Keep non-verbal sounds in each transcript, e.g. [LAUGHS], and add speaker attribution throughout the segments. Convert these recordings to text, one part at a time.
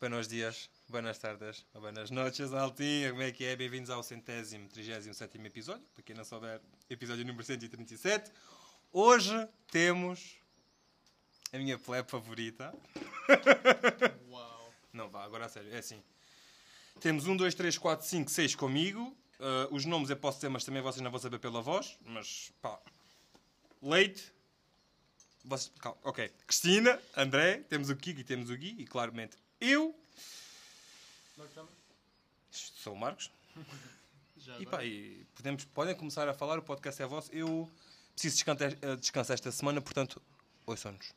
Speaker 1: Buenos dias, buenas tardes, ou buenas noches, Altinha. Como é que é? Bem-vindos ao centésimo, trigésimo, sétimo episódio. Para quem não souber, episódio número 137. Hoje temos a minha plebe favorita.
Speaker 2: Uau.
Speaker 1: Não, vá, agora a sério, é assim. Temos 1, 2, 3, 4, 5, 6 comigo. Ah, os nomes eu posso dizer, mas também vocês não vão saber pela voz. Mas pá. Leite. Vocês, calma, ok. Cristina, André, temos o Kiko e temos o Gui. E claramente eu.
Speaker 2: Como é que chamas?
Speaker 1: Sou o Marcos.
Speaker 2: Já
Speaker 1: E
Speaker 2: agora?
Speaker 1: pá, e podemos, podem começar a falar, o podcast é vosso. Eu preciso descantar- eh, descansar esta semana, portanto, ouçam-nos.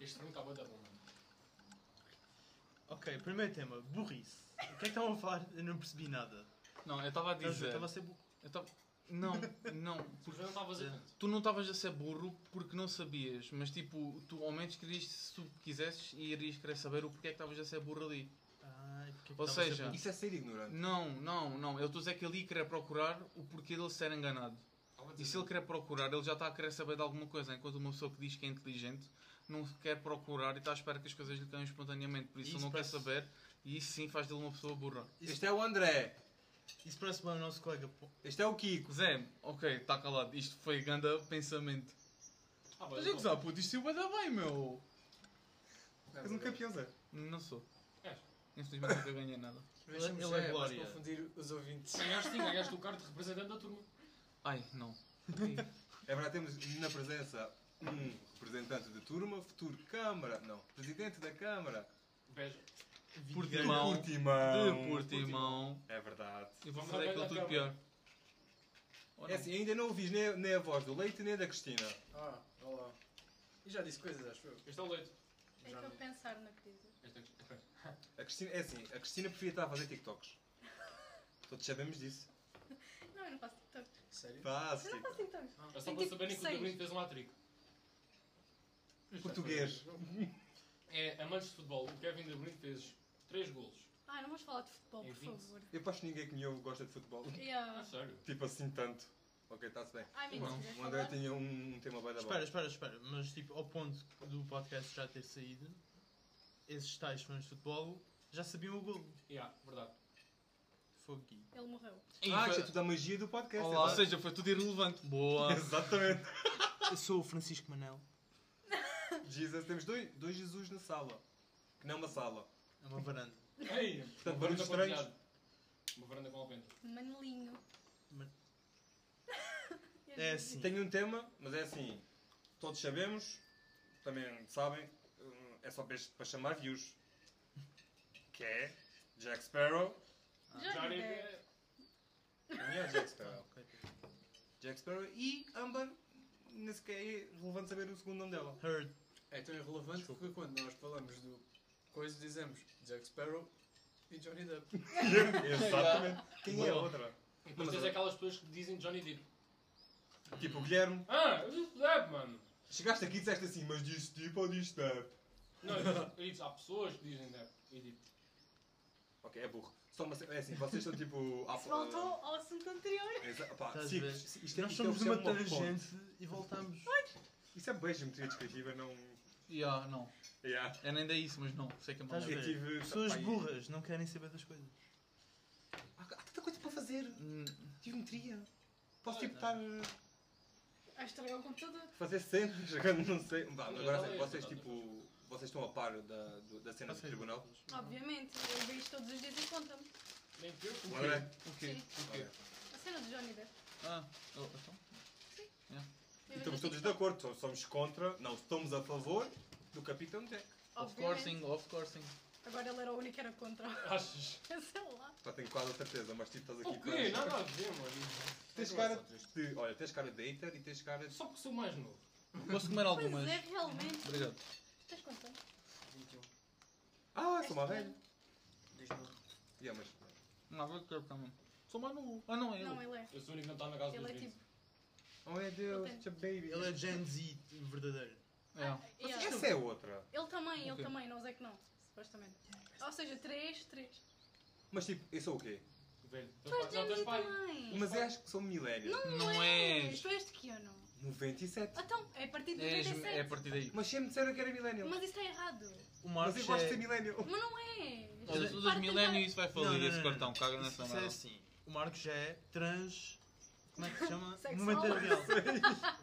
Speaker 3: Este filme está bué da bom, mano.
Speaker 2: Ok, primeiro tema, burrice. O que é que estavam a falar? Eu não percebi nada.
Speaker 3: Não, eu estava a
Speaker 2: Estás- Eu
Speaker 3: dizer.
Speaker 2: estava a ser burro.
Speaker 3: Eu
Speaker 4: Então,
Speaker 3: tava... Não, não. Porque Porque eu não estava a fazer tanto.
Speaker 4: Tu não estavas a ser burro porque não sabias, mas tipo, tu ao menos querias, se tu quisesses, irias querer saber o porquê é que estavas a ser burro ali.
Speaker 2: Ai, porque é que
Speaker 4: Ou
Speaker 2: estava a ser
Speaker 4: seja,
Speaker 2: burro?
Speaker 1: Isso é ser ignorante.
Speaker 4: Não, não, não. Eu estou a dizer que ele ia querer procurar o porquê dele ser enganado. E se ele querer procurar, ele já está a querer saber de alguma coisa, enquanto uma pessoa que diz que é inteligente não quer procurar e está à espera que as coisas lhe caiam espontaneamente, por isso,
Speaker 2: Isso
Speaker 4: ele não
Speaker 2: parece-
Speaker 4: quer saber e isso sim faz dele uma pessoa burra.
Speaker 1: Este é o André,
Speaker 2: isso parece bem o nosso colega. pô.
Speaker 1: este é o Kiko.
Speaker 4: Zé, ok, está calado. Isto foi ganda pensamento.
Speaker 3: Ah, bué
Speaker 4: Mas
Speaker 3: da
Speaker 4: é
Speaker 3: bom.
Speaker 4: que sabe, puto, isto vai dar bem, meu.
Speaker 1: És um campeão, Zé.
Speaker 4: Não sou.
Speaker 3: És.
Speaker 4: Infelizmente nunca ganhei nada.
Speaker 2: Ele, ele é glória.
Speaker 5: confundir os ouvintes.
Speaker 3: Ganhaste, sim, ganhaste o cargo de representante da turma.
Speaker 4: Ai, não.
Speaker 1: É verdade, temos na presença um representante da turma, futuro Câmara, não, presidente da Câmara.
Speaker 3: Veja.
Speaker 4: Portimão.
Speaker 1: Portimão.
Speaker 4: De Portimão.
Speaker 1: É verdade.
Speaker 4: E vou fazer aquilo tudo pior. Ou
Speaker 1: É
Speaker 4: não?
Speaker 1: assim, ainda não ouvis nem, nem a voz do Leite nem da Cristina.
Speaker 5: Ah, olá. E já disse coisas, acho eu.
Speaker 3: Este é o leite.
Speaker 6: É que eu pensar na crise.
Speaker 3: Este é que- ok.
Speaker 1: A Cristina, é assim, a Cristina preferia estar a fazer TikToks. Todos sabemos disso.
Speaker 6: Não, eu não faço TikTok.
Speaker 5: Sério?
Speaker 1: Faz,
Speaker 6: Eu não
Speaker 1: tipo,
Speaker 6: faço TikTok.
Speaker 3: É só
Speaker 6: Tem
Speaker 3: para
Speaker 6: tipo
Speaker 3: saberem que o
Speaker 6: seis.
Speaker 3: Gabriel fez um atrico.
Speaker 1: português.
Speaker 3: É amantes de futebol. O Kevin De Bruyne fez 3 golos.
Speaker 6: Ai, Ah, não vamos falar de futebol,
Speaker 3: Em
Speaker 6: por
Speaker 3: vinte.
Speaker 6: favor.
Speaker 1: Eu acho que ninguém que me ouve gosta de futebol.
Speaker 3: Ah,
Speaker 6: Yeah.
Speaker 3: sério?
Speaker 1: Tipo assim tanto. Ok, está-se bem.
Speaker 6: Ai,
Speaker 4: Não,
Speaker 6: mentira.
Speaker 1: O André
Speaker 6: falar?
Speaker 1: tinha um, um tema bem da
Speaker 2: Espera,
Speaker 1: bola.
Speaker 2: espera, espera. Mas tipo, ao ponto do podcast já ter saído, esses tais fãs de futebol já sabiam o golo.
Speaker 3: Yeah, verdade.
Speaker 2: Fogo Gui.
Speaker 6: Ele morreu.
Speaker 1: Ah,
Speaker 4: Ih,
Speaker 1: isto é
Speaker 4: foi-
Speaker 1: tudo a magia do podcast.
Speaker 4: Olá. Ou
Speaker 1: é verdade.
Speaker 4: seja, foi tudo irrelevante.
Speaker 1: [LAUGHS]
Speaker 4: Boa.
Speaker 1: Exatamente.
Speaker 2: Eu sou o Francisco Manel.
Speaker 1: Jesus, temos dois, dois Jesus na sala. Que não é uma sala.
Speaker 2: É uma varanda.
Speaker 3: Ei,
Speaker 1: Portanto,
Speaker 3: uma
Speaker 1: barulhos
Speaker 3: varanda com
Speaker 1: estranhos.
Speaker 3: telhado. Uma varanda com alpendre.
Speaker 6: Manelinho. [LAUGHS] Ah,
Speaker 2: Man-
Speaker 6: Eu
Speaker 2: É
Speaker 6: não
Speaker 2: assim.
Speaker 6: vi.
Speaker 1: Tenho um tema, mas é assim. Todos sabemos, também sabem, hum, é só para para chamar views. Que é Jack Sparrow.
Speaker 6: Já
Speaker 3: Johnny
Speaker 6: ninguém.
Speaker 3: Depp.
Speaker 1: Não é Jack Sparrow.
Speaker 2: Ok.
Speaker 1: Jack Sparrow e Amber. Nem sequer é relevante saber o segundo nome dela.
Speaker 2: Heard.
Speaker 5: É tão irrelevante que quando nós falamos do coisa dizemos Jack Sparrow e Johnny Depp.
Speaker 1: [LAUGHS] Exatamente. Quem é a
Speaker 2: Boa.
Speaker 1: outra?
Speaker 3: E depois
Speaker 1: Mas
Speaker 3: tens
Speaker 1: é-
Speaker 3: aquelas pessoas que dizem Johnny Depp.
Speaker 1: Tipo o Guilherme.
Speaker 3: Ah, eu disse Depp, mano.
Speaker 1: Chegaste aqui e disseste assim, mas disse tipo ou disse Depp?
Speaker 3: Não, eu disse- eu disse, há pessoas que dizem Depp. E Depp.
Speaker 1: Ok, é burro. Só uma, é assim, vocês são [LAUGHS] tipo. à-
Speaker 6: Se voltou ao assunto anterior.
Speaker 1: Exa- pá,
Speaker 2: Estás a
Speaker 1: sim,
Speaker 2: ver?
Speaker 1: isto, isto, é-
Speaker 2: Nós
Speaker 1: isto é
Speaker 2: somos
Speaker 1: o que é
Speaker 2: uma
Speaker 1: uma fonte.
Speaker 2: tangente e voltamos.
Speaker 1: Isso é bem geometria descritiva, não.
Speaker 4: Ya, não.
Speaker 1: Yeah.
Speaker 4: Eu nem dei isso, mas não. Sei que é
Speaker 2: Estás a
Speaker 4: maluco.
Speaker 2: ver?
Speaker 1: Eu tive.
Speaker 2: Pessoas
Speaker 1: pá, e-
Speaker 2: burras não querem saber das coisas.
Speaker 1: Há, há tanta coisa para fazer.
Speaker 4: Hum,
Speaker 1: Geometria. Posso tipo estar.
Speaker 6: A estragar Ah, o computador.
Speaker 1: fazer cenas, [LAUGHS] agora não sei. Vá,
Speaker 3: Eu
Speaker 1: agora
Speaker 3: já
Speaker 1: sei,
Speaker 3: li,
Speaker 1: vocês
Speaker 3: já li.
Speaker 1: tipo. Vocês estão a par da, do- da cena do
Speaker 2: Vocês
Speaker 1: tribunal?
Speaker 2: burras.
Speaker 6: Obviamente. Eu vejo isto todos os dias e conta-me.
Speaker 3: Nem que eu.
Speaker 1: O André?
Speaker 4: O quê?
Speaker 6: Sim.
Speaker 4: O quê?
Speaker 6: A cena de Johnny Depp.
Speaker 4: Ah, oh, então?
Speaker 1: E
Speaker 6: Eu
Speaker 1: estamos
Speaker 6: vejo no
Speaker 1: Então, todos de
Speaker 6: TikTok.
Speaker 1: acordo, só- somos contra, não, estamos a favor do Capitão Jack.
Speaker 4: Of
Speaker 6: Obviamente.
Speaker 4: coursing, of coursing.
Speaker 6: Agora ele era o único que era contra.
Speaker 3: [LAUGHS]
Speaker 6: [LAUGHS]
Speaker 3: Achas?
Speaker 6: Sei lá.
Speaker 1: Pá, tenho quase a certeza, mas tipo, estás aqui
Speaker 3: O quê? Nada a ver, mano. é
Speaker 1: Tens cara de. Olha, tens cara de hater e tens cara de.
Speaker 3: Só porque sou mais novo.
Speaker 4: Posso comer algumas?
Speaker 6: Pois é, realmente.
Speaker 4: Obrigado.
Speaker 6: Estás contente?
Speaker 5: 21.
Speaker 1: Ah,
Speaker 6: Este
Speaker 1: sou uma velha.
Speaker 5: Diz não.
Speaker 1: Yeah, mas.
Speaker 4: Não, vou quero também. Sou mais novo. Ah, não, é
Speaker 6: Não,
Speaker 4: eu.
Speaker 6: ele é.
Speaker 3: Eu sou o único que não está na casa
Speaker 6: Ele
Speaker 3: dos
Speaker 6: é
Speaker 3: vinte.
Speaker 6: tipo.
Speaker 1: Oh meu Deus, it's a baby.
Speaker 2: Ele é Gen Z verdadeiro.
Speaker 4: É.
Speaker 1: Mas
Speaker 6: Ah, Yeah.
Speaker 1: Essa é outra.
Speaker 6: Ele também, ele
Speaker 4: Ok.
Speaker 6: também, nós é que não, supostamente. Ou seja, 3, 3.
Speaker 1: Mas tipo, eu sou o quê?
Speaker 3: Velho. Teu pai-
Speaker 6: Tu és
Speaker 3: Não,
Speaker 6: Gen Z
Speaker 3: teu pai.
Speaker 6: é também.
Speaker 1: Mas eu acho que sou millennial.
Speaker 4: Não és.
Speaker 6: Tu és de que ano?
Speaker 1: 97.
Speaker 6: Então, é a partir de
Speaker 4: É, ju-
Speaker 6: 97.
Speaker 4: é a partir daí.
Speaker 1: Mas sempre disseram que era millennial.
Speaker 6: Mas isso está errado.
Speaker 2: O
Speaker 1: Mas
Speaker 2: Marcos
Speaker 1: eu gosto de
Speaker 2: é...
Speaker 1: ser millennial.
Speaker 6: Mas não é.
Speaker 4: Os- Os
Speaker 6: Para
Speaker 4: dos
Speaker 6: de
Speaker 4: milênios isso vai
Speaker 2: Não, não,
Speaker 4: falir
Speaker 2: não,
Speaker 4: esse
Speaker 2: não,
Speaker 4: cartão,
Speaker 2: não.
Speaker 4: caga
Speaker 2: Isso
Speaker 4: nessa
Speaker 2: é
Speaker 4: merda.
Speaker 2: assim. O Marcos já é trans... Como é que se chama?
Speaker 6: Sexual.
Speaker 2: Momentaneal.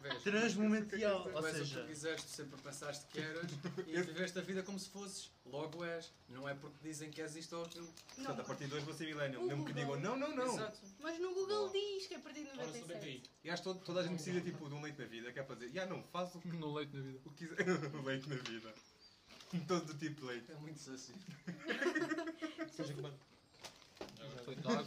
Speaker 7: Vês?
Speaker 2: Transmomential.
Speaker 7: Tu
Speaker 2: Ou
Speaker 7: és o
Speaker 2: seja...
Speaker 7: que quiseste, sempre pensaste
Speaker 1: [LAUGHS]
Speaker 7: que eras e viveste a vida como se fosses. Logo és. Não é porque dizem que és isto ou aquilo.
Speaker 6: Não,
Speaker 1: Portanto, a partir de hoje vou ser millennial.
Speaker 6: O
Speaker 1: Mesmo que
Speaker 6: Google.
Speaker 1: digam não, não, não.
Speaker 7: Exato.
Speaker 6: mas no Google diz que é a partir de
Speaker 3: Ora, sou
Speaker 6: 97.
Speaker 3: BPI.
Speaker 1: E acho que toda, toda a gente precisa tipo, de um leite na vida, que é para dizer, já não, faz o
Speaker 4: tipo No leite na vida.
Speaker 1: o que quiser. [LAUGHS] O leite na vida. Todo tipo de leite.
Speaker 7: É muito saci.
Speaker 4: Leite de água.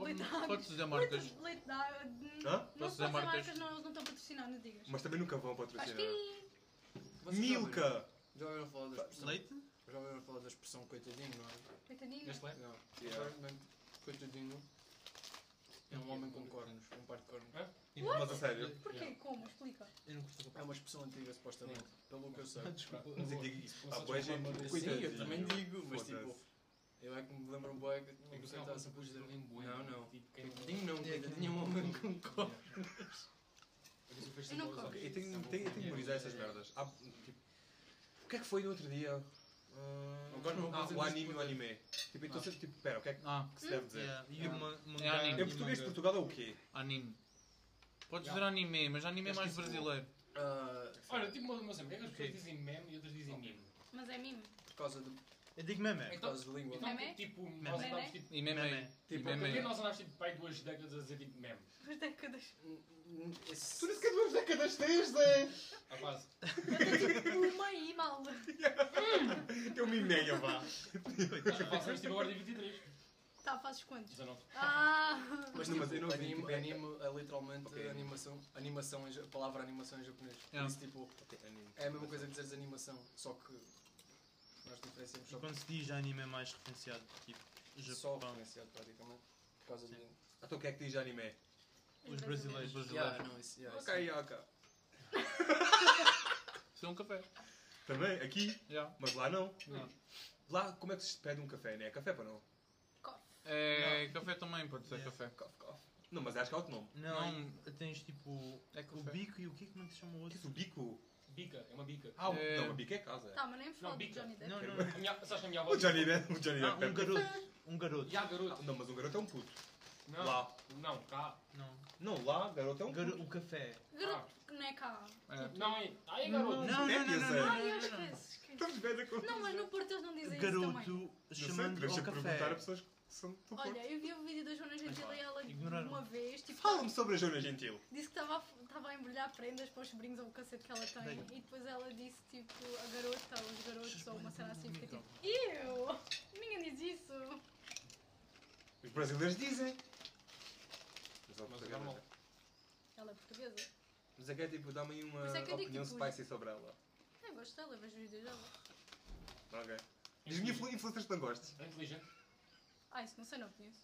Speaker 6: Leite de água.
Speaker 4: Podes dizer marcas.
Speaker 6: Leite- Leite de água. Não
Speaker 1: Hã?
Speaker 6: posso
Speaker 4: dizer
Speaker 6: dizer
Speaker 4: marcas?
Speaker 6: marcas, não, eles não estão patrocinados, não digas. é
Speaker 1: Mas também nunca vão
Speaker 6: Faz
Speaker 1: patrocinar.
Speaker 6: pi.
Speaker 7: Vocês já ouviram-
Speaker 1: Milka!
Speaker 7: Já ouviram falar da expressão?
Speaker 2: Leite?
Speaker 7: Já ouviram falar da expressão coitadinho, não é?
Speaker 6: Coitadinho.
Speaker 3: Neste leite?
Speaker 7: Não.
Speaker 1: Yeah.
Speaker 7: Aparentemente, Coitadinho é um homem com cornos, um par de cornos.
Speaker 1: Mas a sério.
Speaker 6: Porquê? Como? Explica.
Speaker 2: Eu não curto
Speaker 7: É uma expressão antiga, supostamente. Pelo que eu sei.
Speaker 3: Desculpa.
Speaker 1: Mas eu digo isso.
Speaker 3: Vocês
Speaker 1: Há boa
Speaker 3: vão
Speaker 1: gente.
Speaker 3: mandar-
Speaker 7: Sim, eu
Speaker 1: coitadinho.
Speaker 7: também digo, mas
Speaker 1: Foda-se.
Speaker 7: tipo. Eu é que me lembro um boy que
Speaker 3: Tem
Speaker 7: não
Speaker 3: que ser
Speaker 7: sei
Speaker 3: alguma
Speaker 7: se
Speaker 3: coisa
Speaker 7: dizer.
Speaker 3: bem boa.
Speaker 7: Não, não.
Speaker 3: Tipo, quem-
Speaker 7: Coitadinho não,
Speaker 2: É,
Speaker 7: coitadinho é um homem com cornos.
Speaker 6: Eu não como.
Speaker 7: É
Speaker 1: Eu
Speaker 7: um
Speaker 1: tenho, tenho, tenho que memorizar essas merdas. Há, tipo, o que é que foi no outro dia? Ah,
Speaker 7: Agora não vou
Speaker 1: ah,
Speaker 7: fazer
Speaker 1: o
Speaker 7: isso
Speaker 1: anime e o
Speaker 7: porque-
Speaker 1: anime. Tipo, então
Speaker 7: Ah.
Speaker 1: sempre tipo, pera, o que é que,
Speaker 4: Ah,
Speaker 1: que se
Speaker 2: Hum?
Speaker 1: deve dizer?
Speaker 2: Yeah. E o man- mangá-
Speaker 4: É anime.
Speaker 1: Em português de Portugal é o quê?
Speaker 4: anime. Podes dizer anime, mas anime é mais brasileiro.
Speaker 7: Ah,
Speaker 3: Olha, tipo uma cena, porque é que as pessoas dizem meme e outras dizem meme?
Speaker 6: Mas é mimo.
Speaker 7: por causa de, por
Speaker 2: Eu digo é meme.
Speaker 4: É
Speaker 1: É
Speaker 7: causa de língua.
Speaker 3: Então,
Speaker 6: Meme?
Speaker 3: tipo,
Speaker 2: Meme.
Speaker 3: nós andamos
Speaker 6: Meme?
Speaker 3: tipo.
Speaker 4: E meme. é
Speaker 2: Meme.
Speaker 4: E
Speaker 7: Tipo,
Speaker 3: Porquê
Speaker 4: meme.
Speaker 3: nós andámos tipo pai duas décadas a dizer tipo meme?
Speaker 6: Duas décadas.
Speaker 7: N- n- esse-
Speaker 1: duas décadas tens, é? Zé!
Speaker 3: A quase.
Speaker 6: [LAUGHS] Uma e mal.
Speaker 1: Eu me meia, vá.
Speaker 3: Vocês tipo agora de 23.
Speaker 6: Tá,
Speaker 3: [LAUGHS]
Speaker 6: fazes quantos?
Speaker 3: 19.
Speaker 6: Ah!
Speaker 7: Mas,
Speaker 1: Não,
Speaker 7: tipo,
Speaker 1: mas eu não vi,
Speaker 7: anime,
Speaker 1: tipo, é-
Speaker 7: anime é literalmente
Speaker 1: Ok.
Speaker 7: animação, animação em ja- a palavra animação em japonês.
Speaker 4: É.
Speaker 7: Isso, tipo, é a mesma coisa que dizeres animação, só que nós diferenciamos só,
Speaker 2: Quando se diz anime é mais referenciado, tipo,
Speaker 7: só
Speaker 2: Japão.
Speaker 7: referenciado praticamente. Por causa de.
Speaker 1: Então o que é que diz anime?
Speaker 2: Os brasileiros.
Speaker 7: Yeah, Ah,
Speaker 4: é
Speaker 7: não, isso, yeah, isso.
Speaker 1: Ok, ok.
Speaker 4: Isso é um café.
Speaker 1: Também, aqui,
Speaker 4: Já.
Speaker 1: mas lá não.
Speaker 4: Não.
Speaker 1: Lá, como é que se pede um café, né? É café para não?
Speaker 4: É café também, pode ser
Speaker 2: Yeah.
Speaker 4: café.
Speaker 1: Cof, cof. Não, mas acho que há outro nome.
Speaker 2: Não,
Speaker 4: Não.
Speaker 2: tens tipo
Speaker 4: É
Speaker 2: o
Speaker 4: café.
Speaker 2: bico e o que é que não se chama o
Speaker 1: Que
Speaker 2: outro?
Speaker 1: isso, o bico?
Speaker 3: Bica, é uma bica.
Speaker 1: Ah, o-
Speaker 4: É.
Speaker 1: não, o bico é casa.
Speaker 6: Tá, mas nem me fala do
Speaker 3: bica.
Speaker 6: Johnny Depp.
Speaker 2: Não, não,
Speaker 3: A minha, sabes que a minha avó.
Speaker 1: [LAUGHS] O Johnny Depp, o Johnny
Speaker 2: não. Ah,
Speaker 1: Depp. é-
Speaker 2: um garoto. Um garoto.
Speaker 3: Já,
Speaker 1: Ah,
Speaker 3: garoto.
Speaker 1: Não, mas um garoto é um puto.
Speaker 3: Não.
Speaker 1: Lá.
Speaker 3: Não, cá.
Speaker 2: Não.
Speaker 1: Não, lá, garoto é um puto.
Speaker 2: Garo- o café.
Speaker 6: Garoto, que não é cá.
Speaker 4: É.
Speaker 3: Não, é. Ah, é garoto.
Speaker 1: não, não, não, não, não.
Speaker 6: Ai, eu esqueço, esqueço.
Speaker 1: Estamos bem a conta.
Speaker 6: Não, mas no Porto eles não dizem isso também.
Speaker 2: Garoto chamando
Speaker 1: devemos
Speaker 2: ao
Speaker 1: sempre perguntar a
Speaker 2: café.
Speaker 1: pessoas que são do Porto.
Speaker 6: Olha, eu vi o vídeo da Joana Gentil e ela
Speaker 2: Ignoraram.
Speaker 6: uma vez, tipo,
Speaker 1: Fala-me sobre a Joana Gentil.
Speaker 6: disse que estava a- estava a embrulhar prendas para os sobrinhos ou o cacete que ela tem e depois ela disse, tipo, a garota ou os garotos ou uma cena assim, fica tipo, eu! Ninguém diz isso!
Speaker 1: Os brasileiros dizem. Mas,
Speaker 3: Mas é normal.
Speaker 6: Ela é portuguesa.
Speaker 1: Mas é que é tipo, dá-me aí uma
Speaker 6: Mas é que eu digo,
Speaker 1: opinião
Speaker 6: tipo,
Speaker 1: spicy sobre ela.
Speaker 6: Eu É, gosto dela, vejo os vídeos dela.
Speaker 1: Ok. Diz-me influ- influencers que não gostes.
Speaker 3: É inteligente.
Speaker 6: Ah, isso não sei, não conheço.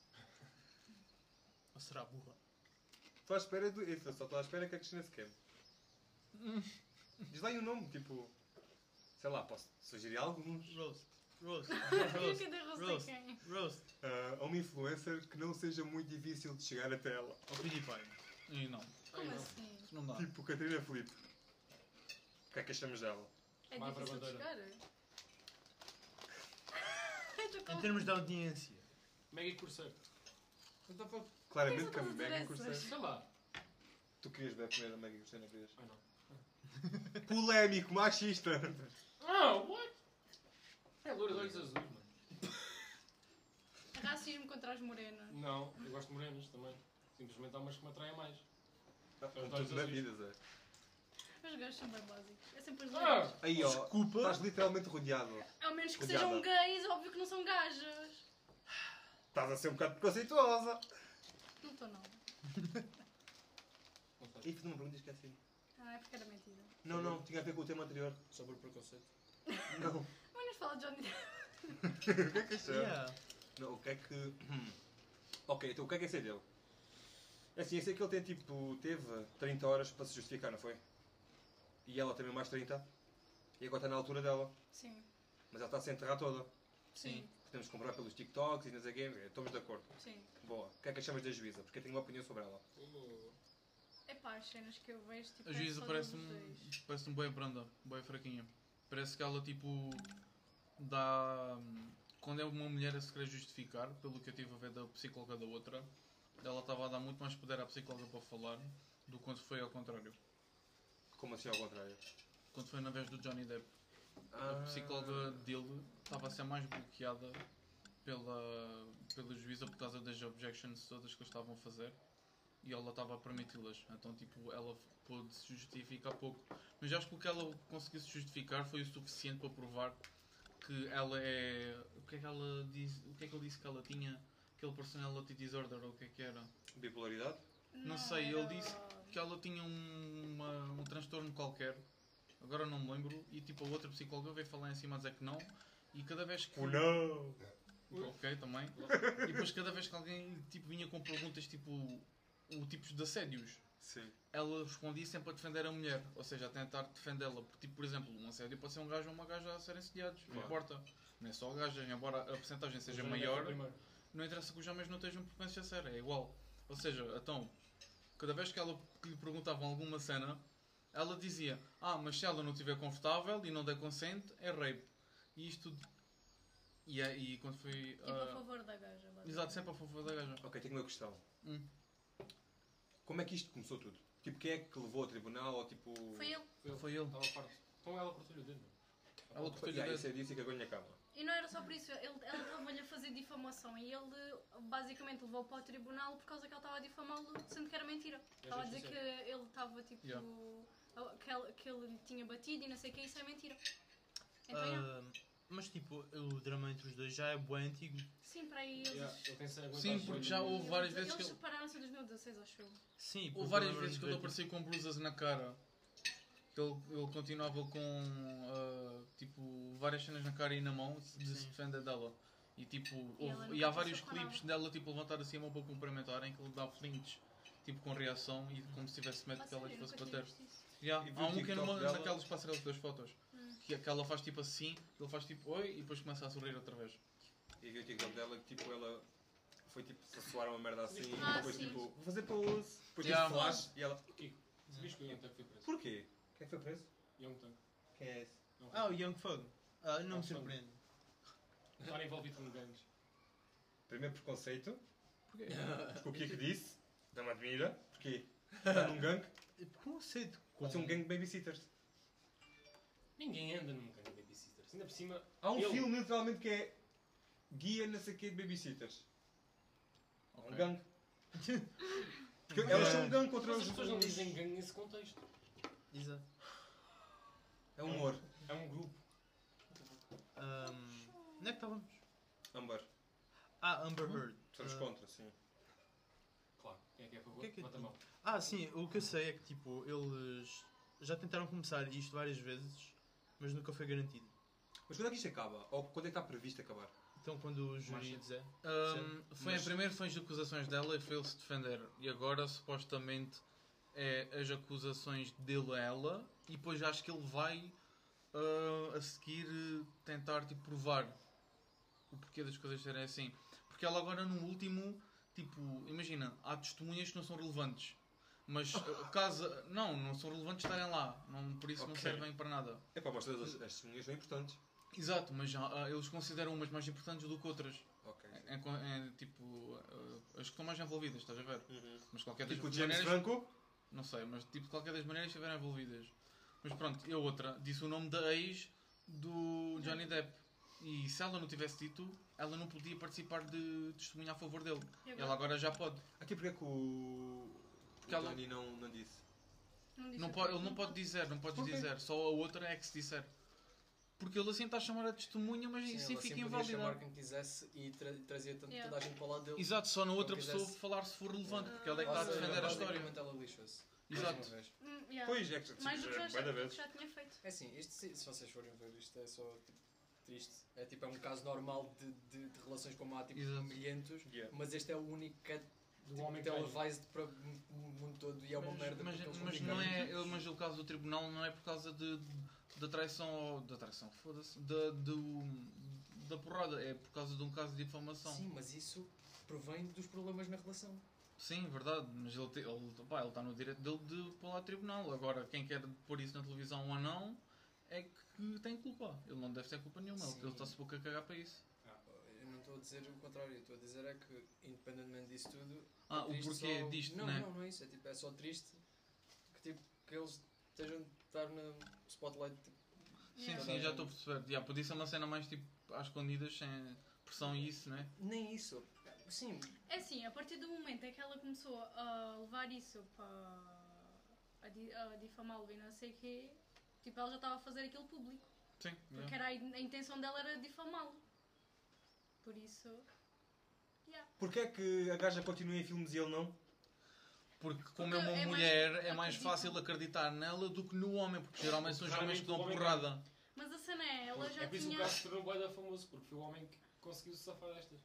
Speaker 2: Ou será burra?
Speaker 1: Estou à espera do. Eu só estou à espera que a Cristina se queime. Diz lá aí o nome, tipo. Sei lá, posso sugerir alguns.
Speaker 2: Roast.
Speaker 4: [LAUGHS]
Speaker 2: Roast.
Speaker 6: Eu
Speaker 2: Roast.
Speaker 6: cadê
Speaker 2: Rose.
Speaker 6: Rosa quem?
Speaker 2: Roast.
Speaker 1: Ah, a uma influencer que não seja muito difícil de chegar até ela.
Speaker 2: Ou PewDiePie.
Speaker 4: E não.
Speaker 6: Como assim?
Speaker 4: Isso não dá.
Speaker 1: Tipo Catarina Felipe. O que é que achamos dela?
Speaker 6: É
Speaker 3: Vai
Speaker 6: difícil de
Speaker 3: para a
Speaker 6: chegar?
Speaker 2: Em termos de audiência.
Speaker 3: Mega curseiro.
Speaker 7: Então, pá,
Speaker 1: Claramente
Speaker 6: Mas
Speaker 1: que a
Speaker 6: eu não
Speaker 1: Megan
Speaker 6: interessa.
Speaker 1: Cursor.
Speaker 3: Sei lá.
Speaker 1: Tu querias ver primeiro a Megan Cursor, não querias?
Speaker 3: Ah, não.
Speaker 1: Polémico, machista!
Speaker 3: Ah, what? É loura de olhos azuis, mano.
Speaker 6: Racismo contra as morenas.
Speaker 3: Não, eu gosto de morenos também. Simplesmente há umas que me atraem mais.
Speaker 1: Como tudo na vida, Zé.
Speaker 6: Os gays são bem básicos. É sempre os
Speaker 3: Ah!
Speaker 6: gays.
Speaker 1: Aí, ó.
Speaker 2: Desculpa.
Speaker 1: Estás literalmente rodeado.
Speaker 6: Ao menos que
Speaker 1: Odiada.
Speaker 6: sejam gays, óbvio que não são gajas.
Speaker 1: Estás a ser um bocado preconceituosa.
Speaker 6: Não estou, não.
Speaker 3: Não sei.
Speaker 1: E fiz uma pergunta e esqueci.
Speaker 6: Ah, é porque era mentira.
Speaker 1: Não, não, tinha a ver com o tema anterior.
Speaker 7: sobre preconceito.
Speaker 1: Não.
Speaker 6: Mas não fala de Johnny Depp.
Speaker 1: o que é que achou?
Speaker 2: Yeah.
Speaker 1: Não, o que é que. hum. Ok, então o que é que é ser dele? É assim, eu sei que ele tem tipo. teve 30 horas para se justificar, não foi? E ela também mais 30. E agora está na altura dela.
Speaker 6: Sim.
Speaker 1: Mas ela está a se enterrar toda.
Speaker 6: Sim.
Speaker 1: Temos que comprar pelos TikToks e nas game. Estamos de acordo.
Speaker 6: Sim.
Speaker 1: Boa. O que é que achamos da juíza? Porque eu tenho uma opinião sobre ela.
Speaker 3: Oh,
Speaker 6: É pá, as cenas que eu vejo, tipo,
Speaker 4: A
Speaker 6: é
Speaker 4: juíza
Speaker 6: só
Speaker 4: parece
Speaker 6: deles
Speaker 4: um,
Speaker 6: dois.
Speaker 4: parece um boi branda, boi fraquinha. Parece que ela tipo dá. Quando é uma mulher a se querer justificar, pelo que eu tive a ver da psicóloga da outra, ela estava a dar muito mais poder à psicóloga para falar do que quando foi ao contrário.
Speaker 1: Como assim ao contrário?
Speaker 4: Quando foi na vez do Johnny Depp. A psicóloga dele estava a ser mais bloqueada pela, pela juíza por causa das objections todas que eles estavam a fazer e ela estava a permiti-las. Então, tipo, ela pôde se justificar pouco. Mas acho que o que ela conseguiu se justificar foi o suficiente para provar que ela é. O que é que ela diz, O que é que ele disse que ela tinha? Aquele personality disorder ou o que é que era?
Speaker 1: Bipolaridade?
Speaker 4: Não sei, ele
Speaker 6: era-
Speaker 4: disse
Speaker 6: Tipo,
Speaker 4: que ela tinha um, uma- um transtorno qualquer, agora não me lembro, e tipo a outra psicóloga veio falar em cima a dizer que não, e cada vez que.
Speaker 1: não! [LAUGHS]
Speaker 4: Ok, também. E depois cada vez que alguém tipo, vinha com perguntas tipo o tipos de assédios,
Speaker 1: Sim.
Speaker 4: ela respondia sempre a defender a mulher, ou seja, a tentar defendê-la. Porque, tipo, por exemplo, um assédio pode ser um gajo ou uma gaja a serem assediados, não
Speaker 1: Claro. é
Speaker 4: importa. Não é só gajas, embora a porcentagem seja
Speaker 3: Mas
Speaker 4: maior
Speaker 3: foi primeiro.
Speaker 4: não interessa que os homens não estejam frequência séria, é igual. Ou seja, então, cada vez que, ela, que lhe perguntavam alguma cena, ela dizia: Ah, mas se ela não estiver confortável e não der consente, é rape. E isto. E, é- e quando foi.
Speaker 6: Tipo, a
Speaker 4: ah,
Speaker 6: favor da gaja. basicamente.
Speaker 4: exato, sempre a favor da gaja.
Speaker 1: Ok, tenho uma questão.
Speaker 4: Hum.
Speaker 1: Como é que isto começou tudo? Tipo, quem é que levou ao tribunal ou tipo.
Speaker 6: Foi ele.
Speaker 4: Foi ele.
Speaker 3: Estava farto. Então ela cortou-lhe o dedo.
Speaker 4: Ela
Speaker 1: Foi,
Speaker 4: cortou-lhe
Speaker 1: yeah,
Speaker 4: o
Speaker 1: isso
Speaker 4: dedo.
Speaker 1: é disso e cagou na cama.
Speaker 6: E não era só por isso, ele, ela estava-lhe a fazer difamação e ele basicamente levou para o tribunal por causa que ela estava a difamá-lo, sendo que era mentira.
Speaker 4: É
Speaker 6: Estava a dizer que ele estava tipo.
Speaker 4: Yeah.
Speaker 6: Que, ele, que ele lhe tinha batido e não sei o que, isso é mentira. Então, yeah.
Speaker 2: Ah, mas tipo, o drama entre os dois já é bem antigo.
Speaker 6: sim, para aí eles.
Speaker 3: Yeah, ele tem que aguentar
Speaker 4: Sim,
Speaker 3: os
Speaker 4: porque
Speaker 3: dois.
Speaker 4: já houve várias
Speaker 6: eles-
Speaker 4: vezes que
Speaker 6: Eles
Speaker 4: ele-
Speaker 6: separaram-se em 2016, acho eu.
Speaker 2: Sim, porque
Speaker 4: Houve várias
Speaker 2: eu
Speaker 4: vezes que ele
Speaker 2: lembro-me de ver-
Speaker 4: aparecia com bruises na cara. Que Ele, ele continuava com ah, tipo várias cenas na cara e na mão de se
Speaker 2: Sim.
Speaker 4: defender dela. E tipo,
Speaker 6: E ela
Speaker 4: houve-
Speaker 6: nunca
Speaker 4: e há
Speaker 6: disse
Speaker 4: vários
Speaker 6: com
Speaker 4: clipes dela tipo levantar assim a mão para cumprimentar em que ele dá flinches tipo com reação e como se tivesse medo
Speaker 6: Ah,
Speaker 4: que ela lhe
Speaker 6: sério,
Speaker 4: fosse
Speaker 6: nunca tinha
Speaker 4: bater.
Speaker 6: visto isso.
Speaker 4: Yeah,
Speaker 1: E vi
Speaker 4: há
Speaker 1: o
Speaker 4: um que é
Speaker 1: TikTok
Speaker 4: numa
Speaker 1: dela.
Speaker 4: daquelas passarelas das fotos.
Speaker 6: Hum.
Speaker 4: Que, que ela faz tipo assim, ele faz tipo oi e depois começa a sorrir outra vez.
Speaker 1: E vi o TikTok dela que tipo ela foi tipo se soar uma merda assim
Speaker 6: Ah,
Speaker 1: e depois
Speaker 6: sim.
Speaker 1: tipo, vou fazer pose, depois
Speaker 4: Yeah.
Speaker 1: tipo flash e ela.
Speaker 3: Sabias que o Young Tug foi preso? um
Speaker 1: Porquê? Quem foi preso?
Speaker 3: Young Tug.
Speaker 2: Quem é esse?
Speaker 3: Não.
Speaker 2: Ah, o Young Fog. Ah, não
Speaker 3: Ah,
Speaker 2: me
Speaker 3: Fog.
Speaker 2: surpreende.
Speaker 3: Estar envolvido com gangues.
Speaker 1: Primeiro preconceito.
Speaker 3: [LAUGHS]
Speaker 1: Porquê? O que é que disse? Não me admira. Porquê? Está num gangue?
Speaker 2: Preconceito com.
Speaker 1: Pode ser um gangue de babysitters.
Speaker 3: Ninguém anda num gangue de babysitters. Ainda por cima,
Speaker 1: Há um
Speaker 3: Ele.
Speaker 1: filme literalmente que é Guia não sei quê de babysitters. Há um
Speaker 4: Ok.
Speaker 1: gangue.
Speaker 3: [LAUGHS]
Speaker 1: Porque elas são um gangue contra
Speaker 3: mas as
Speaker 1: os.
Speaker 3: pessoas não dizem gangue nesse contexto.
Speaker 4: um.
Speaker 2: Exato.
Speaker 1: É um humor.
Speaker 3: É um grupo.
Speaker 2: Ahm, onde é que estávamos?
Speaker 1: Amber.
Speaker 2: Ah, Amber
Speaker 4: Hum?
Speaker 2: Heard.
Speaker 1: Somos
Speaker 2: Ah,
Speaker 1: contra, sim.
Speaker 3: Claro. Quem é que é a favor?
Speaker 2: O que é que é
Speaker 3: Bota a
Speaker 2: tu?
Speaker 3: mão.
Speaker 2: Ah, sim, o que eu sei é que tipo, eles já tentaram começar isto várias vezes, mas nunca foi garantido.
Speaker 1: Mas quando é que isto acaba? Ou quando é que está previsto acabar?
Speaker 2: Então quando o júri
Speaker 3: Mas-
Speaker 2: dizer.
Speaker 4: Ahm, foi
Speaker 2: Mas-
Speaker 4: a primeira foi as acusações dela e foi ele se defender. E agora supostamente é as acusações dele a ela e depois acho que ele vai ah, a seguir eh, tentar tipo, provar o porquê das coisas serem assim. Porque ela agora no último, tipo, imagina, há testemunhas que não são relevantes. Mas eh, caso. Não, não são relevantes estarem lá. Não, por isso não
Speaker 1: Ok.
Speaker 4: servem para nada.
Speaker 1: É para mostrar as, as testemunhas são importantes.
Speaker 4: Exato, mas ah, eles consideram umas mais importantes do que outras.
Speaker 1: Ok. sim.
Speaker 4: Em, em- tipo, eh, as que estão mais envolvidas, estás a ver?
Speaker 1: Uhum.
Speaker 4: Mas qualquer das
Speaker 1: Tipo o James
Speaker 4: maneiras.
Speaker 1: Franco.
Speaker 4: Não sei, mas tipo, de qualquer das maneiras estiveram envolvidas. Mas pronto, e a outra disse o nome da ex do Johnny Depp. E se ela não tivesse dito, ela não podia participar de testemunha a favor dele.
Speaker 6: E agora?
Speaker 4: Ela agora já pode.
Speaker 1: Aqui porque é que o.
Speaker 4: Porque
Speaker 1: o
Speaker 4: ela-
Speaker 1: Tony não, não disse.
Speaker 6: Não disse
Speaker 4: Não
Speaker 6: outra
Speaker 4: pode, ele
Speaker 6: coisa.
Speaker 4: não pode dizer, não podes
Speaker 1: Ok.
Speaker 4: dizer. Só a outra é que se disser. Porque ele assim está a chamar a testemunha, mas
Speaker 7: Sim,
Speaker 4: isso aí
Speaker 7: ela
Speaker 4: fica
Speaker 7: sempre podia chamar
Speaker 4: inválida.
Speaker 7: quem quisesse e tra- trazia tanto
Speaker 6: Yeah.
Speaker 7: toda a gente para o lado dele.
Speaker 4: Exato, só na outra
Speaker 7: Não
Speaker 4: pessoa
Speaker 7: quisesse.
Speaker 4: falar se for relevante, porque ela é que
Speaker 7: Ou
Speaker 4: está a
Speaker 7: seja,
Speaker 4: defender a história.
Speaker 7: basicamente ela lixou-se. Mais
Speaker 4: Exato.
Speaker 7: uma vez.
Speaker 6: Hum, yeah.
Speaker 1: Pois é, que já-
Speaker 6: Mais do que
Speaker 1: já-
Speaker 6: eu
Speaker 1: bué
Speaker 6: já,
Speaker 1: da
Speaker 6: do que
Speaker 1: vez.
Speaker 6: já tinha feito.
Speaker 7: É assim, isto, se, se vocês forem ver isto, é só tipo, triste. É tipo, é um caso normal de, de, de relações como há, tipo,
Speaker 4: Exato.
Speaker 7: milhentos.
Speaker 1: Yeah.
Speaker 7: Mas este é o único que é
Speaker 3: Do
Speaker 7: tipo,
Speaker 3: homem que ganha.
Speaker 7: televised para o mu- mu- mundo todo e é uma merda.
Speaker 4: é. mas,
Speaker 7: porque eles
Speaker 4: mas
Speaker 7: publicaram
Speaker 4: não é,
Speaker 7: tudo.
Speaker 4: ele- mas o caso do tribunal não é por causa de, da traição ou da traição, foda-se, da, do, da porrada, é por causa de um caso de difamação.
Speaker 7: Sim, mas isso provém dos problemas na relação.
Speaker 4: Sim, verdade, mas ele, te- ele, pá, ele está no direito dele de pôr lá tribunal. Agora, quem quer pôr isso na televisão ou não, é que tem culpa. Ele não deve ter culpa nenhuma, é
Speaker 7: Sim.
Speaker 4: ele está-se pouco a cagar para isso.
Speaker 7: Eu não estou a dizer o contrário, estou a dizer é que, independentemente disso tudo.
Speaker 4: Ah,
Speaker 7: é
Speaker 4: o
Speaker 7: triste
Speaker 4: porquê
Speaker 7: só-
Speaker 4: disto,
Speaker 7: não,
Speaker 4: né?
Speaker 7: Não, não é isso, é, tipo, é só triste que, tipo, que eles estejam de estar no spotlight. Tipo,
Speaker 6: é
Speaker 4: Sim,
Speaker 7: Toda
Speaker 4: sim,
Speaker 7: a
Speaker 4: já
Speaker 7: gente.
Speaker 4: estou a perceber. Já, podia ser uma cena mais tipo às escondidas, sem pressão e isso, né?
Speaker 7: nem isso. Sim,
Speaker 6: É assim, a partir do momento em que ela começou a levar isso para a, di- a difamá-lo e não sei o quê, tipo, ela já estava a fazer aquilo público.
Speaker 4: Sim, é.
Speaker 6: Porque era a, in- a intenção dela era difamá-lo. Por isso. Yeah.
Speaker 1: Porquê é que a gaja continua em filmes e ele não?
Speaker 4: Porque como
Speaker 6: Porque
Speaker 4: é uma
Speaker 6: é mais-
Speaker 4: mulher, é mais
Speaker 6: acredito.
Speaker 4: fácil acreditar nela do que no homem, porque geralmente são os homens
Speaker 3: Raramente
Speaker 4: que
Speaker 3: o
Speaker 4: dão
Speaker 3: homem
Speaker 4: porrada.
Speaker 6: Mas a cena é, ela já
Speaker 3: é por isso que
Speaker 6: tinha.
Speaker 3: o caso se tornou boeda famoso, porque foi o homem que conseguiu se safar destas.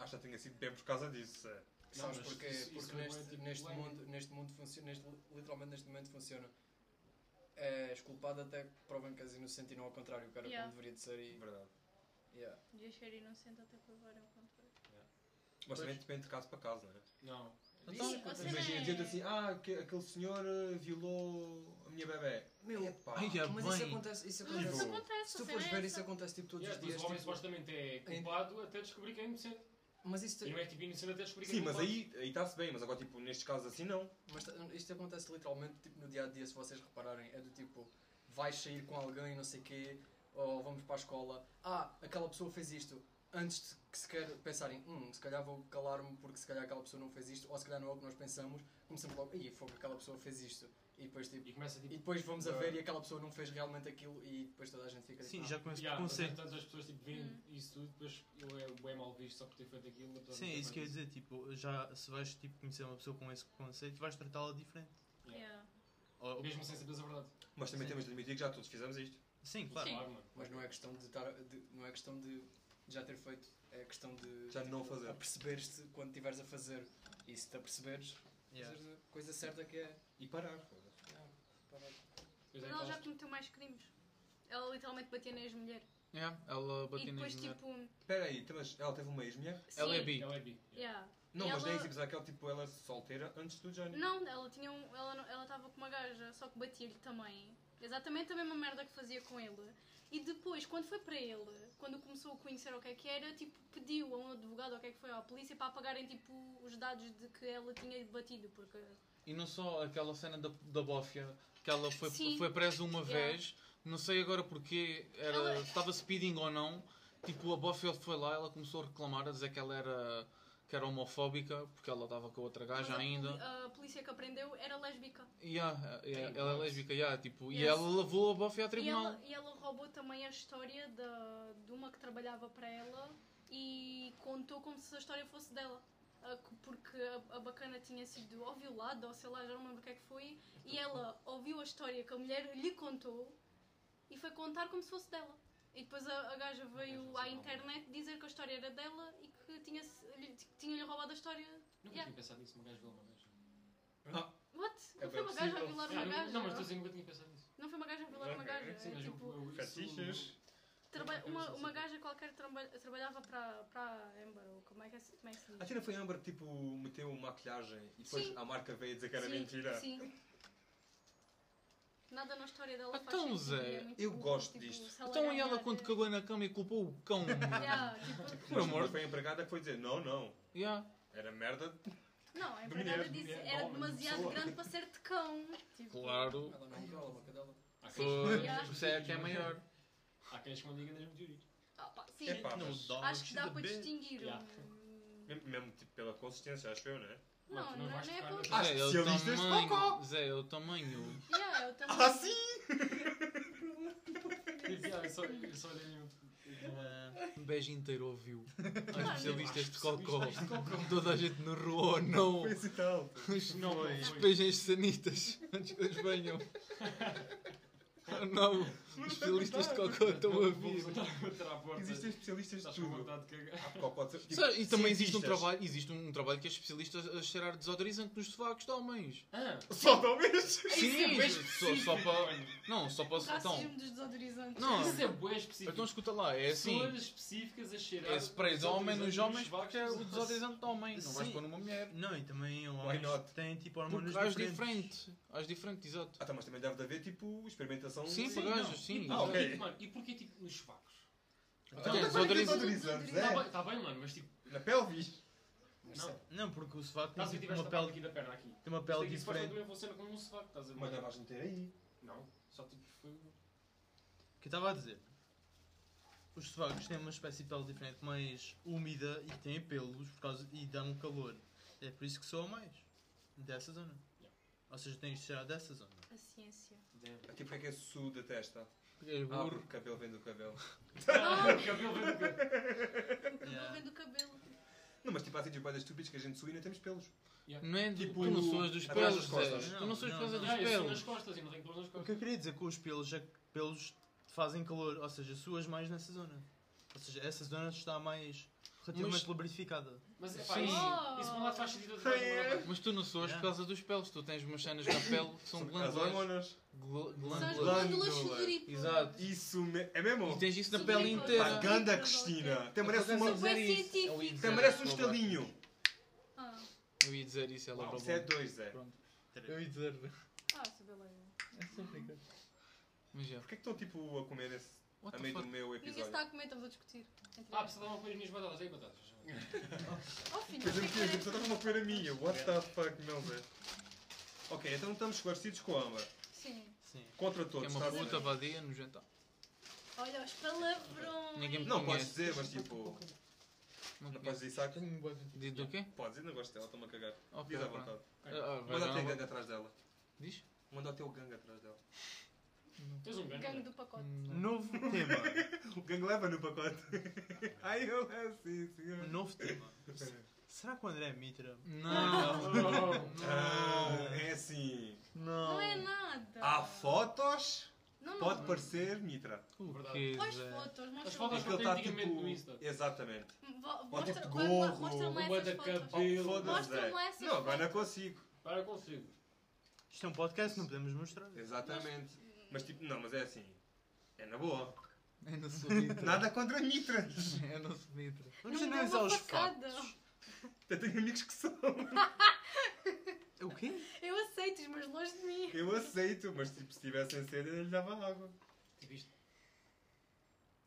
Speaker 1: Acho que tenha sido bem por causa disso. é.
Speaker 7: sabes
Speaker 3: mas
Speaker 7: porque,
Speaker 3: isso-
Speaker 7: porque
Speaker 3: isso não é
Speaker 7: neste,
Speaker 3: tipo
Speaker 7: neste,
Speaker 3: lei.
Speaker 7: mundo, neste mundo funciona, neste, literalmente neste momento funciona. És culpado até que provem que és inocente e não ao contrário, que era
Speaker 6: Yeah.
Speaker 7: como deveria de ser e.
Speaker 1: Verdade.
Speaker 7: Yeah.
Speaker 6: Devia ser inocente até provar ao contrário.
Speaker 1: Mas também depende de caso para caso, não é?
Speaker 3: Não.
Speaker 6: Então,
Speaker 7: Isso,
Speaker 6: a cena
Speaker 1: Imagina, dizer assim,
Speaker 6: é.
Speaker 1: ah, aque- aquele senhor eh, violou a minha bebê.
Speaker 7: Meu,
Speaker 1: Epá.
Speaker 4: Ai, é
Speaker 7: mas isso
Speaker 4: bem.
Speaker 7: acontece, isso
Speaker 6: Mas isso
Speaker 7: acontece.
Speaker 6: acontece,
Speaker 7: Se
Speaker 6: a
Speaker 7: tu
Speaker 6: cena
Speaker 7: fores
Speaker 6: é
Speaker 7: ver,
Speaker 6: essa.
Speaker 7: isso acontece tipo todos
Speaker 3: Yeah,
Speaker 7: os
Speaker 3: mas
Speaker 7: dias.
Speaker 3: o homem
Speaker 7: tipo-
Speaker 3: supostamente é culpado até descobrir que é inocente.
Speaker 7: Mas isso
Speaker 3: E não é tipo inocente até descobrir que é
Speaker 1: Sim, mas
Speaker 3: culpado.
Speaker 1: aí aí está-se bem, mas agora, tipo, nestes casos assim, não.
Speaker 7: Mas ta- isto acontece literalmente tipo, no dia a dia, se vocês repararem. É do tipo, vais sair com alguém, não sei quê, ou vamos para a escola. Ah, aquela pessoa fez isto. Antes de que sequer pensarem, hum, se calhar vou calar-me porque se calhar aquela pessoa não fez isto, ou se calhar não é o que nós pensamos, começamos logo, aí foi porque aquela pessoa fez isto. E depois, tipo,
Speaker 3: E começa tipo.
Speaker 7: e depois vamos a ver e aquela pessoa não fez realmente aquilo, e depois toda a gente fica
Speaker 2: é? Sim,
Speaker 7: tipo,
Speaker 2: já com esse
Speaker 3: Yeah, mas,
Speaker 2: preconceito.
Speaker 3: Portanto, as pessoas tipo, veem
Speaker 6: Hum.
Speaker 3: isso tudo, depois eu é bem mal visto só por ter feito aquilo. apesar de
Speaker 2: Sim, é
Speaker 3: ter
Speaker 2: isso que eu ia
Speaker 3: feito
Speaker 2: dizer, tipo, já se vais tipo, conhecer uma pessoa com esse conceito, vais tratá-la diferente.
Speaker 6: Yeah.
Speaker 2: Ou-
Speaker 3: Mesmo assim. sem saberes a verdade.
Speaker 1: Mas também
Speaker 2: Sim.
Speaker 1: temos de admitir que já todos fizemos isto.
Speaker 2: Sim, claro.
Speaker 6: Sim.
Speaker 3: Claro, mano.
Speaker 7: Mas não é questão de estar. de- não é questão de já ter feito, é questão de.
Speaker 1: Já de não fazer.
Speaker 7: Aperceberes-te quando estiveres a fazer. E se te aperceberes,
Speaker 2: Yeah.
Speaker 7: fazer a coisa certa que é.
Speaker 1: E parar.
Speaker 7: ah, parar.
Speaker 3: Pois
Speaker 6: Mas
Speaker 3: é,
Speaker 6: ela já
Speaker 3: aquelas-
Speaker 6: cometeu mais crimes. Ela literalmente batia nas mulheres.
Speaker 4: Yeah, ela
Speaker 6: E
Speaker 4: batia
Speaker 6: depois,
Speaker 4: nas mulheres.
Speaker 6: tipo.
Speaker 1: Espera aí, então, mas ela teve uma ex-mulher?
Speaker 6: Sim,
Speaker 4: Ela é bi.
Speaker 3: Ela é bi.
Speaker 6: yeah.
Speaker 1: Não, mas
Speaker 6: Ela-
Speaker 1: nem isso, mas aquela, tipo, ela solteira antes do Johnny.
Speaker 6: Não, ela tinha um, ela não- ela estava com uma gaja, só que batia-lhe também. Exatamente a mesma merda que fazia com ele. E depois, quando foi para ele, quando começou a conhecer o que é que era, tipo, pediu a um advogado ou o que é que foi à polícia para apagarem tipo os dados de que ela tinha batido, porque
Speaker 4: E não só aquela cena da, da bófia, que ela foi,
Speaker 6: Sim.
Speaker 4: foi presa uma
Speaker 6: Yeah.
Speaker 4: vez, não sei agora porquê, era,
Speaker 6: Ela-
Speaker 4: estava speeding ou não, tipo, a bófia foi lá, ela começou a reclamar, a dizer que ela era, que era homofóbica, porque ela estava com outra
Speaker 6: mas é
Speaker 4: gaja
Speaker 6: a,
Speaker 4: Tá ainda.
Speaker 6: poli- a polícia que aprendeu era lésbica.
Speaker 4: Yeah, yeah, ela é lésbica, yeah, tipo, e
Speaker 6: Yes.
Speaker 4: ela levou a bófia a
Speaker 6: E
Speaker 4: tribunal.
Speaker 6: ela, e ela roubou também a história da, de uma que trabalhava para ela e contou como se a história fosse dela. Ah, c- Porque a, a bacana tinha sido ou violada ou sei lá, já não lembro o que é que foi. E ela ouviu a história que a mulher lhe contou e foi contar como se fosse dela. E depois a, a gaja
Speaker 3: assim,
Speaker 6: veio à internet dizer que a história era dela e que tinha-lhe tinha -lhe roubado a história.
Speaker 3: Nunca
Speaker 6: Yeah.
Speaker 3: tinha pensado nisso, uma gaja viu uma vez.
Speaker 1: É
Speaker 6: What? Não foi
Speaker 1: bem
Speaker 6: uma gaja a
Speaker 1: possível.
Speaker 6: violar
Speaker 3: Não,
Speaker 6: uma
Speaker 3: não,
Speaker 6: gaja?
Speaker 3: não, mas estou a dizer, nunca tinha pensado nisso.
Speaker 6: Não foi uma gaja a violar uma gaja.
Speaker 3: Sim,
Speaker 6: é
Speaker 3: mas
Speaker 6: tipo-
Speaker 3: eu, eu,
Speaker 1: Fetiches.
Speaker 6: Traba-
Speaker 3: Eu
Speaker 6: uma,
Speaker 3: sou
Speaker 6: uma
Speaker 3: assim.
Speaker 6: gaja qualquer traba- trabalhava para, para a Amber, ou como é que, se- como é que se
Speaker 1: A
Speaker 6: diz?
Speaker 1: Tina foi a Amber, tipo, meteu maquilhagem e depois
Speaker 6: Sim.
Speaker 1: a marca veio dizer que era mentira.
Speaker 6: Sim. Nada na história dela faz
Speaker 4: Então,
Speaker 6: sentido,
Speaker 4: Zé,
Speaker 6: e é muito
Speaker 1: eu
Speaker 6: burro,
Speaker 1: gosto
Speaker 6: tipo,
Speaker 1: disto.
Speaker 6: se ela
Speaker 4: Então e ela
Speaker 6: ganhar-
Speaker 4: quando cagou na cama e culpou o cão.
Speaker 6: né? [LAUGHS] Yeah, tipo,
Speaker 4: Por
Speaker 1: Mas,
Speaker 4: amor.
Speaker 1: mas foi a empregada que foi dizer, não, não,
Speaker 4: Yeah.
Speaker 1: era merda.
Speaker 6: não, a
Speaker 1: Mulher,
Speaker 6: empregada disse
Speaker 3: mulher,
Speaker 6: era
Speaker 3: homem,
Speaker 6: demasiado
Speaker 1: pessoa.
Speaker 6: grande para ser de cão. Tipo,
Speaker 4: Claro.
Speaker 7: Ela não cala, uma cadela.
Speaker 3: Há quem,
Speaker 4: Foi.
Speaker 6: Yeah.
Speaker 4: Isso é que é maior.
Speaker 3: há quem esconde e nas teorias. [LAUGHS]
Speaker 6: ah, pá, sim,
Speaker 1: Epá,
Speaker 2: No
Speaker 1: mas
Speaker 2: dog
Speaker 6: acho que dá
Speaker 2: shit
Speaker 6: para
Speaker 2: bit.
Speaker 6: distinguir.
Speaker 3: Yeah.
Speaker 6: Hum,
Speaker 1: mesmo, mesmo, tipo, pela consistência, acho eu, não é?
Speaker 6: Não,
Speaker 3: Não,
Speaker 6: não,
Speaker 3: não vais
Speaker 6: não é
Speaker 3: tocar
Speaker 6: pelo.
Speaker 3: nesse-
Speaker 1: Ah,
Speaker 4: Zé, é o
Speaker 1: especialistas de cocó.
Speaker 4: tamanho. Zé, é o tamanho.
Speaker 6: Yeah, eu também.
Speaker 1: Ah, sim!
Speaker 3: Eu só, eu só olhei.
Speaker 2: Ah,
Speaker 4: Um beijo inteiro ouviu.
Speaker 6: Claro.
Speaker 4: Há especialistas de cocó. Toda a gente no rua ou não.
Speaker 1: Pois e tal.
Speaker 4: Os
Speaker 3: Não,
Speaker 4: despejam sanitas antes que eles venham. Oh, não. Especialistas de cocô estão a
Speaker 3: Vou
Speaker 4: vir.
Speaker 3: voltar a bater à porta.
Speaker 1: Existem especialistas de
Speaker 3: Estás com
Speaker 1: tudo.
Speaker 3: vontade de cagar.
Speaker 1: Ah, porque pode ser- tipo,
Speaker 4: Sabe, e também existe um,
Speaker 1: cientistas.
Speaker 4: trabalho, existe um trabalho que é especialista a cheirar desodorizante nos sovacos de homens.
Speaker 3: Ah,
Speaker 1: Só talvez.
Speaker 4: Sim,
Speaker 3: é
Speaker 4: só, só para. Não, só para.
Speaker 6: Racismo
Speaker 4: Então,
Speaker 6: dos desodorizantes.
Speaker 4: Não.
Speaker 3: isso é bué específico.
Speaker 4: então escuta lá, é assim.
Speaker 3: Pessoas específicas a cheirar.
Speaker 4: É spray de homem nos homens porque é o
Speaker 3: desodorizante.
Speaker 4: desodorizante de homem. Não vais
Speaker 2: Sim.
Speaker 4: pôr numa mulher.
Speaker 2: Não, e também há
Speaker 1: Why
Speaker 2: homens
Speaker 1: not?
Speaker 2: que têm tipo hormonas
Speaker 4: Porque és
Speaker 2: diferentes.
Speaker 4: diferente. És diferente, exato.
Speaker 1: Ah, tá, mas também deve de haver, tipo, experimentação.
Speaker 4: Sim, para
Speaker 3: não.
Speaker 4: gajos, sim.
Speaker 3: E,
Speaker 1: Ah,
Speaker 4: exato.
Speaker 1: ok.
Speaker 3: e, mano, e porquê tipo nos chuvacos?
Speaker 4: Então, desodorizante.
Speaker 1: desodorizantes,
Speaker 3: Está
Speaker 1: é?
Speaker 3: bem, tá bem, mano, mas tipo,
Speaker 1: Na pelvis. é,
Speaker 3: não.
Speaker 2: Não, porque o sovaco tem
Speaker 3: Estás a
Speaker 2: tipo,
Speaker 3: tirar
Speaker 2: uma
Speaker 3: esta
Speaker 2: pele,
Speaker 3: parte aqui da perna aqui.
Speaker 2: tem uma
Speaker 3: Isto
Speaker 2: pele
Speaker 3: aqui se faz
Speaker 2: diferente.
Speaker 3: também funciona como um sovaco, estás a ver?
Speaker 1: Mas não vais meter aí.
Speaker 3: Não, só tipo foi.
Speaker 2: O que eu estava a dizer? Os sovacos têm uma espécie de pele diferente, mais úmida e que têm pelos por causa, e dão calor. É por isso que soa mais. Dessa zona.
Speaker 3: Yeah.
Speaker 2: Ou seja, tens de tirar dessa zona.
Speaker 6: A ciência.
Speaker 1: [LAUGHS] Ah, Tipo, é que é sudo da testa?
Speaker 4: É
Speaker 1: Ah,
Speaker 4: burro.
Speaker 1: porque o cabelo vem do cabelo.
Speaker 6: Não,
Speaker 3: O cabelo vem do cabelo.
Speaker 6: o cabelo
Speaker 2: Yeah.
Speaker 6: vem do cabelo.
Speaker 1: Não, mas tipo, há sítios boedas estúpidos que a gente sua e não temos pelos.
Speaker 4: Não é?
Speaker 1: Tipo,
Speaker 4: tu não soas dos
Speaker 1: atrás das
Speaker 4: pelos,
Speaker 1: costas. é
Speaker 4: Zé. Tu não soas
Speaker 2: Não,
Speaker 4: coisa
Speaker 2: não,
Speaker 4: dos
Speaker 3: Ah, eu sou nas
Speaker 4: pelos.
Speaker 3: costas e não tenho problemas nas
Speaker 2: O
Speaker 3: costas.
Speaker 2: que eu queria dizer com os pelos é que pelos fazem calor, ou seja, suas mais nessa zona. Ou seja, essa zona está mais relativamente
Speaker 4: Mas-
Speaker 2: lubrificada.
Speaker 3: Mas é pá,
Speaker 4: Sim.
Speaker 3: isso, isso para lá faz sentido atrás
Speaker 1: é.
Speaker 3: do
Speaker 4: Mas tu não soas por
Speaker 2: Yeah.
Speaker 4: causa dos pelos. Tu tens umas cenas na pele que são
Speaker 1: As
Speaker 4: glândulas.
Speaker 1: hormonas.
Speaker 4: Gl-
Speaker 6: São as
Speaker 4: Glândulas.
Speaker 6: glândulas
Speaker 1: Glândula.
Speaker 6: sudoríparas.
Speaker 4: Exato.
Speaker 1: Isso me... é mesmo?
Speaker 4: E É. tens isso na
Speaker 6: São
Speaker 4: pele
Speaker 6: glândulas.
Speaker 4: inteira.
Speaker 1: Pá, ganda Cristina. Até
Speaker 2: é
Speaker 1: merece, uma...
Speaker 6: São bem científicos.
Speaker 1: Até merece um estalinho.
Speaker 6: Ah,
Speaker 4: Eu ia dizer isso, ela
Speaker 1: Não,
Speaker 4: roubou.
Speaker 1: Isso é dois, Zé.
Speaker 4: Eu ia dizer.
Speaker 6: ah, se beleza.
Speaker 4: Mas já.
Speaker 1: Porquê que estão tipo a comer esse...
Speaker 4: What
Speaker 1: a
Speaker 4: the
Speaker 1: meio do
Speaker 4: fuck?
Speaker 1: meu
Speaker 6: Ninguém
Speaker 1: episódio?
Speaker 6: está a comer, estamos a discutir. Entre
Speaker 3: Ah,
Speaker 6: nós.
Speaker 3: precisa dar uma coisa nas minhas batatas. Aí, batatas.
Speaker 6: Oh, filho,
Speaker 1: Quer dizer,
Speaker 6: tem
Speaker 1: porque as
Speaker 6: cara-
Speaker 1: pessoas estavam a comer a minha. What the fuck, meu Zé? Ok, então estamos esclarecidos com a Amber.
Speaker 6: Sim.
Speaker 2: Sim.
Speaker 1: Contra
Speaker 4: Que é
Speaker 1: todos, tá
Speaker 4: uma
Speaker 1: está
Speaker 4: puta vadia no jantar.
Speaker 6: Olha os palavrões.
Speaker 4: Ninguém me
Speaker 1: Não,
Speaker 4: conhece.
Speaker 1: podes dizer, mas tipo...
Speaker 4: Não
Speaker 1: Não
Speaker 4: conheço.
Speaker 1: podes dizer saco?
Speaker 3: um
Speaker 4: Diz do quê?
Speaker 1: Podes dizer, não gosto dela, estou-me a cagar.
Speaker 4: Ok,
Speaker 1: Diz à
Speaker 4: pronto.
Speaker 1: vontade.
Speaker 4: Ah, ah, vai
Speaker 1: Manda o
Speaker 4: dar
Speaker 1: teu
Speaker 4: uma-
Speaker 1: gangue atrás dela.
Speaker 4: Diz?
Speaker 1: Manda o teu gangue atrás dela.
Speaker 3: Tens um
Speaker 6: Gangue
Speaker 3: grande.
Speaker 6: do pacote. [LAUGHS]
Speaker 2: Novo tema.
Speaker 1: [LAUGHS] O gangue leva no [LAUGHS] pacote. Ai, eu é assim, senhor.
Speaker 2: Novo tema. Será que o André é Mitra?
Speaker 4: [LAUGHS] Não.
Speaker 1: Ah, é assim.
Speaker 2: Não.
Speaker 6: Não é nada.
Speaker 1: Há fotos?
Speaker 6: Não, não.
Speaker 1: Ah, Pode parecer, Mitra.
Speaker 4: O
Speaker 3: Verdade.
Speaker 4: quê,
Speaker 6: Põe
Speaker 4: Zé?
Speaker 6: fotos,
Speaker 3: As
Speaker 6: mostra um
Speaker 3: fotos
Speaker 1: É
Speaker 3: que
Speaker 1: tá,
Speaker 3: ele está antigamente no Insta.
Speaker 1: Exatamente.
Speaker 6: Vo-
Speaker 1: Fotos
Speaker 6: Mostra
Speaker 1: de
Speaker 6: mostra-
Speaker 1: gorro,
Speaker 6: mostra-me
Speaker 3: Uma
Speaker 6: essas
Speaker 3: da
Speaker 6: fotos.
Speaker 1: Oh,
Speaker 3: cabelo.
Speaker 1: foda-se,
Speaker 6: Mostra-me
Speaker 1: Zé.
Speaker 6: lá essas
Speaker 1: Não, agora não
Speaker 6: fotos.
Speaker 1: consigo.
Speaker 3: Para consigo.
Speaker 2: Isto é um podcast, não podemos mostrar.
Speaker 1: Exatamente. Mas tipo, não, mas é assim. É na boa.
Speaker 4: É no subito. [LAUGHS]
Speaker 1: Nada contra Mitra.
Speaker 4: É no subito.
Speaker 2: Vamos
Speaker 6: Não deu
Speaker 2: analisar
Speaker 6: uma
Speaker 2: os
Speaker 6: facada.
Speaker 2: fatos.
Speaker 1: [LAUGHS] Eu tenho amigos que são.
Speaker 4: O quê?
Speaker 6: Eu aceito-os, mas longe de mim.
Speaker 1: Eu aceito, mas tipo, se tivessem sede, eu lhe dava água.
Speaker 3: Tipo isto.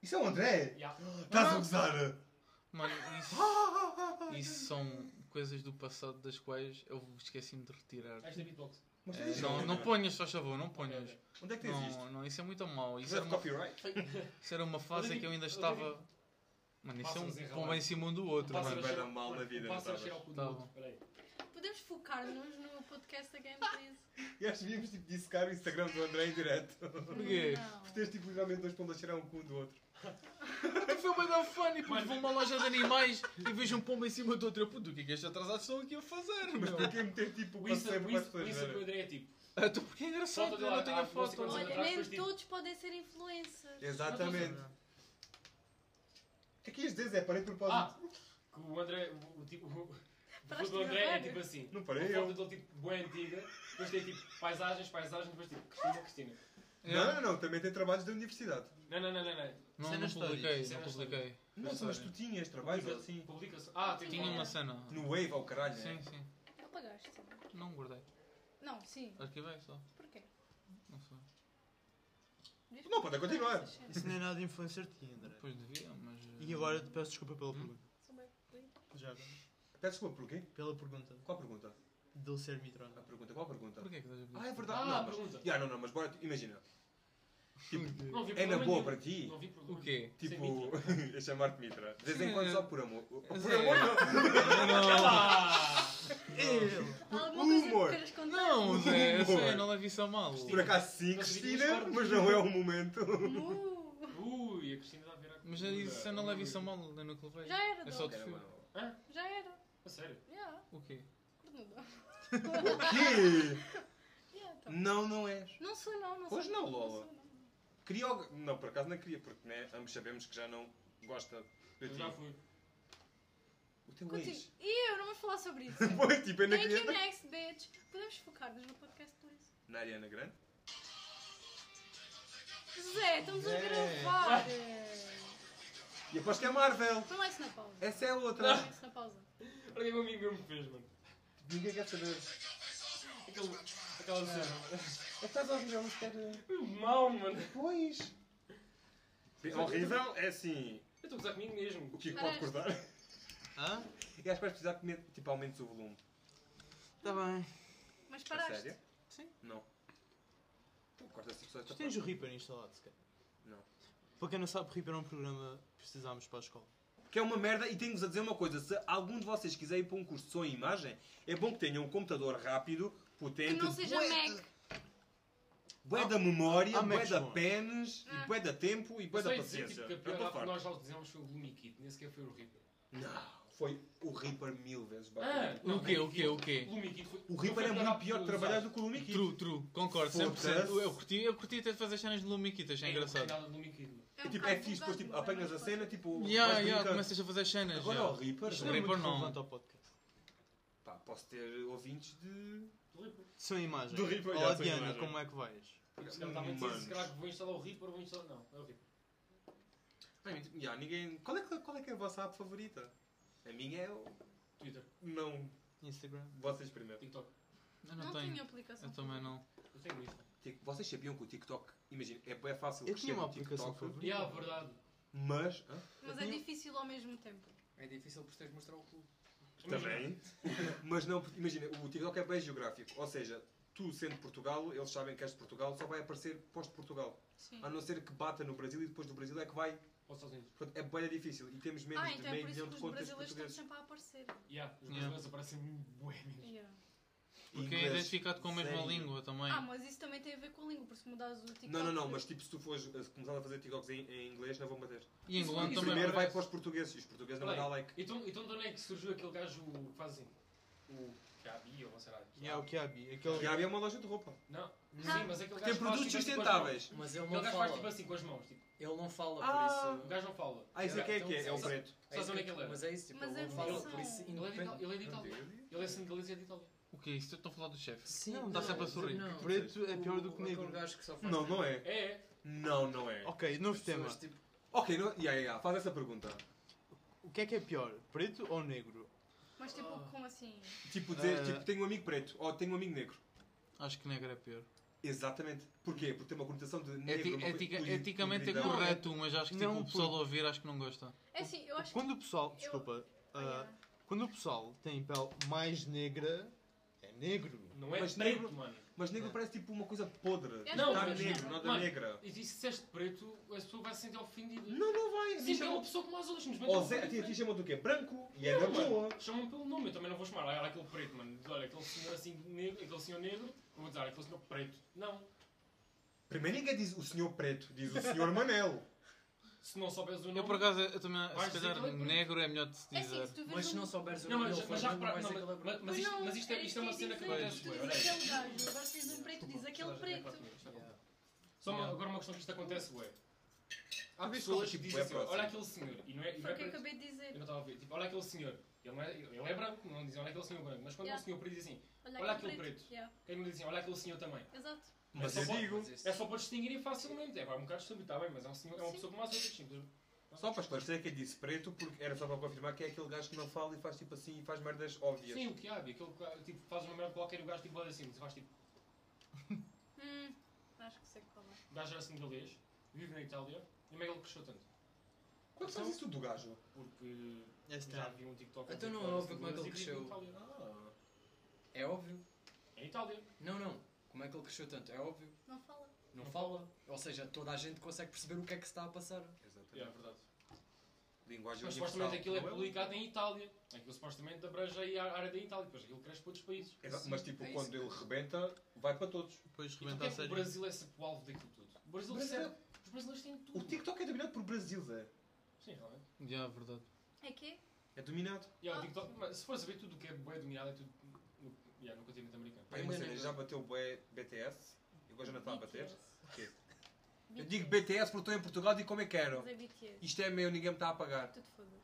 Speaker 1: Isso é o André?
Speaker 3: Yeah.
Speaker 1: Estás a gozar?
Speaker 4: Mano,
Speaker 1: [LAUGHS]
Speaker 4: isso, isso são coisas do passado das quais eu esqueci-me de retirar.
Speaker 3: Esta é beatbox.
Speaker 1: Mas
Speaker 4: É,
Speaker 1: tens isto?
Speaker 4: não, não ponhas, só favor, não ponhas.
Speaker 3: Ok, ok.
Speaker 1: Onde é que tens isto?
Speaker 4: Não, não, isso é muito mau. Isso era,
Speaker 1: Reserve
Speaker 4: uma,
Speaker 1: copyright?
Speaker 4: isso era uma fase em que eu ainda
Speaker 3: Eu
Speaker 4: estava. Mano, isso é
Speaker 3: Pássaros
Speaker 4: um
Speaker 3: enrolados.
Speaker 4: pomba em cima um do outro,
Speaker 1: Pássaros
Speaker 4: mano.
Speaker 1: vai dar mal na vida,
Speaker 3: O pássaro
Speaker 1: não
Speaker 3: cheira ao cu do
Speaker 4: Tá
Speaker 3: outro.
Speaker 4: bom.
Speaker 3: Espera aí.
Speaker 6: Podemos focar-nos no podcast again, please?
Speaker 1: E acho que devíamos tipo, dissecar o Instagram do André em direto. [LAUGHS]
Speaker 4: Porquê?
Speaker 6: Não.
Speaker 1: Tens tipo literalmente dois pombas a cheirar um com um do outro.
Speaker 4: [LAUGHS] Foi uma da funny, porque vou a uma loja de animais e vejo um pombo em cima do outro. Eu, puto, o que é que este atrasado sou aqui
Speaker 1: [LAUGHS]
Speaker 4: a fazer,
Speaker 1: Mas
Speaker 4: meu?
Speaker 1: para quem meter tipo o
Speaker 3: O Insta
Speaker 1: passeio para as
Speaker 3: o Insta- o
Speaker 1: pessoas
Speaker 3: Insta que eu
Speaker 1: verem?
Speaker 3: André é tipo.
Speaker 4: Ah, tu porque é engraçado,
Speaker 3: Foto
Speaker 4: eu
Speaker 3: de
Speaker 4: não
Speaker 3: lá,
Speaker 4: tenho
Speaker 3: ah,
Speaker 4: a foto.
Speaker 3: não sei
Speaker 6: Olha,
Speaker 3: atrás,
Speaker 6: nem
Speaker 3: depois digo.
Speaker 6: todos podem ser influencers.
Speaker 1: Exatamente. Aqui as vezes é parei de
Speaker 3: Ah!
Speaker 1: propósito.
Speaker 3: Que o André. o- O tipo. o- O foto
Speaker 6: Paraste
Speaker 3: do
Speaker 6: de
Speaker 3: André é
Speaker 6: gravar?
Speaker 3: tipo assim.
Speaker 1: Não parei,
Speaker 3: Uma
Speaker 1: eu.
Speaker 3: foto dele tipo boa antiga. Depois tem tipo paisagens, paisagens. Depois tipo Cristina, Cristina.
Speaker 1: Não, não, não, também tem trabalhos da universidade.
Speaker 3: Não, não, não, não. não.
Speaker 4: Não,
Speaker 2: Isso é
Speaker 4: não
Speaker 2: nas
Speaker 4: publiquei,
Speaker 2: histórias,
Speaker 3: isso é
Speaker 4: não
Speaker 3: nas
Speaker 4: publiquei.
Speaker 1: Não, são mas tu tinhas trabalhos ou assim.
Speaker 3: Tipo, Publica-se. Ah, tem
Speaker 4: Tinha
Speaker 3: lá.
Speaker 4: uma cena.
Speaker 1: No Wave ao caralho, né?
Speaker 4: Sim, sim.
Speaker 6: Apagaste.
Speaker 4: é. Não guardei.
Speaker 6: É Não, sim.
Speaker 4: Arquivei só.
Speaker 6: Porquê?
Speaker 4: Não sei.
Speaker 6: Devias
Speaker 1: Não, pode
Speaker 6: focar
Speaker 1: continuar.
Speaker 6: nessas cenas.
Speaker 2: Isso não é nada influencer de ti, André.
Speaker 4: Depois devia, mas. eh,
Speaker 2: E agora te peço desculpa pela pergunta.
Speaker 6: São bem fluidos.
Speaker 2: Já agora.
Speaker 1: Peço desculpa, porquê?
Speaker 2: Pela pergunta.
Speaker 1: Qual a pergunta?
Speaker 2: Dele ser mitra ou
Speaker 1: A
Speaker 2: não.
Speaker 1: pergunta, qual a pergunta?
Speaker 4: Porquê que estás a pedir?
Speaker 1: Ah, é verdade.
Speaker 3: Ah,
Speaker 1: não, mas...
Speaker 3: pergunta.
Speaker 1: Ya, não, não, mas bora, imagina.
Speaker 3: Não vi
Speaker 1: É na
Speaker 3: problema
Speaker 1: boa
Speaker 3: nenhum.
Speaker 1: para ti.
Speaker 3: Não vi problema.
Speaker 4: O quê?
Speaker 3: Sem
Speaker 1: [LAUGHS]
Speaker 4: [LAUGHS]
Speaker 1: Tipo, a chamar-te Mitra. De vez
Speaker 4: Sim,
Speaker 1: em quando
Speaker 4: é.
Speaker 1: só por amor. Por
Speaker 4: Zé.
Speaker 1: amor não.
Speaker 3: Ah!
Speaker 2: Ele!
Speaker 6: Há alguma coisa
Speaker 1: Um Humor.
Speaker 6: que queiras contar?
Speaker 4: Não, Zé, eu
Speaker 1: Humor.
Speaker 4: sei, não leve isso a mal.
Speaker 1: Por acaso sim,
Speaker 3: Mas
Speaker 1: Cristina,
Speaker 3: devíamos
Speaker 1: mas não é o momento.
Speaker 6: Mu.
Speaker 3: Ui, a Cristina está a virar.
Speaker 4: Mas eu disse, eu não leve isso a mal, eu nunca levei.
Speaker 6: Já era,
Speaker 4: É só
Speaker 6: Dom.
Speaker 4: de fio.
Speaker 6: Já era.
Speaker 3: A sério?
Speaker 6: Yeah,
Speaker 4: O quê?
Speaker 6: cornuda.
Speaker 1: Que?
Speaker 6: Yeah, tá.
Speaker 1: Não, não és.
Speaker 6: Não sou não, não sou.
Speaker 1: Hum. Pois não,
Speaker 6: sou,
Speaker 1: Lola.
Speaker 6: não.
Speaker 1: O Queria. algu- Não, por acaso não queria, porque né, ambos sabemos que já não gosta de
Speaker 3: Eu
Speaker 1: ti.
Speaker 3: já fui.
Speaker 1: O teu
Speaker 6: Continua.
Speaker 1: [LAUGHS] ex.
Speaker 6: Ih, eu não vou falar
Speaker 1: [LAUGHS]
Speaker 6: sobre isso.
Speaker 1: Pois, tipo, eu não
Speaker 6: Thank
Speaker 1: queria.
Speaker 6: you next, bitch. Podemos focar-nos no podcast por isso.
Speaker 1: Na Ariana Grande?
Speaker 6: Zé, estamos
Speaker 1: Zé.
Speaker 6: a gravar.
Speaker 1: E aposto que é Marvel!
Speaker 6: Põe lá isso na pausa.
Speaker 1: Essa é a outra!
Speaker 6: Põe isso na pausa.
Speaker 3: Olha o que é que o amigo meu me fez, mano.
Speaker 1: Ninguém quer saber.
Speaker 3: Aquele, aquela cena.
Speaker 1: Estás a ouvir a música de...
Speaker 3: Foi Mau, mano.
Speaker 1: Pois! Horrível é assim.
Speaker 3: Eu estou a gozar comigo mesmo.
Speaker 1: O Kiko pode
Speaker 6: Parece.
Speaker 1: cortar.
Speaker 2: Hã?
Speaker 1: E acho que vais precisar que me- tipo, aumentes o volume.
Speaker 4: Tá bem.
Speaker 6: Mas
Speaker 1: A
Speaker 6: paraste.
Speaker 1: É sério?
Speaker 2: Sim.
Speaker 1: Não. Então, corta essa pessoa.
Speaker 2: Tu
Speaker 4: é
Speaker 2: tens o Reaper instalado, se calhar.
Speaker 1: Não.
Speaker 2: Para quem não sabe, o Reaper é um programa que precisámos para a escola.
Speaker 1: Que é uma merda e tenho-vos a dizer uma coisa. Se algum de vocês quiser ir para um curso de som e imagem, é bom que tenham um computador rápido,
Speaker 6: Que
Speaker 1: potente,
Speaker 6: não seja
Speaker 1: É bué de-
Speaker 6: Mac.
Speaker 1: bué da memória,
Speaker 2: Ah,
Speaker 1: bué
Speaker 2: Macs
Speaker 1: da
Speaker 2: bons.
Speaker 1: pens, e
Speaker 6: Ah.
Speaker 1: bué da tempo e bué
Speaker 3: Eu
Speaker 1: da
Speaker 3: sei dizer
Speaker 1: paciência.
Speaker 3: tipo, que a
Speaker 1: Eu estou
Speaker 3: pior app que
Speaker 1: farto.
Speaker 3: nós já fizemos foi o Lumikit, nem sequer foi o Reaper.
Speaker 1: Não, foi o Reaper mil vezes
Speaker 3: Ah,
Speaker 1: bacana.
Speaker 3: não,
Speaker 4: O quê, o quê, o quê?
Speaker 3: Lumikit foi.
Speaker 1: O Reaper é muito pior de trabalhar do É que o
Speaker 6: É
Speaker 1: Lumikit.
Speaker 6: um
Speaker 4: True, true, concordo,
Speaker 1: Foda-se.
Speaker 4: 100%. Eu curti, eu curti até de fazer cenas de Lumiquita,
Speaker 3: um
Speaker 4: achei engraçado.
Speaker 3: do Lumikit, mano.
Speaker 6: um
Speaker 1: É tipo, é
Speaker 6: bocado
Speaker 1: fixe, depois tipo,
Speaker 6: bugado, mas
Speaker 1: apanhas
Speaker 6: é
Speaker 1: a
Speaker 6: mais
Speaker 1: cena, tipo,
Speaker 4: Yeah,
Speaker 1: vais
Speaker 4: yeah,
Speaker 1: brincando.
Speaker 4: começas a fazer cenas.
Speaker 1: Agora
Speaker 4: yeah.
Speaker 1: o Reaper,
Speaker 2: Isto
Speaker 4: não
Speaker 2: não é
Speaker 4: Reaper
Speaker 2: muito
Speaker 4: não.
Speaker 2: relevante ao podcast.
Speaker 1: pá, posso ter ouvintes de...
Speaker 2: São imagens.
Speaker 1: Do Reaper, já,
Speaker 2: Olá,
Speaker 1: sem
Speaker 2: Diana,
Speaker 1: imagem.
Speaker 2: como é que vais?
Speaker 3: Porque se calhar estava a dizer, se calhar que vou instalar o Reaper ou vou instalar. Não, é o Reaper.
Speaker 1: Bem, tipo, yeah, ninguém... Qual é, que, qual é que é a vossa app favorita? A minha é o...
Speaker 3: Twitter,
Speaker 1: Não,
Speaker 2: Instagram.
Speaker 1: vocês primeiro.
Speaker 3: TikTok.
Speaker 4: Eu
Speaker 6: Não
Speaker 4: não
Speaker 6: tenho
Speaker 4: tenho.
Speaker 6: aplicação.
Speaker 4: Eu também não.
Speaker 3: Eu tenho o Insta.
Speaker 1: Tic- Vocês sabiam que o TikTok, imagina, é bem fácil
Speaker 2: Eu
Speaker 1: crescer
Speaker 2: tinha uma
Speaker 1: no
Speaker 2: aplicação
Speaker 1: TikTok,
Speaker 2: favorita.
Speaker 3: E há a verdade.
Speaker 1: mas... hã?
Speaker 6: Mas
Speaker 1: Eu
Speaker 6: é
Speaker 1: tinha-
Speaker 6: difícil ao mesmo tempo.
Speaker 7: É difícil por teres mostrar o clube.
Speaker 1: Também. [LAUGHS] mas não, porque, imagina, o TikTok é bem geográfico, ou seja, tu sendo de Portugal, eles sabem que és de Portugal, só vai aparecer pós de Portugal.
Speaker 6: Sim.
Speaker 1: A não ser que bata no Brasil e depois do Brasil é que vai.
Speaker 3: Ou Estados Unidos.
Speaker 1: Portanto, é bem difícil e temos menos
Speaker 6: Ah,
Speaker 1: de
Speaker 6: então é
Speaker 1: meio
Speaker 6: por
Speaker 1: milhão de
Speaker 6: isso que os
Speaker 1: contas
Speaker 6: brasileiros estão
Speaker 1: portugueses.
Speaker 6: sempre a aparecer.
Speaker 3: Yeah, os
Speaker 4: Yeah.
Speaker 3: brasileiros aparecem muito bué
Speaker 6: Yeah.
Speaker 4: Porque é
Speaker 1: Inglês.
Speaker 4: identificado com a mesma
Speaker 1: Sério?
Speaker 4: língua também.
Speaker 6: Ah, mas isso também tem a ver com a língua, porque se mudares o TikTok...
Speaker 1: Não, não, não, mas tipo, se tu fores eh, começar a fazer TikToks em, em inglês, não vão bater.
Speaker 4: E em Angolano
Speaker 1: O
Speaker 4: também
Speaker 1: primeiro vai
Speaker 4: aparece.
Speaker 1: para os portugueses e os portugueses não vão dar like.
Speaker 3: Então, então de onde é que surgiu aquele gajo que faz assim? O Gabi ou sei lá.
Speaker 2: E é o que há, Bi.
Speaker 1: E
Speaker 2: Aquele...
Speaker 1: havia uma loja de roupa.
Speaker 4: Ah.
Speaker 3: Não, sim, mas aquele
Speaker 1: Que tem
Speaker 3: gajo faz,
Speaker 1: produtos
Speaker 3: tipo, assim com as mãos.
Speaker 1: sustentáveis.
Speaker 7: Mas ele
Speaker 3: Aquele
Speaker 7: não
Speaker 3: gajo faz tipo
Speaker 7: fala.
Speaker 3: assim com as mãos. Tipo,
Speaker 7: Ele não fala,
Speaker 1: Ah.
Speaker 7: por
Speaker 3: o
Speaker 7: isso.
Speaker 3: gajo não fala.
Speaker 1: Ah, isso é que é que é? É o
Speaker 7: Então,
Speaker 1: preto.
Speaker 7: é isso
Speaker 3: Sabes onde é que
Speaker 7: que-
Speaker 3: ele é?
Speaker 7: Mas é isso, tipo,
Speaker 6: Mas
Speaker 7: ele
Speaker 6: a
Speaker 7: não fala,
Speaker 6: versão-
Speaker 7: por
Speaker 3: Ele
Speaker 7: isso.
Speaker 3: é de Itália.
Speaker 7: independe-
Speaker 3: Ele é de Itália. Ele é senegalês e é de Itália.
Speaker 4: O que é isso? Estou a falar do chefe.
Speaker 7: Sim,
Speaker 2: Não,
Speaker 7: não,
Speaker 4: Está sempre a sorrir.
Speaker 7: não.
Speaker 2: Preto é pior do que
Speaker 7: O- aquele
Speaker 2: negro.
Speaker 7: gajo que só faz
Speaker 1: Não, não é.
Speaker 3: É, é.
Speaker 1: Não, não é.
Speaker 2: Ok, novo tema.
Speaker 7: pessoas, tipo,
Speaker 1: Ok, não, yeah, yeah, faz essa pergunta.
Speaker 2: O que é que é pior? Preto ou negro?
Speaker 6: Mas tipo,
Speaker 3: Ah.
Speaker 6: como assim?
Speaker 1: Tipo, dizer,
Speaker 2: Ah.
Speaker 1: tipo, tenho um amigo preto ou tenho um amigo negro.
Speaker 4: Acho que negro é pior.
Speaker 1: Exatamente. Porquê? Porque tem uma conotação de negro.
Speaker 4: Eti
Speaker 1: uma coisa-
Speaker 4: etica-
Speaker 1: pois,
Speaker 4: eticamente é
Speaker 1: não,
Speaker 4: correto, mas acho que tipo,
Speaker 2: Não,
Speaker 4: o pessoal a ouvir acho que não gosta.
Speaker 6: É assim, eu acho que...
Speaker 2: Quando o pessoal...
Speaker 6: Eu-
Speaker 2: Desculpa. ah,
Speaker 6: Olha,
Speaker 2: Quando o pessoal tem pele mais negra, é negro.
Speaker 3: Não é
Speaker 1: Mas
Speaker 3: preto,
Speaker 1: negro-
Speaker 3: mano.
Speaker 1: Mas negro parece tipo uma coisa podre.
Speaker 6: É
Speaker 3: não,
Speaker 1: Tá
Speaker 3: mas-
Speaker 1: negro, nada
Speaker 3: Mano,
Speaker 1: negra.
Speaker 3: E se disseste preto, a pessoa vai se sentir ofendida.
Speaker 1: Não, não vai.
Speaker 3: Sim, é
Speaker 1: chama-
Speaker 3: uma pessoa como as outras, mas
Speaker 1: Ou Zé, a tia, a tia chama do quê? Branco? E é da boa.
Speaker 3: Chamam pelo nome, eu também não vou chamar. Olha aquele preto, mano. Olha, aquele senhor assim negro, aquele senhor negro, eu vou dizer, olha, aquele senhor preto. Não.
Speaker 1: Primeiro ninguém diz o senhor preto, diz o senhor Manel.
Speaker 3: Se não souberes o nome.
Speaker 4: Eu por acaso, eu também,
Speaker 3: Vais
Speaker 4: se
Speaker 3: dizer que
Speaker 4: calhar
Speaker 3: ele é tipo, preto.
Speaker 4: negro é melhor de se
Speaker 6: é assim,
Speaker 4: dizer.
Speaker 6: se tu vês
Speaker 7: Mas se
Speaker 6: um-
Speaker 7: não souberes o
Speaker 3: Não, mas,
Speaker 7: nome,
Speaker 3: mas já
Speaker 7: não
Speaker 3: repara,
Speaker 7: vais
Speaker 3: não,
Speaker 7: dizer que ele é
Speaker 3: mas, mas, mas,
Speaker 7: branco.
Speaker 6: Pois
Speaker 3: isto,
Speaker 6: não,
Speaker 3: mas isto, é,
Speaker 6: era
Speaker 3: isto é uma
Speaker 6: isso que
Speaker 3: cena
Speaker 6: eu
Speaker 3: que
Speaker 6: ia
Speaker 3: acontece,
Speaker 6: dizer.
Speaker 3: ué,
Speaker 6: Tu
Speaker 3: olha aí.
Speaker 6: dizes aquele gajo, agora se diz um preto,
Speaker 3: é
Speaker 6: diz aquele preto.
Speaker 3: Só uma, agora uma questão que isto acontece, ué. Há
Speaker 1: Tu vês como,
Speaker 3: pessoas que
Speaker 1: tipo,
Speaker 3: dizem
Speaker 1: é
Speaker 3: assim, ó,
Speaker 1: próximo.
Speaker 3: olha aquele senhor, e não é, e não é
Speaker 6: Foi o que eu
Speaker 3: preto.
Speaker 6: acabei de
Speaker 3: Eu
Speaker 6: dizer.
Speaker 3: não estava a ver, tipo, olha aquele senhor, ele, não é, ele é branco, não dizem, olha aquele senhor branco, mas quando é um
Speaker 6: Yeah.
Speaker 3: senhor preto diz assim,
Speaker 6: Olha aquele preto.
Speaker 3: preto.
Speaker 6: Yeah,
Speaker 3: quem não dizem, olha aquele senhor também.
Speaker 6: Exato.
Speaker 1: Mas
Speaker 3: É
Speaker 1: eu
Speaker 3: só-
Speaker 1: digo.
Speaker 7: isso-
Speaker 3: É só para distinguirem facilmente, é pá, um bocado estúpido, está bem, mas é, um senhor, é uma
Speaker 6: Sim.
Speaker 3: pessoa como as outras, simples.
Speaker 1: Só para esclarecer que ele disse preto, porque era só para confirmar que é aquele gajo que não fala e faz tipo assim e faz merdas óbvias.
Speaker 3: Sim, o que há, aquele que, tipo, faz uma merda qualquer e o gajo tipo olha assim, mas faz tipo,
Speaker 6: Hum, acho que sei qual é.
Speaker 3: o gajo era senegalês, vive na Itália, e como é que ele cresceu tanto?
Speaker 1: Como é que faz
Speaker 3: Então-
Speaker 1: isso do gajo?
Speaker 3: Porque
Speaker 2: Esta
Speaker 3: já vi um TikTok.
Speaker 7: Tá. Então não é óbvio como é que ele cresceu.
Speaker 1: Ah.
Speaker 7: É óbvio.
Speaker 3: Em Itália.
Speaker 7: Não, não. Como é que ele cresceu tanto? É óbvio.
Speaker 6: Não fala.
Speaker 7: Não fala. Ou seja, toda a gente consegue perceber o que é que se está a passar.
Speaker 1: Exatamente.
Speaker 3: É, é verdade.
Speaker 1: Linguagem
Speaker 3: Mas supostamente aquilo é
Speaker 1: universal. Não um
Speaker 3: publicado em Itália. Aquilo supostamente abrange aí a área da Itália, depois aquilo cresce para outros países.
Speaker 1: Exato, mas tipo,
Speaker 7: é isso.
Speaker 1: quando ele rebenta, vai para todos.
Speaker 4: Depois
Speaker 3: E porquê
Speaker 4: rebenta a
Speaker 3: é que o
Speaker 4: série.
Speaker 3: Brasil é sempre o alvo daquilo tudo? O Brasil
Speaker 1: Mas
Speaker 3: recebe. Os brasileiros têm tudo.
Speaker 1: O TikTok é dominado por Brasil, Zé.
Speaker 3: Sim, realmente.
Speaker 4: Já, é verdade.
Speaker 6: É que
Speaker 1: É dominado.
Speaker 3: E há o
Speaker 6: Ah.
Speaker 3: TikTok, mas se fores a ver tudo o que é bem dominado é tudo no, yeah, no
Speaker 1: é
Speaker 3: continente americano.
Speaker 1: Pá, eu não sei, já bateu bué BTS. Eu agora já não está a bater.
Speaker 6: BTS.
Speaker 1: O quê?
Speaker 6: BTS.
Speaker 1: Eu digo BTS porque estou em Portugal e como é que era.
Speaker 6: Mas é BTS.
Speaker 1: Isto é meu, ninguém me está a pagar.
Speaker 6: Tu te fodas.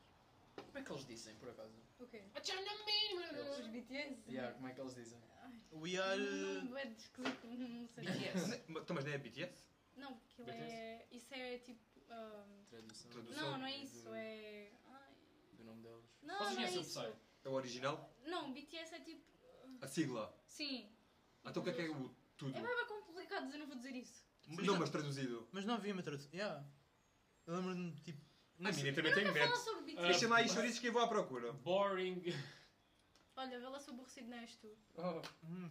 Speaker 7: Como é que eles dizem, por acaso?
Speaker 6: O quê?
Speaker 7: Eles-
Speaker 3: Então,
Speaker 6: Os BTS?
Speaker 7: Yeah, como é que eles dizem?
Speaker 2: We are. uh,
Speaker 6: Não é de esquisito, não sei.
Speaker 7: BTS.
Speaker 1: Mas- Então, mas não é BTS?
Speaker 6: Não, porque ele é. Isso é tipo. ahm,
Speaker 7: Tradução
Speaker 1: Tradução
Speaker 6: Não, não é
Speaker 7: de-
Speaker 6: isso, é. ai,
Speaker 7: do nome deles.
Speaker 6: Não,
Speaker 3: Vocês
Speaker 6: não é
Speaker 3: conhecem o
Speaker 6: isso.
Speaker 3: Psy?
Speaker 1: É o original?
Speaker 6: Não, BTS é tipo.
Speaker 1: A sigla.
Speaker 6: Sim.
Speaker 1: Então o que é que é o tudo?
Speaker 3: Hum.
Speaker 6: É bem complicado dizer, não vou dizer isso.
Speaker 1: Não, mas traduzido.
Speaker 2: Mas não havia uma tradução. Yeah. Eu lembro-me, tipo.
Speaker 1: A minha também tem
Speaker 6: Fala
Speaker 1: medo.
Speaker 6: sobre
Speaker 3: Ah,
Speaker 6: BTS.
Speaker 1: Deixa-me aí chorizos que eu vou à procura.
Speaker 3: Boring.
Speaker 1: Tá
Speaker 3: [LAUGHS] Tá
Speaker 6: Olha, vê lá se aborrecido não és tu.
Speaker 7: Oh,
Speaker 2: hum,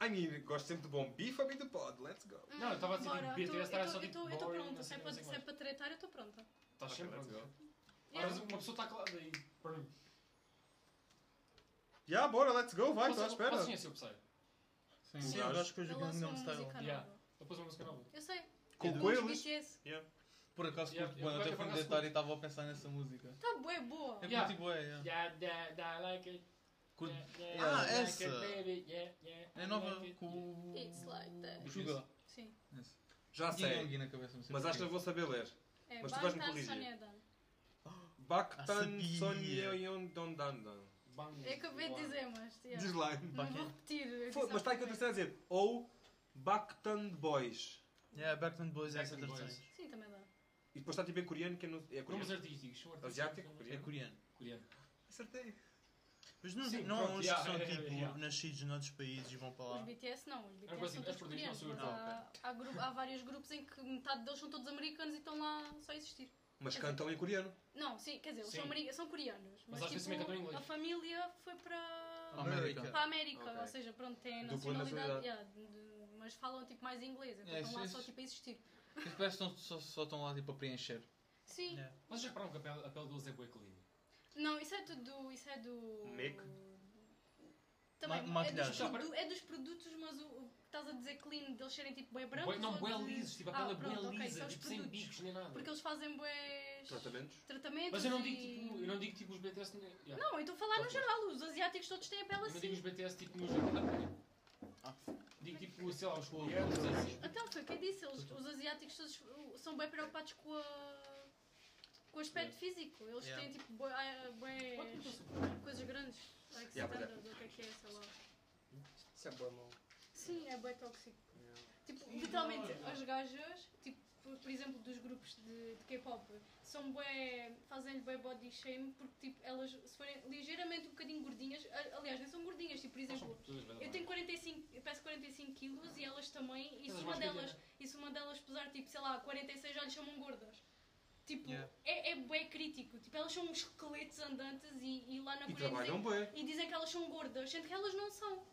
Speaker 1: I mean, gosto sempre de bom bife ou do pod, let's go.
Speaker 3: Não, eu estava a dizer
Speaker 6: Bora,
Speaker 3: BTS,
Speaker 6: eu tô-
Speaker 3: estava só
Speaker 6: eu
Speaker 3: tipo
Speaker 6: tô- eu tô
Speaker 3: boring,
Speaker 6: pronta.
Speaker 3: não
Speaker 6: Se
Speaker 3: sei
Speaker 6: é
Speaker 3: o que, não sei
Speaker 6: para- se é para tretar, eu estou pronta.
Speaker 3: Estás sempre a
Speaker 1: let's
Speaker 3: dizer.
Speaker 1: go.
Speaker 3: Às vezes uma pessoa está calada e. Perdão.
Speaker 1: Já, bora, let's go, vai, estou tá à
Speaker 3: Vocês
Speaker 1: espera.
Speaker 3: vocês conhecem o Psy?
Speaker 4: Sim.
Speaker 2: Sim,
Speaker 1: gajo.
Speaker 2: eu acho que eu
Speaker 6: Vê
Speaker 2: joguei
Speaker 6: lá
Speaker 2: o
Speaker 6: se uma
Speaker 2: Gangnam
Speaker 1: tá
Speaker 6: música
Speaker 2: Style.
Speaker 6: nova.
Speaker 3: Yeah. Depois uma música nova.
Speaker 6: Eu sei.
Speaker 1: Com
Speaker 6: Os
Speaker 1: coelhos?
Speaker 6: BTS.
Speaker 4: Por acaso,
Speaker 3: Yeah, é
Speaker 4: curto
Speaker 3: eu
Speaker 4: bué,
Speaker 3: por
Speaker 4: até
Speaker 3: acaso
Speaker 4: fui
Speaker 3: curto.
Speaker 4: deitar e estava a pensar nessa música.
Speaker 6: Tá bué, boa.
Speaker 4: É
Speaker 3: Yeah.
Speaker 4: muito boa, é.
Speaker 3: Yeah, yeah, yeah, I like it.
Speaker 4: Curto.
Speaker 3: Yeah, yeah,
Speaker 4: Ah,
Speaker 3: I like
Speaker 4: essa.
Speaker 3: it, baby. Yeah, yeah,
Speaker 4: É
Speaker 3: I
Speaker 4: nova
Speaker 3: like it.
Speaker 4: com o...
Speaker 6: It's like that.
Speaker 4: o Suga.
Speaker 6: Sim.
Speaker 1: Já sei,
Speaker 4: Dingongi na cabeça, não sei
Speaker 1: mas acho que eu
Speaker 4: porquê.
Speaker 1: vou saber ler.
Speaker 6: É
Speaker 1: Mas tu vais-me
Speaker 6: Bangtan
Speaker 1: corrigir.
Speaker 6: Sonyeondan.
Speaker 1: Baktan
Speaker 2: sabia.
Speaker 1: Sonyeon Dondandan.
Speaker 3: Bang.
Speaker 6: É Eu acabei de dizer, mas. yeah. Uhum.
Speaker 1: Diz lá.
Speaker 6: Não vou repetir. eu
Speaker 1: Fo-
Speaker 6: disse né?
Speaker 1: Mas está aqui o
Speaker 6: há
Speaker 1: terceiro a dizer. Ou Baktan Boys.
Speaker 2: Yeah, Backland Boys é essa
Speaker 3: Backstreet
Speaker 2: tradução.
Speaker 3: Boys.
Speaker 6: pouco. né? Sim, também dá.
Speaker 1: E depois está tipo em coreano, que eu não. É
Speaker 3: Nomes
Speaker 1: coreano.
Speaker 3: artísticos. são artísticos,
Speaker 1: Asiático,
Speaker 3: são
Speaker 2: É
Speaker 1: coreano.
Speaker 2: coreano.
Speaker 3: coreano.
Speaker 1: Acertei.
Speaker 2: Mas não,
Speaker 3: Sim,
Speaker 2: não há
Speaker 3: pronto,
Speaker 2: uns
Speaker 3: yeah,
Speaker 2: que são
Speaker 3: yeah,
Speaker 2: tipo
Speaker 3: yeah.
Speaker 2: nascidos noutros países e vão para
Speaker 6: Os
Speaker 2: lá.
Speaker 6: BTS não, os
Speaker 3: consigo,
Speaker 6: BTS são
Speaker 3: assim, as
Speaker 6: todos
Speaker 3: perdidas
Speaker 6: coreanos,
Speaker 3: não sou
Speaker 6: mas
Speaker 3: eu.
Speaker 6: há, há, gru- há vários grupos em que metade deles são todos americanos e estão lá só a existir.
Speaker 1: Mas cantam em coreano.
Speaker 6: Não, sim, quer dizer, eles
Speaker 3: Sim.
Speaker 6: são, ameri- são coreanos,
Speaker 3: Mas
Speaker 6: mas,
Speaker 3: às vezes também cantam em
Speaker 6: tipo,
Speaker 3: inglês.
Speaker 6: a família foi para,
Speaker 4: América.
Speaker 6: para a América,
Speaker 1: Ok.
Speaker 6: ou seja, pronto, têm
Speaker 1: Dupla
Speaker 6: nacionalidade, yeah, de- de- mas falam tipo mais inglês, então
Speaker 4: É,
Speaker 6: estão lá
Speaker 4: isso-
Speaker 6: só tipo a existir.
Speaker 4: Eles parece que estão- só- só estão lá tipo a preencher.
Speaker 6: Sim,
Speaker 2: Yeah.
Speaker 3: Vocês já repararam que a pele, a pele deles é bué clean?
Speaker 6: não, isso é tudo, do- isso é do...
Speaker 1: Make?
Speaker 6: Também,
Speaker 2: Ma-
Speaker 6: é, dos
Speaker 3: maquilhagem.
Speaker 6: produ- é dos produtos, mas o, o que estás a dizer clean, deles serem tipo bem brancos
Speaker 3: Bué- não,
Speaker 6: ou
Speaker 3: bué
Speaker 6: de-
Speaker 3: lisos. Tipo, a
Speaker 6: Ah,
Speaker 3: pele é bué
Speaker 6: pronto, ok,
Speaker 3: lisa.
Speaker 6: são os
Speaker 3: Tipo, sem
Speaker 6: produtos.
Speaker 3: bicos nem nada.
Speaker 6: Porque eles fazem bués
Speaker 1: Tratamentos.
Speaker 6: tratamentos
Speaker 3: Mas eu não digo
Speaker 6: e-
Speaker 3: tipo, eu não digo tipo os BTS. ne- Yeah.
Speaker 6: Não, eu estou a falar no
Speaker 3: Ok.
Speaker 6: geral, os asiáticos todos têm a pele
Speaker 3: Eu não digo os
Speaker 6: assim.
Speaker 3: BTS tipo nos Japão da Coreia.
Speaker 6: Ah.
Speaker 3: Digo tipo, sei lá, os coreanos. assim.
Speaker 6: Então foi o que eu disse, eles, os asiáticos todos são bem preocupados com a... Com o aspecto físico, eles
Speaker 2: Yeah.
Speaker 6: têm tipo bué- ah, bué-
Speaker 3: Pode me passar.
Speaker 6: coisas grandes, like
Speaker 1: Yeah,
Speaker 6: yeah,
Speaker 1: pois é.
Speaker 6: o que é que é, sei lá.
Speaker 7: Isso é bom, não.
Speaker 6: Sim, é bem tóxico. Tipo, literalmente, as gajas, tipo, por por exemplo, dos grupos de, de K-pop, são bué, fazem-lhe bué body shame porque, tipo, elas, se forem ligeiramente um bocadinho gordinhas, a- aliás, nem são gordinhas, tipo, por
Speaker 3: Eles são
Speaker 6: exemplo,
Speaker 3: pessoas, bué da
Speaker 6: eu tenho 45, eu peso 45 quilos e elas também, e se
Speaker 3: Elas
Speaker 6: uma
Speaker 3: mais
Speaker 6: delas, e se uma delas pesar, tipo, sei lá, 46, já lhes chamam gordas. Tipo,
Speaker 2: Yeah.
Speaker 6: é, é bué crítico, tipo, elas são uns esqueletos andantes e, e lá na
Speaker 1: E
Speaker 6: Coreia dizem-
Speaker 1: trabalham bem.
Speaker 6: e dizem que elas são gordas, sendo que elas não são.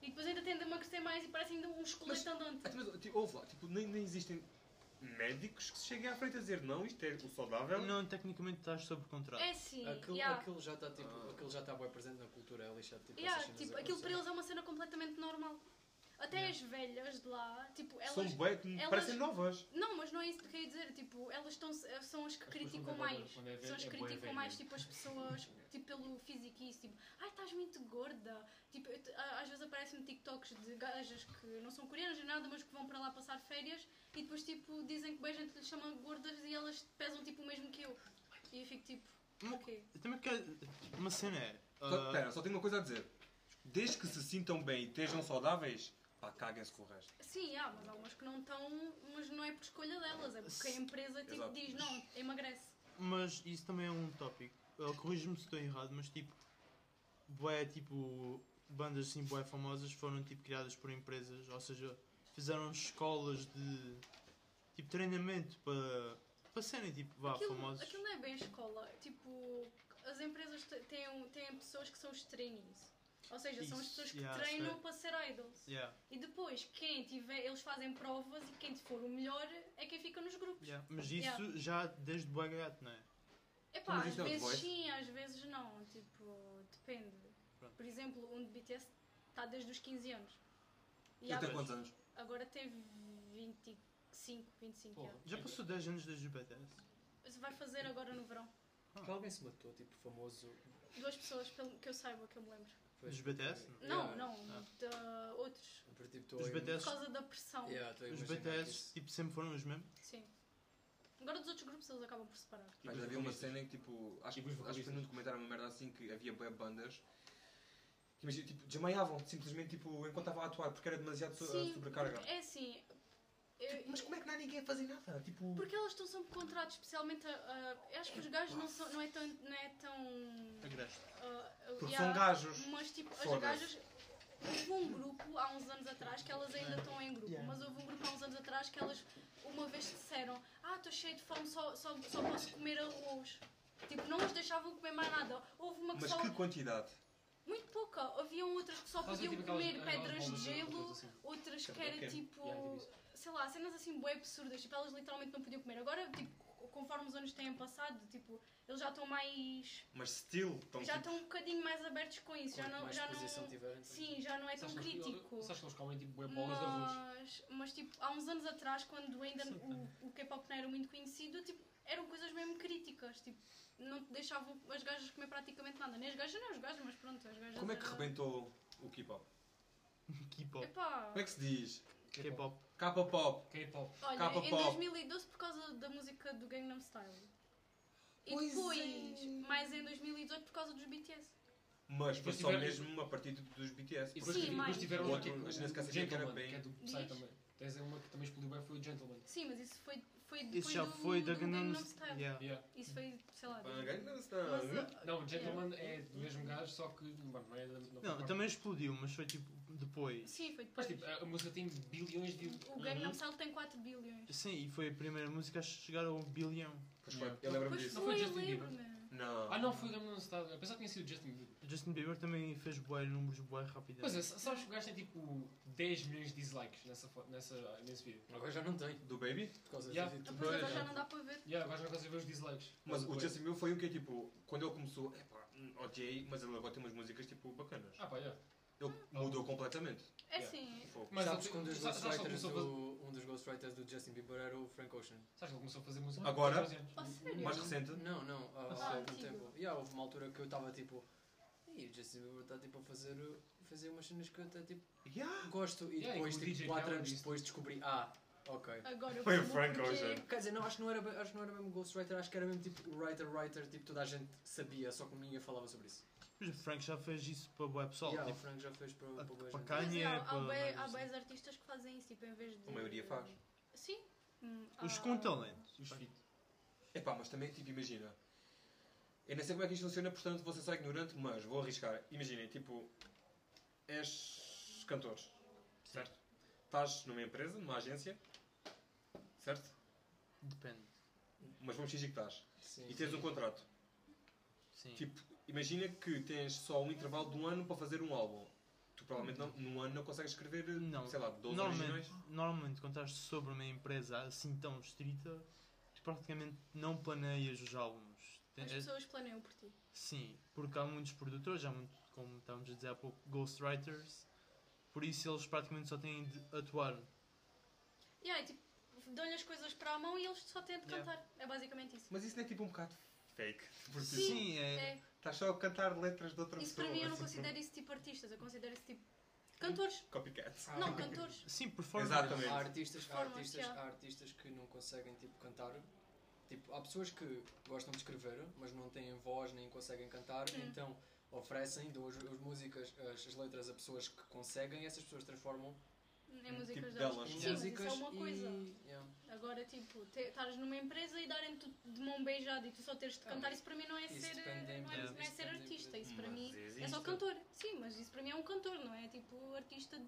Speaker 6: E depois ainda tendem a emagrecer mais e parecem ainda um esqueleto andante.
Speaker 1: Até mesmo, tipo, ouve lá, tipo, nem, nem existem médicos que se cheguem à frente a dizer não, isto é o saudável.
Speaker 2: Não, tecnicamente estás sob contrato.
Speaker 6: É sim,
Speaker 7: Aquilo,
Speaker 6: yeah.
Speaker 7: aquilo já está tipo, aquilo já está bem presente na cultura, é lixado. Tipo,
Speaker 6: Yeah,
Speaker 7: essas cenas
Speaker 6: tipo,
Speaker 7: a
Speaker 6: aquilo para
Speaker 7: acontecerem.
Speaker 6: eles é uma cena completamente normal. Até as velhas de lá, tipo, elas...
Speaker 1: São bem,
Speaker 6: elas-
Speaker 1: parecem novas.
Speaker 6: Não, mas não é isso que eu queria dizer. Tipo, elas estão, são as que
Speaker 3: pessoas
Speaker 6: criticam
Speaker 3: quando é
Speaker 6: mais.
Speaker 3: velha, quando é velha,
Speaker 6: São as
Speaker 3: é
Speaker 6: que
Speaker 3: bué
Speaker 6: criticam
Speaker 3: velha.
Speaker 6: mais, tipo, as pessoas, tipo, pelo físico e isso. Tipo, ai, estás muito gorda. Tipo, eu te- a- às vezes aparecem-me TikToks de gajas que não são coreanas nem nada, mas que vão para lá passar férias e depois, tipo, dizem que bem gente lhes chama gordas e elas pesam, tipo, o mesmo que eu. E eu fico, tipo, ok.
Speaker 2: Eu também quero. Uma cena é.
Speaker 1: Só,
Speaker 2: ah,
Speaker 1: pera, só tenho uma coisa a dizer. Desde que se sintam bem e estejam saudáveis, pá, caguem-se com o resto.
Speaker 6: Sim, há, mas há umas que não estão, mas não é por escolha delas. É porque a empresa, tipo,
Speaker 1: Exato.
Speaker 6: diz, não, emagrece.
Speaker 2: mas isso também é um tópico. Ah, Corrijo-me se estou errado, mas tipo. Boé, tipo. Bandas assim, boé famosas foram tipo criadas por empresas, ou seja, fizeram escolas de. Tipo, treinamento para. para serem tipo, vá,
Speaker 6: Aquilo,
Speaker 2: famosos.
Speaker 6: aquilo não é bem escola. Tipo, as empresas te- têm, têm pessoas que são os trainees. Ou seja, são as
Speaker 2: Isso,
Speaker 6: pessoas que
Speaker 2: yeah,
Speaker 6: treinam
Speaker 2: sei.
Speaker 6: para ser idols.
Speaker 2: Yeah,
Speaker 6: E depois, quem tiver, eles fazem provas e quem for o melhor é quem fica nos grupos.
Speaker 2: yeah. Mas isso já desde boé gato, não é?
Speaker 6: Epá,
Speaker 1: Mas
Speaker 6: às
Speaker 1: isso é o The
Speaker 6: vezes
Speaker 1: Voice?
Speaker 6: sim, às vezes não. Tipo, depende.
Speaker 2: Pronto.
Speaker 6: Por exemplo, um de BTS está desde os 15 anos. E
Speaker 1: Eu
Speaker 6: há-
Speaker 1: tenho quantos anos?
Speaker 6: agora tem 25, 25
Speaker 3: Porra. é
Speaker 6: anos.
Speaker 2: Já passou 10 anos desde o BTS.
Speaker 6: Mas Vai fazer agora no verão.
Speaker 7: Que alguém se matou, tipo, famoso.
Speaker 6: Duas pessoas, pelo que eu saiba, que eu me lembro.
Speaker 7: Pois.
Speaker 2: Dos BTS?
Speaker 6: Não,
Speaker 7: Yeah.
Speaker 6: não,
Speaker 2: Ah.
Speaker 6: de outros.
Speaker 7: Porque, tipo, tô
Speaker 2: Dos
Speaker 7: a-
Speaker 6: Por
Speaker 2: BTS,
Speaker 6: causa da pressão.
Speaker 7: Yeah, tô a
Speaker 2: os
Speaker 7: imaginar
Speaker 2: BTS
Speaker 7: que
Speaker 2: tipo, sempre foram os mesmos.
Speaker 6: Sim. Agora dos outros grupos eles acabam por separar.
Speaker 1: Mas havia uma cena em que tipo. Acho,
Speaker 3: E com os
Speaker 1: acho que
Speaker 3: vocalistas.
Speaker 1: foi num documentário uma merda assim que havia bué bandas. que, Imagina, tipo, desmaiavam simplesmente tipo, enquanto estavam a atuar porque era demasiado so-
Speaker 6: Sim,
Speaker 1: sobrecarga.
Speaker 6: porque é assim. eu-
Speaker 1: Mas como é que não há ninguém a fazer nada? Tipo.
Speaker 6: Porque elas estão sob contrato, especialmente a. a- eu acho que os gajos não, são, não é tão. Não é tão
Speaker 2: Agreste.
Speaker 6: ah, ah,
Speaker 1: Porque
Speaker 6: yeah,
Speaker 1: são gajos.
Speaker 6: Mas tipo, as
Speaker 1: Foda-se.
Speaker 6: gajas. Houve um grupo há uns anos atrás que elas ainda estão em grupo,
Speaker 2: Yeah.
Speaker 6: mas houve um grupo há uns anos atrás que elas uma vez disseram: Ah, estou cheio de fome, só, só, só posso comer arroz. Tipo, não os deixavam comer mais nada. Houve uma que
Speaker 1: Mas
Speaker 6: só.
Speaker 1: que quantidade?
Speaker 6: Muito pouca. Haviam outras que só
Speaker 3: Faz
Speaker 6: podiam
Speaker 3: tipo aquelas-
Speaker 6: comer
Speaker 3: aquelas
Speaker 6: pedras de
Speaker 3: bombas,
Speaker 6: gelo,
Speaker 3: coisas assim.
Speaker 6: outras que
Speaker 1: Também
Speaker 6: era
Speaker 1: quero.
Speaker 6: tipo.
Speaker 3: Yeah, tipo isso.
Speaker 6: sei lá, cenas assim bué absurdas. Tipo, elas literalmente não podiam comer. Agora, tipo, conforme os anos têm passado, tipo, eles já estão mais.
Speaker 1: Mas still, estão
Speaker 6: já
Speaker 1: tipo,
Speaker 6: estão um bocadinho mais abertos com isso. Já
Speaker 7: Quanto
Speaker 6: não.
Speaker 7: mais
Speaker 6: Já
Speaker 7: exposição
Speaker 6: não
Speaker 7: tiverem, tá
Speaker 6: sim, já não é tão
Speaker 3: tipo, Sabes que eles-
Speaker 6: crítico.
Speaker 3: Sabes que eles comem tipo bué bolas de arroz.
Speaker 6: Mas, mas, tipo, há uns anos atrás, quando ainda o, o K-pop não era muito conhecido, tipo, eram coisas mesmo críticas. Tipo, não te deixavam as gajas comer praticamente nada. Nem as gajas, nem os gajos, mas pronto, as gajas.
Speaker 1: Como é que
Speaker 6: era-
Speaker 1: rebentou o K-pop?
Speaker 2: K-pop.
Speaker 6: Epá,
Speaker 1: Como é que se diz?
Speaker 2: K-pop.
Speaker 1: K-pop.
Speaker 3: K-pop.
Speaker 6: olha,
Speaker 1: Capa
Speaker 6: em
Speaker 1: pop.
Speaker 6: 2012 por causa da música do Gangnam Style. E depois, mais em 2018 por causa dos BTS.
Speaker 1: Mas foi
Speaker 3: Depois
Speaker 1: só
Speaker 3: tiveram-
Speaker 1: mesmo uma partida dos BTS.
Speaker 3: E
Speaker 1: porque-
Speaker 3: depois,
Speaker 6: Sim,
Speaker 3: e depois
Speaker 6: mais.
Speaker 3: tiveram
Speaker 1: Outro,
Speaker 3: tipo,
Speaker 1: mas nesse caso
Speaker 3: o
Speaker 1: aqui que era
Speaker 3: Gentleman,
Speaker 1: bem-
Speaker 3: que é do
Speaker 6: Diz?
Speaker 3: Psy também. Tens uma que também explodiu bem, foi o Gentleman.
Speaker 6: Sim, mas isso foi, foi depois
Speaker 2: Isso já
Speaker 6: do,
Speaker 2: foi da
Speaker 6: do
Speaker 2: Gangnam
Speaker 6: Style.
Speaker 2: Yeah.
Speaker 3: Yeah.
Speaker 6: Isso foi, sei lá.
Speaker 1: Ah,
Speaker 3: tipo-
Speaker 1: Gangnam
Speaker 6: Mas,
Speaker 1: Style.
Speaker 6: ah,
Speaker 3: Não, o Gentleman é do mesmo gajo, só que. Mano, não é da.
Speaker 2: Não, também explodiu, mas foi tipo depois.
Speaker 6: Sim, foi depois.
Speaker 3: Mas tipo, é a a música tem bilhões de.
Speaker 6: o Gangnam Style tem 4 bilhões.
Speaker 2: Sim, e foi a primeira música a chegar ao bilhão.
Speaker 1: Pois foi,
Speaker 3: Yeah.
Speaker 1: eu lembro-me
Speaker 6: Pois
Speaker 1: disso.
Speaker 3: Não foi
Speaker 6: foi,
Speaker 3: Justin Bieber.
Speaker 6: lembro-me.
Speaker 1: Não.
Speaker 3: Ah, não, foi o Gangnam Style. Eu pensava que tinha sido o Justin Bieber.
Speaker 2: Justin Bieber também fez bué números bué rapidamente.
Speaker 3: Pois é, sa- sabes que o gajo tem tipo 10 milhões de dislikes nessa, fo- nessa, nesse vídeo.
Speaker 7: Agora já não tem,
Speaker 1: Do Baby?
Speaker 7: por causa
Speaker 3: Yeah.
Speaker 7: disso. tipo,
Speaker 6: Ah, pois, agora
Speaker 3: Pois,
Speaker 6: já
Speaker 3: é.
Speaker 6: não dá para ver.
Speaker 3: Yeah, agora já não consigo ver os dislikes.
Speaker 1: Mas o
Speaker 3: Ué.
Speaker 1: Justin Bieber foi um que é tipo, quando ele começou, epá, hum, odiei, mas ele agora tem umas músicas tipo bacanas.
Speaker 3: Ah, pá, yeah.
Speaker 1: Ele mudou completamente.
Speaker 6: É
Speaker 3: Yeah.
Speaker 6: assim,
Speaker 1: Fogo.
Speaker 3: Mas
Speaker 7: Sabes
Speaker 3: ele-
Speaker 7: que um dos
Speaker 3: sa- sabes que ele
Speaker 7: ghostwriters
Speaker 3: começou a fazer-
Speaker 7: do, um dos ghostwriters do Justin Bieber era o Frank Ocean.
Speaker 3: Sabes que ele começou a fazer música
Speaker 1: Agora?
Speaker 3: com 14 anos.
Speaker 6: a sério.
Speaker 1: Mais recente.
Speaker 7: Não, não, há há
Speaker 6: Ah,
Speaker 7: algum
Speaker 6: sim.
Speaker 7: tempo. Yeah, houve uma altura que eu estava tipo. E o Justin Bieber está tipo a fazer, uh, fazer umas cenas que eu até tipo
Speaker 1: Yeah.
Speaker 7: gosto e
Speaker 3: Yeah, e
Speaker 7: depois
Speaker 3: com o
Speaker 7: tipo
Speaker 3: DJ
Speaker 7: 4
Speaker 3: Khaled
Speaker 7: anos
Speaker 3: disse.
Speaker 7: depois descobri, ah, ok.
Speaker 6: Agora
Speaker 1: Foi o
Speaker 6: como
Speaker 1: Frank
Speaker 6: porque-
Speaker 1: Ocean.
Speaker 7: Quer dizer, não, acho que não era, bem- acho que não era mesmo ghostwriter, acho que era mesmo tipo writer, writer, tipo toda a gente sabia, só que ninguém falava sobre isso.
Speaker 2: Mas o Frank já fez isso para bué pessoal.
Speaker 7: Yeah, o
Speaker 2: tipo,
Speaker 7: Frank já fez para, para,
Speaker 2: a-
Speaker 7: boa
Speaker 2: para
Speaker 7: gente.
Speaker 6: Mas,
Speaker 2: Kanye,
Speaker 6: yeah,
Speaker 2: para-
Speaker 6: há bué- há boas artistas que fazem isso, tipo, em vez de...
Speaker 1: A maioria faz.
Speaker 6: Sim. Hum,
Speaker 2: os
Speaker 6: há-
Speaker 2: com talento.
Speaker 3: Os fit.
Speaker 1: Epá, mas também, tipo, imagina. Eu não sei como é que isto funciona, portanto, vou ser só ignorante, mas vou arriscar. Imaginem, tipo, és cantor, certo? Estás numa empresa, numa agência, certo?
Speaker 2: Depende.
Speaker 1: Mas vamos fingir que estás.
Speaker 7: Sim,
Speaker 1: E tens um contrato.
Speaker 6: Hum.
Speaker 2: Sim.
Speaker 1: Tipo, imagina que tens só um intervalo de um ano para fazer um álbum. Tu provavelmente não, num ano não consegues escrever,
Speaker 2: Não.
Speaker 1: sei lá, 12 originais.
Speaker 2: normalmente, normalmente quando estás sobre uma empresa assim tão estrita, tu praticamente não planeias os álbuns. Tem-
Speaker 6: As
Speaker 2: é-
Speaker 6: pessoas planeiam por ti.
Speaker 2: Sim, porque há muitos produtores, há muito, como estávamos a dizer há pouco, ghostwriters, por isso eles praticamente só têm de atuar.
Speaker 6: Yeah, e, tipo, dão-lhe as coisas para a mão e eles só têm de
Speaker 2: Yeah.
Speaker 6: cantar. É basicamente isso.
Speaker 1: Mas isso não é tipo um bocado fake. [LAUGHS] Porque
Speaker 6: Sim.
Speaker 2: é,
Speaker 6: É.
Speaker 1: estás só a cantar letras de outra
Speaker 6: Isso
Speaker 1: pessoa.
Speaker 6: para mim eu não
Speaker 1: assim,
Speaker 6: considero isso tipo artistas, eu considero isso tipo... Cantores.
Speaker 1: Copycat.
Speaker 6: Não, cantores.
Speaker 2: sim, performance.
Speaker 1: Exatamente.
Speaker 7: Há artistas, há
Speaker 6: Performance,
Speaker 7: artistas,
Speaker 6: yeah.
Speaker 7: há artistas que não conseguem tipo cantar. Tipo, há pessoas que gostam de escrever, mas não têm voz nem conseguem cantar,
Speaker 6: Hum.
Speaker 7: então oferecem, dão as, as músicas, as, as letras a pessoas que conseguem, essas pessoas transformam
Speaker 6: Em músicas
Speaker 1: tipo
Speaker 6: delas.
Speaker 1: delas.
Speaker 7: em
Speaker 6: Sim, mas isso
Speaker 7: músicas
Speaker 6: é uma coisa.
Speaker 7: e yeah.
Speaker 6: Agora, tipo, te- estares numa empresa e darem te de mão beijada e tu só teres de
Speaker 7: Ah,
Speaker 6: cantar,
Speaker 7: mas
Speaker 6: isso para mim não é
Speaker 7: isso
Speaker 6: ser,
Speaker 7: depende da
Speaker 6: não é,
Speaker 7: empresa,
Speaker 6: não é
Speaker 7: isso
Speaker 6: ser
Speaker 7: depende da
Speaker 6: artista,
Speaker 7: empresa.
Speaker 6: isso para
Speaker 1: Mas
Speaker 6: mim é
Speaker 1: existe.
Speaker 6: só cantor. Sim, mas isso para mim é um cantor, não é? Tipo, artista de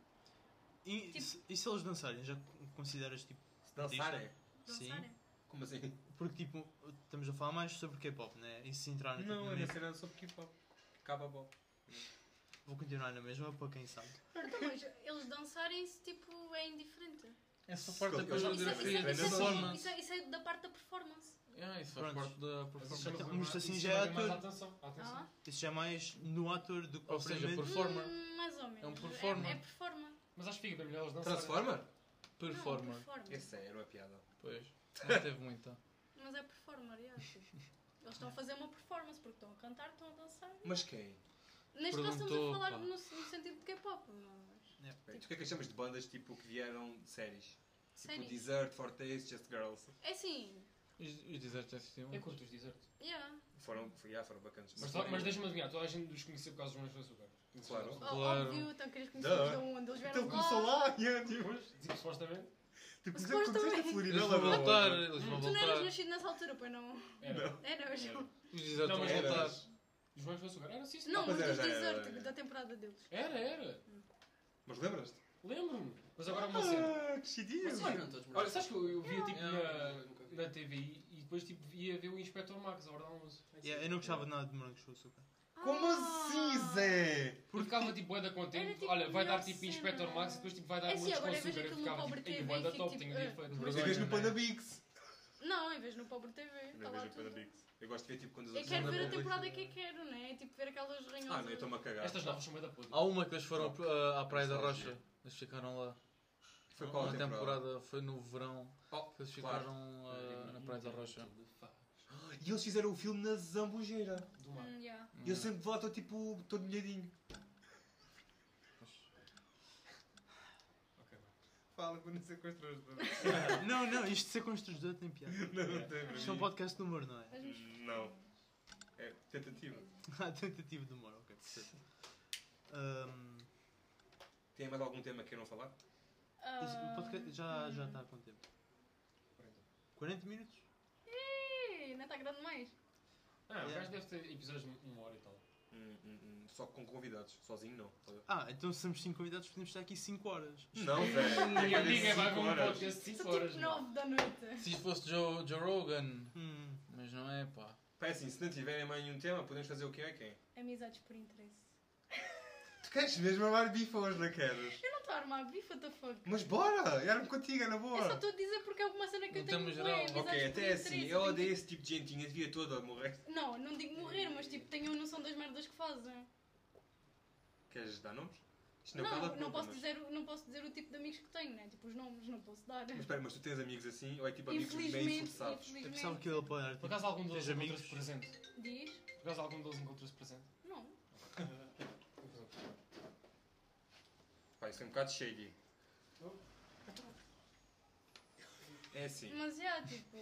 Speaker 2: E,
Speaker 6: Tipo-
Speaker 2: se, e se eles dançarem, já co- consideras tipo.
Speaker 1: Se dançarem?
Speaker 2: artista? Sim.
Speaker 6: dançarem.
Speaker 1: Como assim?
Speaker 2: Porque tipo, estamos a falar mais sobre K-pop, né? E se entrar tipo,
Speaker 1: Não,
Speaker 3: Hum.
Speaker 6: é
Speaker 2: no
Speaker 1: eu não
Speaker 2: meio-
Speaker 1: sei nada sobre K-pop. K-pop.
Speaker 2: Vou continuar na mesma, para quem sabe.
Speaker 6: Então, mas eles dançarem, se tipo, é indiferente.
Speaker 4: É só parte da
Speaker 1: Eu
Speaker 4: coisa
Speaker 6: Isso
Speaker 1: já
Speaker 6: é-
Speaker 1: me
Speaker 6: isso é-
Speaker 4: da
Speaker 1: direi-
Speaker 6: isso é- isso é-
Speaker 4: performance.
Speaker 6: isso é- isso é da parte da performance.
Speaker 4: Yeah, isso faz
Speaker 2: Pronto.
Speaker 4: parte da
Speaker 3: Mas isso chama-
Speaker 4: performance.
Speaker 2: Então, mas assim
Speaker 3: isso
Speaker 2: já é
Speaker 3: chama mais
Speaker 2: ator.
Speaker 3: atenção. atenção.
Speaker 6: Ah?
Speaker 2: Isso já é mais no ator do que
Speaker 4: Ou seja,
Speaker 2: propriamente.
Speaker 4: performer.
Speaker 6: Hum, mais ou menos.
Speaker 4: É um performer.
Speaker 6: É, é performer. Não,
Speaker 3: Mas acho que fica bem melhor elas dançarem.
Speaker 1: Transformer?
Speaker 4: Performer.
Speaker 6: [LAUGHS] performer.
Speaker 1: Esse é, era uma piada.
Speaker 4: Pois. Não teve muita.
Speaker 6: Mas
Speaker 4: [LAUGHS]
Speaker 6: é performer, yeah, tipo. Eles estão a fazer uma performance porque estão a cantar, estão a dançar.
Speaker 1: Mas quem?
Speaker 6: Neste caso estamos a
Speaker 4: Perguntou,
Speaker 6: falar
Speaker 4: pá.
Speaker 6: no, no sentido de K-pop, mas.
Speaker 1: Bem, tu o que é que achamos de bandas tipo que vieram de séries? Tipo
Speaker 6: Séries.
Speaker 1: Desert, Fortes, Just Girls.
Speaker 6: É assim.
Speaker 4: Os, os desertos é assim,
Speaker 3: Eu curto os desertos.
Speaker 6: Yeah.
Speaker 1: Foram, foi, ah, foram bacanas.
Speaker 3: Mas, mas deixa-me adivinhar, toda a gente os conheceu por causa dos Mães do Açúcar.
Speaker 1: Claro.
Speaker 6: Ó-
Speaker 4: Claro.
Speaker 6: Óbvio, então querias conhecer
Speaker 1: Duh.
Speaker 6: cada um, eles vieram
Speaker 1: Então começou lá, [LAUGHS] yeah, tipo,
Speaker 3: Tipo, supostamente.
Speaker 1: tipo,
Speaker 6: Mas
Speaker 1: já aconteceste a
Speaker 6: supostamente-
Speaker 4: Eles
Speaker 1: Floribela
Speaker 4: vão
Speaker 1: agora.
Speaker 4: voltar, eles vão
Speaker 6: Tu não eras
Speaker 4: voltar.
Speaker 6: nascido nessa altura, pois não?
Speaker 3: Era.
Speaker 6: Era hoje.
Speaker 3: Era.
Speaker 4: Os desertos
Speaker 3: Não,
Speaker 4: vão
Speaker 3: mas
Speaker 4: voltar.
Speaker 3: eras. Os Mães do Açúcar? Era sim, sim.
Speaker 6: Não,
Speaker 1: Ah,
Speaker 6: mas
Speaker 1: pois era,
Speaker 6: dos
Speaker 1: já era,
Speaker 6: deserto,
Speaker 1: era.
Speaker 6: da temporada deles.
Speaker 3: Era, era.
Speaker 1: Mas lembras-te?
Speaker 3: Lembro-me. Mas agora é uma cena.
Speaker 1: Ah, que chidinho.
Speaker 7: Vocês viram todos, mas-
Speaker 3: Olha, sabes que eu, eu via tipo
Speaker 7: Yeah.
Speaker 3: na, na TVI e depois tipo ia ver o Inspector Max a hora do almoço.
Speaker 2: Yeah, eu não gostava de nada de morangos com açúcar.
Speaker 6: Ah.
Speaker 1: Como assim, Zé?
Speaker 3: Porque ficava tipo boeda contente.
Speaker 6: Era, tipo,
Speaker 3: Olha, vai dar
Speaker 6: melhor
Speaker 3: tipo
Speaker 6: cena.
Speaker 3: Inspector Max e depois tipo vai dar
Speaker 6: É
Speaker 3: morangos
Speaker 6: assim,
Speaker 3: com
Speaker 6: agora eu
Speaker 3: açúcar.
Speaker 6: vejo
Speaker 3: Eu
Speaker 6: aquilo no
Speaker 3: ficava
Speaker 6: Pobre
Speaker 3: tipo, ei,
Speaker 6: TV
Speaker 3: boeda
Speaker 6: e fico,
Speaker 3: top,
Speaker 6: tipo,
Speaker 3: tenho o dia
Speaker 6: ah.
Speaker 3: feito.
Speaker 1: Mas vês no Panda Bix.
Speaker 6: Tá Não, em vez no Pobre TV.
Speaker 1: Eu
Speaker 6: Tá
Speaker 1: não
Speaker 6: lá
Speaker 1: vejo no
Speaker 6: tudo.
Speaker 1: Panda Bix. Eu gosto de ver tipo quando os
Speaker 6: Eu
Speaker 1: outros
Speaker 6: quero
Speaker 1: andam
Speaker 6: ver a
Speaker 1: para o
Speaker 6: temporada que eu quero, né? É Tipo ver aquelas ranhosas.
Speaker 1: Ah, não, eu estou-me a cagar.
Speaker 3: Estas novas são boeda podre.
Speaker 4: Há uma que eles foram ah, à Praia da Rocha. Eles ficaram lá.
Speaker 1: Foi qual a
Speaker 4: Uma
Speaker 1: temporada?
Speaker 4: temporada foi no verão.
Speaker 1: Oh,
Speaker 4: que Eles
Speaker 1: claro.
Speaker 4: ficaram ah, na Praia da Rocha.
Speaker 1: E eles fizeram o filme na Zambujeira.
Speaker 3: Do mar.
Speaker 6: Hum, yeah.
Speaker 1: E eu sempre voto, tipo, todo molhadinho.
Speaker 3: Ok, vai.
Speaker 1: Fala quando se sequestrou os dois.
Speaker 2: [LAUGHS] não, não, isto de ser construtor tem piada.
Speaker 1: [LAUGHS] Não, não tem para
Speaker 2: Isto é um
Speaker 1: mim.
Speaker 2: podcast de humor,
Speaker 1: Hum.
Speaker 2: não é? [LAUGHS]
Speaker 6: Mas, mas-
Speaker 1: Não. É tentativa.
Speaker 2: Ah, tentativa de humor, ok. percebo. Ahm,
Speaker 1: Tem mais algum tema que queiram falar?
Speaker 6: ah,
Speaker 2: isso- o podcast já
Speaker 6: hum.
Speaker 2: já
Speaker 1: tá.
Speaker 2: está com tempo. 40 minutos?
Speaker 6: Ei, não está grande mais.
Speaker 3: Ah, o
Speaker 2: Yeah.
Speaker 3: gajo deve ter episódios de uma hora e tal.
Speaker 1: Hum, hum, hum. Só com convidados. Sozinho, não.
Speaker 2: Ah, então se somos 5 convidados podemos estar aqui 5 horas.
Speaker 1: Não, velho.
Speaker 3: Ninguém
Speaker 1: Olha,
Speaker 3: diga, vai ver
Speaker 1: cinco
Speaker 3: um
Speaker 1: horas.
Speaker 3: podcast de
Speaker 6: São
Speaker 3: 5 horas.
Speaker 6: tipo
Speaker 3: meu.
Speaker 6: 9 da noite.
Speaker 4: Se isto fosse Joe, Joe Rogan,
Speaker 2: Hum,
Speaker 4: mas não é, pá.
Speaker 1: Pá, é assim, se não tiverem mais nenhum tema, podemos fazer o que é quem?
Speaker 6: Amizades por interesse.
Speaker 1: Tu queres mesmo armar bifas, não queres?
Speaker 6: Eu não estou a armar bife, what the fuck.
Speaker 1: Mas bora! Eu armo contigo, na
Speaker 6: Eu só
Speaker 1: boa!
Speaker 6: estou a dizer porque é uma cena que eu
Speaker 4: No
Speaker 6: tenho
Speaker 4: tema
Speaker 6: bué,
Speaker 4: geral.
Speaker 6: amizades
Speaker 1: Ok,
Speaker 6: por
Speaker 1: até assim,
Speaker 6: interesse.
Speaker 1: eu
Speaker 6: tenho-
Speaker 1: odeio esse tipo de gentinha, devia toda a morrer.
Speaker 6: Não, não digo morrer, mas tipo, tenho noção das merdas que fazem.
Speaker 1: Queres dar nomes? Isto
Speaker 6: Não,
Speaker 1: cala a
Speaker 6: não,
Speaker 1: boca,
Speaker 6: posso
Speaker 1: mas-
Speaker 6: dizer, o- não posso dizer o tipo de amigos que tenho, né? Tipo, os nomes não posso dar.
Speaker 1: Mas espera, mas tu tens amigos assim ou é tipo amigos meio
Speaker 6: Infelizmente,
Speaker 1: forçados?
Speaker 2: eu tipo, pensava
Speaker 6: infelizmente.
Speaker 2: que ele apoiar.
Speaker 3: Por acaso algum deles
Speaker 2: Tens amigos?
Speaker 3: encontrou-se presente?
Speaker 6: Diz?
Speaker 3: Por acaso algum deles encontrou-se presente?
Speaker 6: Não.
Speaker 1: Pá, isso é um bocado shady.
Speaker 6: Então-
Speaker 1: É assim.
Speaker 6: Mas é, tipo,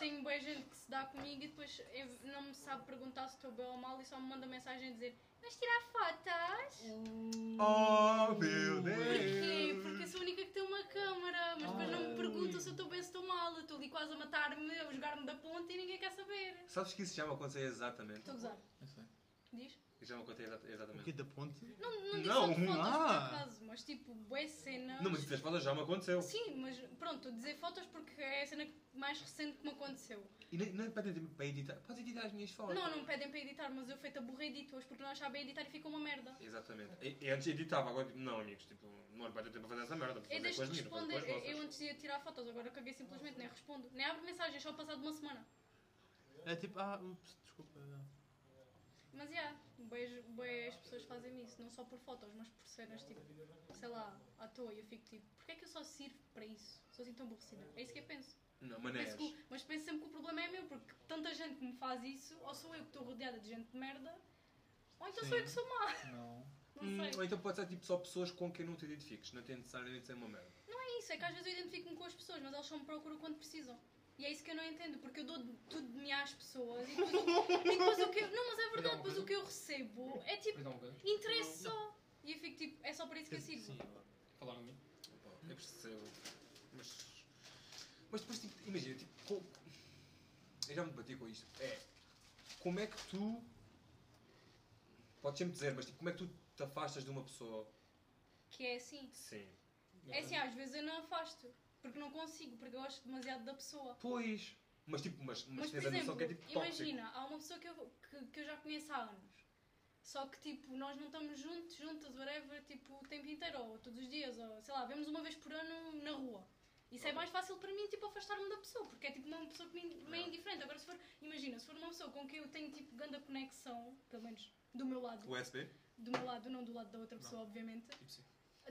Speaker 6: tenho boa gente que se dá comigo e depois eu não me sabe perguntar se estou bem ou mal e só me manda mensagem a dizer vais tirar fotos?
Speaker 1: Oh meu
Speaker 6: Hum. Porquê? Porque sou a única que tem uma câmara, mas depois não me perguntam se eu estou bem ou se estou mal. Eu Estou ali quase a matar-me, a jogar-me da ponta e ninguém quer saber.
Speaker 1: Sabes que isso já me aconteceu exatamente?
Speaker 6: Estou a gozar.
Speaker 4: Eu sei.
Speaker 6: Diz?
Speaker 1: Isso já me aconteceu exa-
Speaker 2: O que
Speaker 1: exatamente.
Speaker 2: da ponte?
Speaker 6: Não, não digo
Speaker 1: Não,
Speaker 6: só de fotos,
Speaker 2: ah.
Speaker 6: por acaso, mas tipo, boa cena.
Speaker 1: Não, mas isso é das fotos já me aconteceu.
Speaker 6: Sim, mas pronto, estou a dizer fotos porque é a cena mais recente que me aconteceu.
Speaker 1: E nem, nem pedem para editar. Podes editar as minhas fotos.
Speaker 6: Não, não me pedem para editar, mas eu feito a burra edito hoje porque não achava editar e fica uma merda.
Speaker 1: Exatamente. E, e antes editava, agora tipo, não amigos, tipo, não vai ter tempo para fazer essa merda.
Speaker 6: Eu
Speaker 1: Fazer
Speaker 6: deixo
Speaker 1: com as
Speaker 6: de
Speaker 1: minhas, fazer
Speaker 6: responder,
Speaker 1: com as
Speaker 6: eu, eu
Speaker 1: vossas.
Speaker 6: antes ia tirar fotos, agora caguei simplesmente, nem respondo. Nem abro mensagens, só passado uma semana.
Speaker 2: É tipo, ah, ups, desculpa.
Speaker 6: Mas já, yeah, boas, boas pessoas fazem isso, não só por fotos, mas por cenas tipo, sei lá, à toa. E eu fico tipo, porquê é que eu só sirvo para isso? Sou assim tão aborrecida. É isso que eu penso.
Speaker 1: Não, manés.
Speaker 6: penso que o- mas penso sempre que o problema é meu, porque tanta gente me faz isso, ou sou eu que estou rodeada de gente de merda, ou então sou eu que sou má.
Speaker 4: Não.
Speaker 6: Não sei.
Speaker 1: Hum, ou então pode ser tipo só pessoas com quem não te identifiques, não tem necessariamente de ser uma merda.
Speaker 6: isso, é que às vezes eu identifico-me com as pessoas, mas elas só me procuram quando precisam. E é isso que eu não entendo, porque eu dou de- tudo de mim às pessoas e depois, e depois o que eu. Não, mas é verdade, depois o que eu recebo é tipo
Speaker 3: Perdão, um bocado.
Speaker 6: interesse só. E eu fico tipo, é só para isso que eu sirvo.
Speaker 3: Falaram de mim?
Speaker 1: Tipo, Pá, Eu percebo. Mas. Mas depois, tipo, imagina, tipo, co- eu já me debati com isto. É. Como é que tu. Podes sempre dizer, mas tipo, como é que tu te afastas de uma pessoa?
Speaker 6: Que é assim.
Speaker 1: Sim.
Speaker 6: É
Speaker 3: Tipo,
Speaker 6: assim, às vezes eu não afasto, porque não consigo, porque eu gosto demasiado da pessoa.
Speaker 1: Pois. Mas tipo, mas, mas,
Speaker 6: Mas, por
Speaker 1: tens a
Speaker 6: exemplo,
Speaker 1: noção que é tipo tóxico.
Speaker 6: imagina, há uma pessoa que eu, que, que eu já conheço há anos. Só que, tipo, nós não estamos juntos, juntas, whatever, tipo, o tempo inteiro, ou todos os dias, ou sei lá, vemos uma vez por ano na rua. Isso é mais fácil para mim, tipo, afastar-me da pessoa, porque é tipo uma pessoa que me me é indiferente. Agora, se for, imagina, se for uma pessoa com quem eu tenho, tipo, grande conexão, pelo menos do meu lado,
Speaker 1: USB?
Speaker 6: do meu lado, não do lado da outra pessoa, obviamente,
Speaker 3: Tipo sim.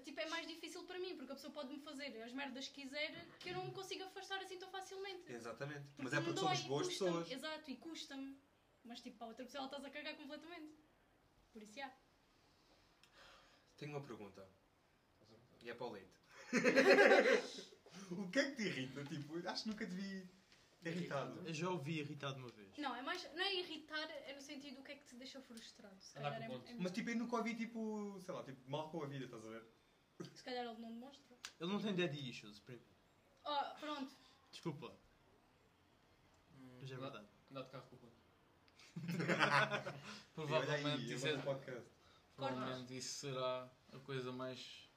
Speaker 6: tipo, é mais difícil para mim, porque a pessoa pode-me fazer as merdas que quiser, que eu não me consigo afastar assim tão facilmente.
Speaker 1: Exatamente. Mas é
Speaker 6: me
Speaker 1: porque
Speaker 6: dói
Speaker 1: somos
Speaker 6: e
Speaker 1: boas
Speaker 6: custa-me.
Speaker 1: pessoas.
Speaker 6: Exato, e custa-me. Mas tipo, para outra pessoa ela estás a cagar completamente. Por isso, já.
Speaker 1: Tenho uma pergunta. E é para o leite. [LAUGHS] o que é que te irrita? Tipo, acho que nunca te vi irritado.
Speaker 2: Eu já ouvi irritado uma vez.
Speaker 6: Não, é mais. Não é irritar, é no sentido o que é que te deixa frustrado. Se
Speaker 3: Andar
Speaker 6: calhar,
Speaker 3: com
Speaker 6: é,
Speaker 3: pontos.
Speaker 6: é,
Speaker 1: Mas tipo, eu nunca ouvi tipo, sei lá, tipo, mal com a vida, estás a ver?
Speaker 6: se calhar ele não demonstra.
Speaker 2: Ele não tem daddy issues, primo.
Speaker 6: Oh, pronto.
Speaker 2: Desculpa, mas é
Speaker 3: Hum.
Speaker 2: verdade.
Speaker 3: Andar de carro com o ponto. Um
Speaker 1: E olha
Speaker 4: Provavelmente
Speaker 1: aí,
Speaker 4: isso,
Speaker 1: eu vou
Speaker 4: é,
Speaker 1: para o podcast.
Speaker 4: provavelmente isso será a coisa mais.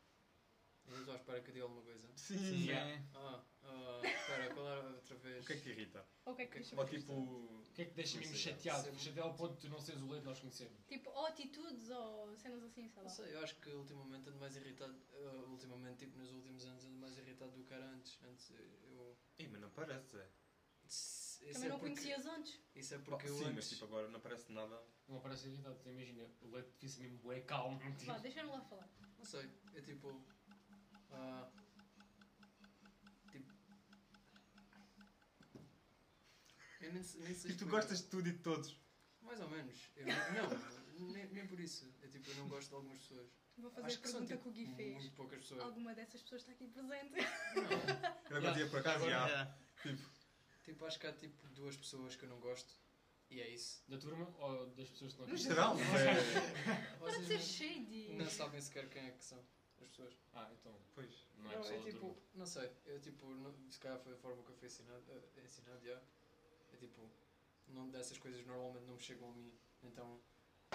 Speaker 7: Eu estou à espera que eu diga alguma coisa.
Speaker 1: Sim.
Speaker 4: Sim,
Speaker 3: Yeah.
Speaker 4: é.
Speaker 7: Ah, ah, espera, qual era outra vez?
Speaker 1: O que é que te irrita?
Speaker 6: Ou o que é que
Speaker 7: Ok,
Speaker 6: deixa
Speaker 1: Ou
Speaker 6: frustrado?
Speaker 1: tipo,
Speaker 3: O que é que deixa mesmo
Speaker 7: Não sei,
Speaker 3: chateado?
Speaker 7: sempre-
Speaker 3: Chateado ao ponto de tu não seres o leite que nós conhecemos.
Speaker 6: Tipo, ou atitudes ou cenas assim, sei lá.
Speaker 7: Não sei, eu acho que ultimamente ando mais irritado, ah, ultimamente, tipo nos últimos anos, ando mais irritado do que era antes. Antes eh, eu.
Speaker 1: Ei, mas não parece, Zé.
Speaker 7: Isso
Speaker 6: Também não
Speaker 7: é porque-
Speaker 6: conhecias antes.
Speaker 7: Isso é
Speaker 1: Pá,
Speaker 7: porque eu
Speaker 1: Sim, mas
Speaker 7: antes.
Speaker 1: tipo, agora não parece nada.
Speaker 3: Não parece irritado, tu tá, imagina. O leite fica mesmo bué calmo. tipo.
Speaker 6: Vá, deixa-me lá falar.
Speaker 7: Não sei, é tipo. ah, tipo. Eu nem, se-
Speaker 1: E
Speaker 7: nem sei.
Speaker 1: Tipo, tu
Speaker 7: explicar.
Speaker 1: gostas de tudo e de todos.
Speaker 7: Mais ou menos. Eu não, não, nem, nem por isso. É tipo, eu não gosto de algumas pessoas.
Speaker 6: Vou fazer
Speaker 7: Acho
Speaker 6: a
Speaker 7: que são
Speaker 6: pergunta
Speaker 7: tipo,
Speaker 6: que o Gui fez.
Speaker 7: muito poucas pessoas.
Speaker 6: Alguma dessas pessoas está aqui presente.
Speaker 7: Não.
Speaker 1: Eu agora dizia por acaso, já.
Speaker 2: É.
Speaker 7: Tipo, acho que há tipo duas pessoas que eu não gosto. E é isso.
Speaker 3: Da turma ou das pessoas que não
Speaker 1: No geral, é? Zé.
Speaker 6: Para de ser
Speaker 7: Vocês
Speaker 6: shady.
Speaker 7: não, não sabem sequer quem é que são as pessoas.
Speaker 3: Ah, então.
Speaker 1: Pois.
Speaker 3: Não é pessoal
Speaker 7: é
Speaker 3: da
Speaker 7: tipo,
Speaker 3: turma.
Speaker 7: não sei, eu tipo, não, se calhar foi a forma que eu fui ensinado, eh, ensinado já. É tipo, não, dessas coisas normalmente não me chegam a mim, então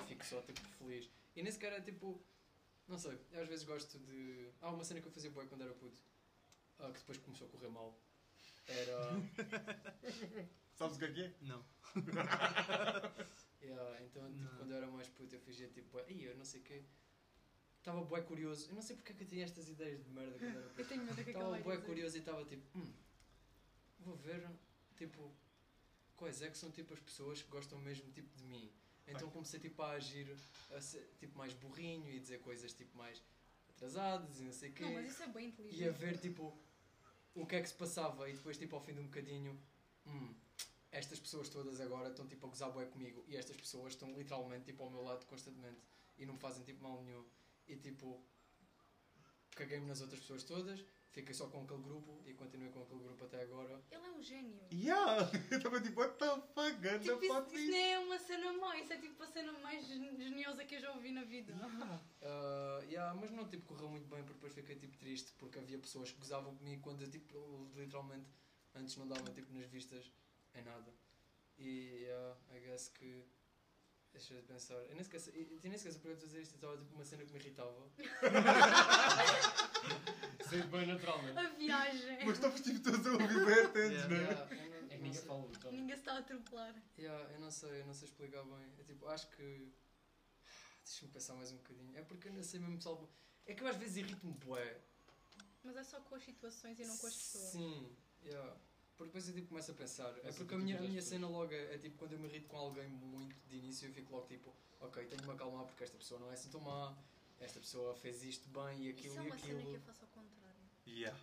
Speaker 7: fico só tipo feliz. E nem sequer é tipo, não sei, eu às vezes gosto de. Há uma cena que eu fazia boa quando era puto, ah, que depois começou a correr mal.
Speaker 3: [LAUGHS]
Speaker 7: Era.
Speaker 1: Sabes o que é que é?
Speaker 2: Não.
Speaker 7: Yeah, então, tipo,
Speaker 2: Não.
Speaker 7: quando eu era mais puto, eu fugia tipo, aí eu não sei o quê. Estava bué curioso, eu não sei porque é que eu tinha estas ideias de merda quando era puto.
Speaker 6: Eu tenho medo do que é que
Speaker 7: Estava
Speaker 6: ela vai
Speaker 7: bem
Speaker 6: dizer.
Speaker 7: curioso e estava tipo, hum, vou ver, tipo, quais é que são tipo as pessoas que gostam mesmo tipo de mim. Então comecei tipo a agir a ser, tipo mais burrinho e dizer coisas tipo mais atrasadas e não sei o quê.
Speaker 6: Não, mas isso é bem
Speaker 7: E a
Speaker 6: inteligente.
Speaker 7: ver tipo o que é que se passava e depois tipo ao fim de um bocadinho, hum, estas pessoas todas agora estão tipo a gozar bué comigo e estas pessoas estão literalmente tipo ao meu lado constantemente e não me fazem tipo mal nenhum e tipo caguei-me nas outras pessoas todas, fiquei só com aquele grupo e continuei com aquele grupo até agora.
Speaker 6: Ele é um gênio.
Speaker 1: Yeah! [LAUGHS] Eu estava tipo, what the fuck, ganda
Speaker 6: Tipo, isso,
Speaker 1: foto
Speaker 6: isso
Speaker 1: isso.
Speaker 6: nem é uma cena má, isso é tipo a cena mais gen- geniosa que eu já ouvi na vida.
Speaker 7: Ah, yeah, mas não tipo correu muito bem porque depois fiquei tipo triste porque havia pessoas que gozavam comigo quando eu tipo literalmente antes não dava tipo nas vistas em nada. E yeah, I guess que deixa de pensar. Eu nem esqueci, eu, eu nem esqueci porque eu estou a dizer isto, estava tipo uma cena que me irritava.
Speaker 3: Sei bem é
Speaker 6: [LAUGHS]
Speaker 3: naturalmente.
Speaker 6: [LAUGHS] A viagem.
Speaker 1: Mas estavas tipo todos a ouvir bem atentos,
Speaker 2: Yeah.
Speaker 1: não é?
Speaker 7: Yeah, eu não-
Speaker 3: É que
Speaker 7: não
Speaker 3: ninguém
Speaker 7: sei.
Speaker 3: fala então.
Speaker 6: Ninguém se está a atropelar.
Speaker 7: Yeah, eu não sei, eu não sei explicar bem. Eu, tipo, acho que. [SIGHS] Deixa-me pensar mais um bocadinho. É porque eu não sei mesmo se algum- É que eu às vezes irrito-me bué.
Speaker 6: Mas é só com as situações e não com as pessoas.
Speaker 7: Sim, yeah. porque depois eu tipo, começo a pensar. É
Speaker 3: Mas
Speaker 7: porque
Speaker 3: tu
Speaker 7: a minha, a
Speaker 3: tiras
Speaker 7: minha
Speaker 3: tudo.
Speaker 7: cena logo é, é, tipo quando eu me irrito com alguém muito de início, eu fico logo tipo, ok, tenho de me acalmar porque esta pessoa não é assim tão má, esta pessoa fez isto bem e
Speaker 6: isso é
Speaker 7: aquilo e
Speaker 6: uma cena que
Speaker 7: aquilo.
Speaker 6: eu faço ao contrário.
Speaker 1: Yeah.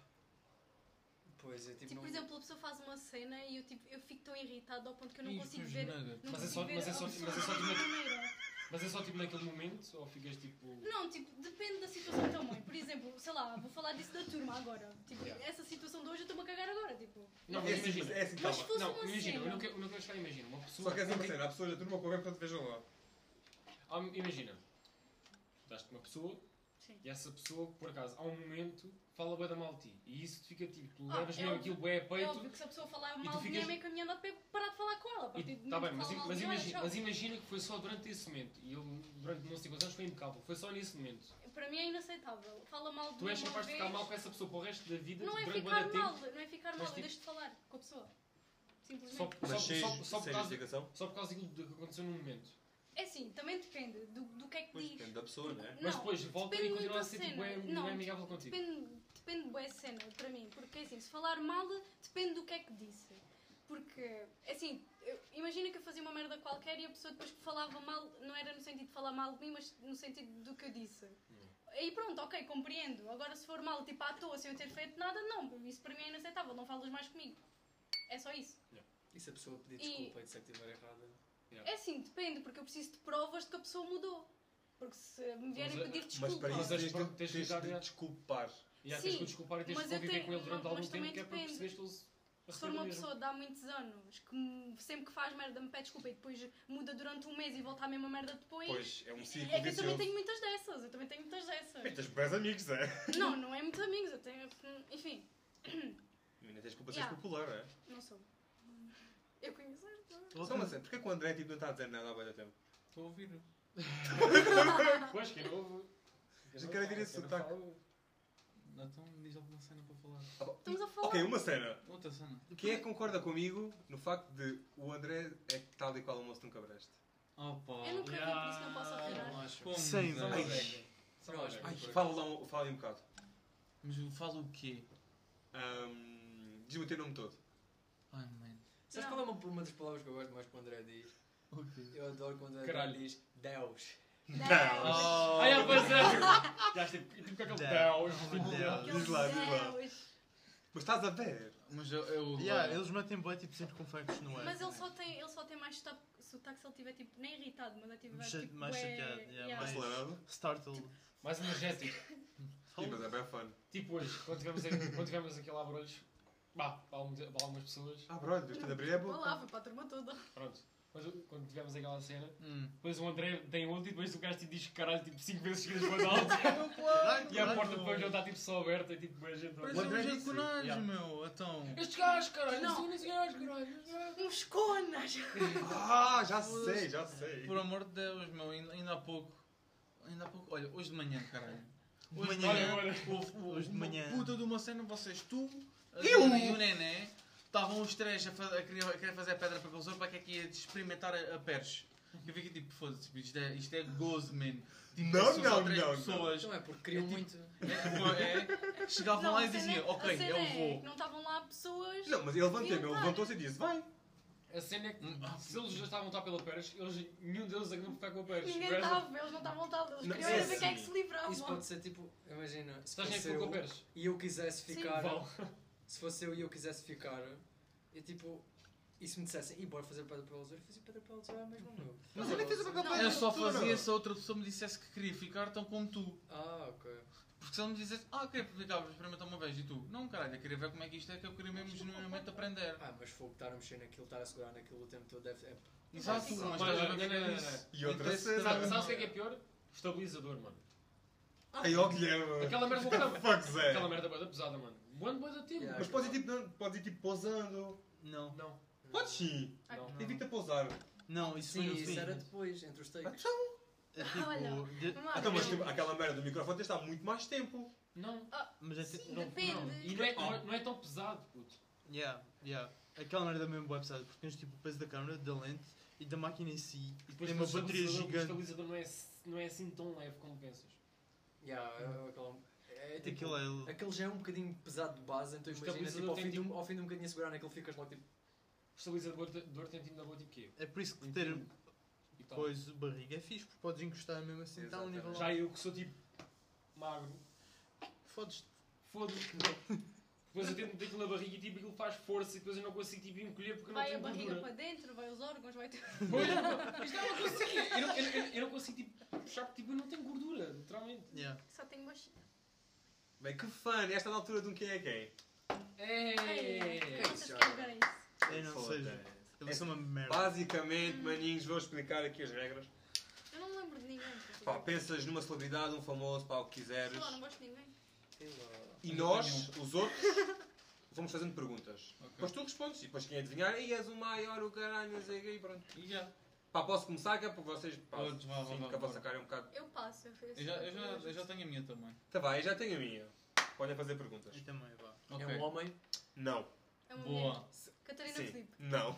Speaker 7: Pois é, tipo,
Speaker 6: Tipo,
Speaker 7: não.
Speaker 6: por exemplo, a pessoa faz uma cena e eu, tipo, eu fico tão irritada ao ponto que eu não
Speaker 4: Ih,
Speaker 6: consigo
Speaker 4: os
Speaker 6: ver.
Speaker 4: nuggets.
Speaker 6: Não
Speaker 3: Mas é
Speaker 6: consigo
Speaker 3: só-
Speaker 6: ver
Speaker 3: mas é
Speaker 6: a
Speaker 3: só-
Speaker 6: pessoa
Speaker 3: mas é só
Speaker 6: da
Speaker 3: tipo-
Speaker 6: maneira.
Speaker 3: Mas é só tipo naquele momento ou ficas tipo.
Speaker 6: Não, tipo, depende da situação também. Por exemplo, sei lá, vou falar disso da turma agora. Tipo,
Speaker 3: Yeah.
Speaker 6: essa situação de hoje eu estou-me a cagar agora. Tipo,
Speaker 3: Não,
Speaker 1: é
Speaker 3: mas
Speaker 1: assim,
Speaker 3: imagina.
Speaker 1: é assim,
Speaker 6: mas
Speaker 1: calma.
Speaker 6: se fosse
Speaker 3: Não,
Speaker 6: uma
Speaker 3: imagina, eu
Speaker 6: cena.
Speaker 3: não quero, eu não quero chegar, imagina. Uma pessoa.
Speaker 1: Só quer dizer uma
Speaker 3: Ok,
Speaker 1: cena, há pessoas da turma que ouvem para te vejam lá.
Speaker 3: há- ah, Imagina. Daste uma pessoa
Speaker 6: Sim.
Speaker 3: e essa pessoa, por acaso, há um momento, fala bué da mal de ti. E isso te fica tipo, tu
Speaker 6: Ah,
Speaker 3: levas
Speaker 6: é
Speaker 3: mesmo
Speaker 6: óbvio.
Speaker 3: aquilo bué a
Speaker 6: É
Speaker 3: peito.
Speaker 6: óbvio que se a pessoa falar
Speaker 3: e
Speaker 6: mal
Speaker 3: tu
Speaker 6: de mim, é
Speaker 3: ficas-
Speaker 6: meio que a minha nota para parar de falar com ela. A partir
Speaker 3: Está
Speaker 6: do momento
Speaker 3: tá bem,
Speaker 6: que
Speaker 3: mas,
Speaker 6: fala então. mal
Speaker 3: mas
Speaker 6: de mim, olha,
Speaker 3: imagina,
Speaker 6: tchau.
Speaker 3: mas imagina que foi só durante esse momento. E ele, durante não sei quantos anos, foi impecável. Foi só nesse momento.
Speaker 6: Para mim é inaceitável. Fala mal de
Speaker 3: Tu
Speaker 6: mim
Speaker 3: és
Speaker 6: uma
Speaker 3: capaz de ficar
Speaker 6: vez.
Speaker 3: mal com essa pessoa para o resto da vida,
Speaker 6: Não é
Speaker 3: durante
Speaker 6: ficar
Speaker 3: bué de
Speaker 6: mal,
Speaker 3: tempo.
Speaker 6: não é ficar
Speaker 3: Mas,
Speaker 6: mal,
Speaker 3: tipo-
Speaker 6: eu deixo de falar com a pessoa. Simplesmente.
Speaker 3: Só, só,
Speaker 1: Mas sem
Speaker 3: só, só por
Speaker 1: sem
Speaker 3: causa,
Speaker 1: justificação?
Speaker 3: só por causa daquilo que aconteceu no momento.
Speaker 6: É assim, também depende do, do que é que
Speaker 1: Pois
Speaker 6: diz.
Speaker 1: depende da pessoa, não é?
Speaker 3: Mas
Speaker 6: Não,
Speaker 3: depois volta e
Speaker 6: depende
Speaker 3: continua a
Speaker 6: da
Speaker 3: ser tipo,
Speaker 6: cena.
Speaker 3: bué-
Speaker 6: Não,
Speaker 3: bué amigável contigo.
Speaker 6: Depende, depende boa cena para mim, porque assim, se falar mal, depende do que é que disse. Porque, assim, eu- imagina que eu fazia uma merda qualquer e a pessoa depois que falava mal, não era no sentido de falar mal de mim, mas no sentido do que eu disse.
Speaker 3: Hum.
Speaker 6: E pronto, ok, compreendo. Agora se for mal, tipo à toa, sem eu ter feito nada, não, isso para mim é inaceitável, não falas mais comigo. É só isso.
Speaker 7: E se a pessoa pedir
Speaker 6: E-
Speaker 7: desculpa e disser que estiver errada?
Speaker 6: É assim, depende, porque eu preciso de provas de que a pessoa mudou. Porque se me vierem
Speaker 3: Mas,
Speaker 6: pedir
Speaker 1: Mas
Speaker 6: desculpa.
Speaker 1: para isso
Speaker 3: Mas
Speaker 1: tens,
Speaker 3: as pro-
Speaker 1: de-
Speaker 3: tens de
Speaker 1: tens
Speaker 3: dar-
Speaker 1: de desculpar.
Speaker 3: E há tens
Speaker 6: Sim,
Speaker 3: que desculpar e tens de
Speaker 6: mas eu
Speaker 3: conviver
Speaker 6: tenho-
Speaker 3: com ele durante
Speaker 6: mas
Speaker 3: algum
Speaker 6: também
Speaker 3: tempo que é para
Speaker 6: depende.
Speaker 3: perceberes que eles
Speaker 6: Se for uma
Speaker 3: arrependeram.
Speaker 6: pessoa de há muitos anos que me- sempre que faz merda me pede desculpa e depois muda durante um mês e volta à mesma merda depois.
Speaker 1: Pois, é um ciclo
Speaker 6: é que eu também
Speaker 1: vicioso.
Speaker 6: tenho muitas dessas, eu também tenho muitas dessas.
Speaker 1: Mas tens bons amigos, é?
Speaker 6: [LAUGHS] Não, não é muitos amigos, eu tenho. Enfim,
Speaker 1: Ainda tens culpa de
Speaker 6: Yeah.
Speaker 1: seres popular, é?
Speaker 6: não sou. Eu conheço as
Speaker 1: Só uma cena, porquê que o André tipo, não está a dizer nada há bué da tempo?
Speaker 4: Estou a ouvir.
Speaker 3: Pois, quem ouve.
Speaker 1: Já quero ouvir esse sotaque.
Speaker 4: Então diz alguma cena para falar.
Speaker 1: Ah,
Speaker 6: Estamos a falar.
Speaker 1: Ok, um- uma cena.
Speaker 4: Outra cena.
Speaker 1: Quem é que concorda comigo no facto de o André é tal e qual o moço nunca breste?
Speaker 4: Opa.
Speaker 6: Eu nunca vi, por isso não
Speaker 2: Ah,
Speaker 4: Ah,
Speaker 6: posso opinar.
Speaker 4: Como,
Speaker 2: Sim,
Speaker 4: Zé?
Speaker 2: vamos.
Speaker 1: Ai, fala lá um, fala aí um bocado.
Speaker 4: Mas fala o quê?
Speaker 1: Ahm, Diz-me o teu nome todo.
Speaker 4: Ai, mano.
Speaker 7: Sabes
Speaker 6: Não.
Speaker 7: qual é uma, uma das palavras que eu gosto mais que o André diz?
Speaker 4: Ok.
Speaker 7: Eu adoro quando o André
Speaker 3: Caralho.
Speaker 7: diz Deus.
Speaker 6: Não.
Speaker 4: Oh,
Speaker 3: Ai, é, pois é. Já tipo, tipo com aquele Deus. tipo,
Speaker 2: Yeah.
Speaker 1: Diz lá, diz lá.
Speaker 6: Deus.
Speaker 1: Mas estás a ver?
Speaker 4: Mas eu. eu
Speaker 2: Yeah, eles metem bué tipo sempre com factos no ar.
Speaker 6: Mas ele só tem, ele só tem mais sotaque, sotaque se ele estiver tipo, nem irritado, mas ele tiver
Speaker 2: Cha-
Speaker 6: tipo.
Speaker 2: mais
Speaker 6: bué-
Speaker 2: chateado, yeah, mais-
Speaker 1: Acelerado?
Speaker 2: Startled.
Speaker 3: Mais energético.
Speaker 1: Sim, mas é bem fun.
Speaker 3: Tipo hoje, quando tivemos, aqui- quando tivemos aquele abrolhos. Bah, para algumas para algumas pessoas.
Speaker 1: Ah, brother, deves de abrir a
Speaker 6: Vá
Speaker 1: boca.
Speaker 6: lá, foi para a turma toda. [LAUGHS]
Speaker 3: Pronto. Mas eu- quando tivemos aquela cena,
Speaker 4: Hum.
Speaker 3: depois o André tem outro e depois o gajo tipo, diz caralho, tipo 5 vezes seguidas voz alta. E a porta depois já está tipo só aberta e tipo boa gente.
Speaker 4: Mas
Speaker 1: O
Speaker 4: é
Speaker 3: olha.
Speaker 1: André
Speaker 4: um
Speaker 1: disse.
Speaker 4: jaconage,
Speaker 3: Yeah.
Speaker 4: meu. Então.
Speaker 3: Estes gajos, caralho, assim
Speaker 6: Não.
Speaker 3: não são esses gajos, caralho.
Speaker 6: Uns conas!
Speaker 1: Ah, já sei, já sei.
Speaker 4: Por amor de Deus, meu. Ainda, ainda há pouco. Ainda há pouco. Olha, hoje de manhã, caralho.
Speaker 2: De manhã.
Speaker 3: Olha, olha.
Speaker 4: Houve, houve
Speaker 2: Hoje de
Speaker 4: uma
Speaker 2: manhã.
Speaker 4: puta de uma cena, vocês, tu, a Dona e o Nené, estavam os três a, fa- a querer, a querer fazer a pedra para o para que é que ia experimentar a, a perche. Eu fiquei tipo, foda-se, isto é, isto é gozo, man. Tipo,
Speaker 1: Não,
Speaker 4: são
Speaker 1: não,
Speaker 4: só três
Speaker 1: não, não.
Speaker 4: pessoas.
Speaker 7: Não é porque queriam
Speaker 4: É tipo-
Speaker 7: muito.
Speaker 4: É, é, chegavam
Speaker 6: Não,
Speaker 4: lá
Speaker 6: a
Speaker 4: e
Speaker 6: cena-
Speaker 4: diziam,
Speaker 6: a
Speaker 4: ok,
Speaker 6: cena
Speaker 4: eu
Speaker 6: é que
Speaker 4: vou.
Speaker 6: Não estavam lá pessoas.
Speaker 1: Não, mas ele levantei-me, ele
Speaker 6: Sim,
Speaker 1: levantou-se e disse: vai.
Speaker 3: A cena é
Speaker 1: Hum, ah,
Speaker 3: que se eles já estavam a lutar pela Pérez, eles, nenhum deles é que não ficar com a Pérez.
Speaker 6: Ninguém
Speaker 3: Pérez-
Speaker 6: estava, eles não estavam lutados. Eles
Speaker 1: Não,
Speaker 6: queriam era
Speaker 1: sim.
Speaker 6: ver quem é que se livrava.
Speaker 7: Isso pode ser tipo, imagina, se
Speaker 3: Estás nem a
Speaker 7: fosse
Speaker 3: ficar com a
Speaker 7: eu
Speaker 3: Pérez.
Speaker 7: e eu quisesse
Speaker 6: Sim.
Speaker 7: ficar,
Speaker 3: Vão.
Speaker 7: se fosse eu e eu quisesse ficar, eu tipo, e se me dissessem, e bora fazer pedra para eles, eu fazia pedra para eles, é mesmo meu.
Speaker 1: Mas ele fez a boca
Speaker 6: Não.
Speaker 1: aberta,
Speaker 4: Eu só
Speaker 1: doutora.
Speaker 4: fazia se a outra pessoa me dissesse que queria ficar tão como tu.
Speaker 7: Ah, ok.
Speaker 4: Porque se ele me dissesse, ah, queria ficar, vou experimentar uma vez, e tu, não, caralho, eu queria ver como é que isto é, que eu queria mesmo genuinamente aprender.
Speaker 7: Ah, mas fogo, estar a mexer naquilo, estar a segurar naquilo o tempo todo deve é
Speaker 4: Exato,
Speaker 6: Sim.
Speaker 4: mas
Speaker 3: Olha,
Speaker 4: estás a
Speaker 3: não, não,
Speaker 4: ver que
Speaker 3: não,
Speaker 4: é isso.
Speaker 1: E outra
Speaker 4: Interesse
Speaker 1: cena.
Speaker 3: Sabe-
Speaker 4: também.
Speaker 3: Sabes o que é que é pior? Estabilizador, mano.
Speaker 1: Ai, ó Guilherme.
Speaker 3: Aquela merda boa
Speaker 1: [LAUGHS] Fuck, Zé.
Speaker 3: Aquela merda boa pesada, mano. Boa boa da tempo.
Speaker 7: Yeah.
Speaker 1: Mas podes ir tipo, não, podes ir tipo pousando.
Speaker 2: Não,
Speaker 3: Não,
Speaker 1: Podes sim.
Speaker 3: não.
Speaker 1: Evita pousar.
Speaker 2: não, isso
Speaker 7: Sim,
Speaker 2: foi no
Speaker 7: isso
Speaker 2: fim.
Speaker 7: era depois, entre os
Speaker 1: Ah,
Speaker 7: takes.
Speaker 1: tchau.
Speaker 2: É tipo,
Speaker 6: Olha,
Speaker 2: de-
Speaker 6: Não há
Speaker 1: Ah, então, mas
Speaker 6: problema.
Speaker 1: tipo, aquela merda do microfone tens de estar muito mais tempo.
Speaker 3: Não.
Speaker 2: mas é tipo-
Speaker 6: Sim,
Speaker 2: não,
Speaker 3: E
Speaker 6: depende.
Speaker 3: não é, não é- não é tão pesado, puto.
Speaker 2: Yeah, yeah. Aquela merda mesmo web pesada, porque tens tipo o peso da câmera, da lente e da máquina em si.
Speaker 3: E depois
Speaker 2: Tem uma
Speaker 3: o
Speaker 2: bateria
Speaker 3: estabilizador-
Speaker 2: gigante.
Speaker 3: O estabilizador não é, não é assim tão leve como pensas.
Speaker 7: Yeah, é- é aquela- é tipo-
Speaker 2: Aquilo é.
Speaker 7: Aquele já é um bocadinho pesado de base, então
Speaker 3: O
Speaker 7: imagina,
Speaker 3: estabilizador
Speaker 7: tipo, ao
Speaker 3: tem
Speaker 7: fim, de um,
Speaker 3: tipo-
Speaker 7: ao fim de um bocadinho a segurar naquilo ficas logo tipo...
Speaker 3: O estabilizador te- dor tem tido na boa tipo quê?
Speaker 2: É por isso que
Speaker 3: Um
Speaker 2: ter
Speaker 3: quilo e tal.
Speaker 2: pois o barriga é fixe, porque podes encostar mesmo assim, está um nível
Speaker 3: tá. Já
Speaker 2: lá.
Speaker 3: eu que sou tipo magro,
Speaker 2: Fodes-te.
Speaker 3: foda-se. depois eu tento meter aquilo na barriga e tipo aquilo faz força e depois eu não consigo tipo encolher porque eu não
Speaker 6: Vai a
Speaker 3: tenho
Speaker 6: barriga
Speaker 3: gordura.
Speaker 6: para dentro, vai os órgãos, vai tudo.
Speaker 3: Pois, não, é isto eu não consigo. Eu não, eu, não- eu não consigo tipo puxar porque tipo, eu não tenho gordura, literalmente.
Speaker 2: Yeah.
Speaker 6: Só tenho baixinho.
Speaker 1: Bem, que fã. Esta é a altura de um quem é quem.
Speaker 3: É.
Speaker 6: Vocês
Speaker 7: isso,
Speaker 6: querem ver isso?
Speaker 2: Eu é, não sei.
Speaker 1: Foda-se.
Speaker 2: Eu vou ser uma merda.
Speaker 1: Basicamente, maninhos, vou explicar aqui as regras.
Speaker 6: Eu não me lembro de ninguém. por
Speaker 1: Pá,
Speaker 6: exemplo.
Speaker 1: pensas numa celebridade, um famoso, pá, o que quiseres.
Speaker 6: Sei lá, não gosto de ninguém.
Speaker 7: sei lá.
Speaker 1: E nós, os outros, vamos fazendo perguntas. Depois tu respondes e depois quem adivinhar, e és o maior, o caralho, não sei o quê", e pronto.
Speaker 4: E já.
Speaker 1: Pá, posso começar, que é para vocês, pá,
Speaker 4: Todos, vá, vá,
Speaker 1: sinto
Speaker 4: vá,
Speaker 1: que a
Speaker 4: vá.
Speaker 1: vossa cara é um bocado...
Speaker 6: Eu passo, eu faço.
Speaker 4: Eu já, eu já, eu já tenho a minha também.
Speaker 1: Tá bem, eu já tenho a minha. Podem fazer perguntas.
Speaker 2: E também, vá.
Speaker 4: Ok.
Speaker 7: É um homem,
Speaker 1: Não.
Speaker 6: É uma mulher.
Speaker 4: Boa.
Speaker 6: Catarina
Speaker 1: Sim.
Speaker 6: Felipe.
Speaker 1: [LAUGHS] Não.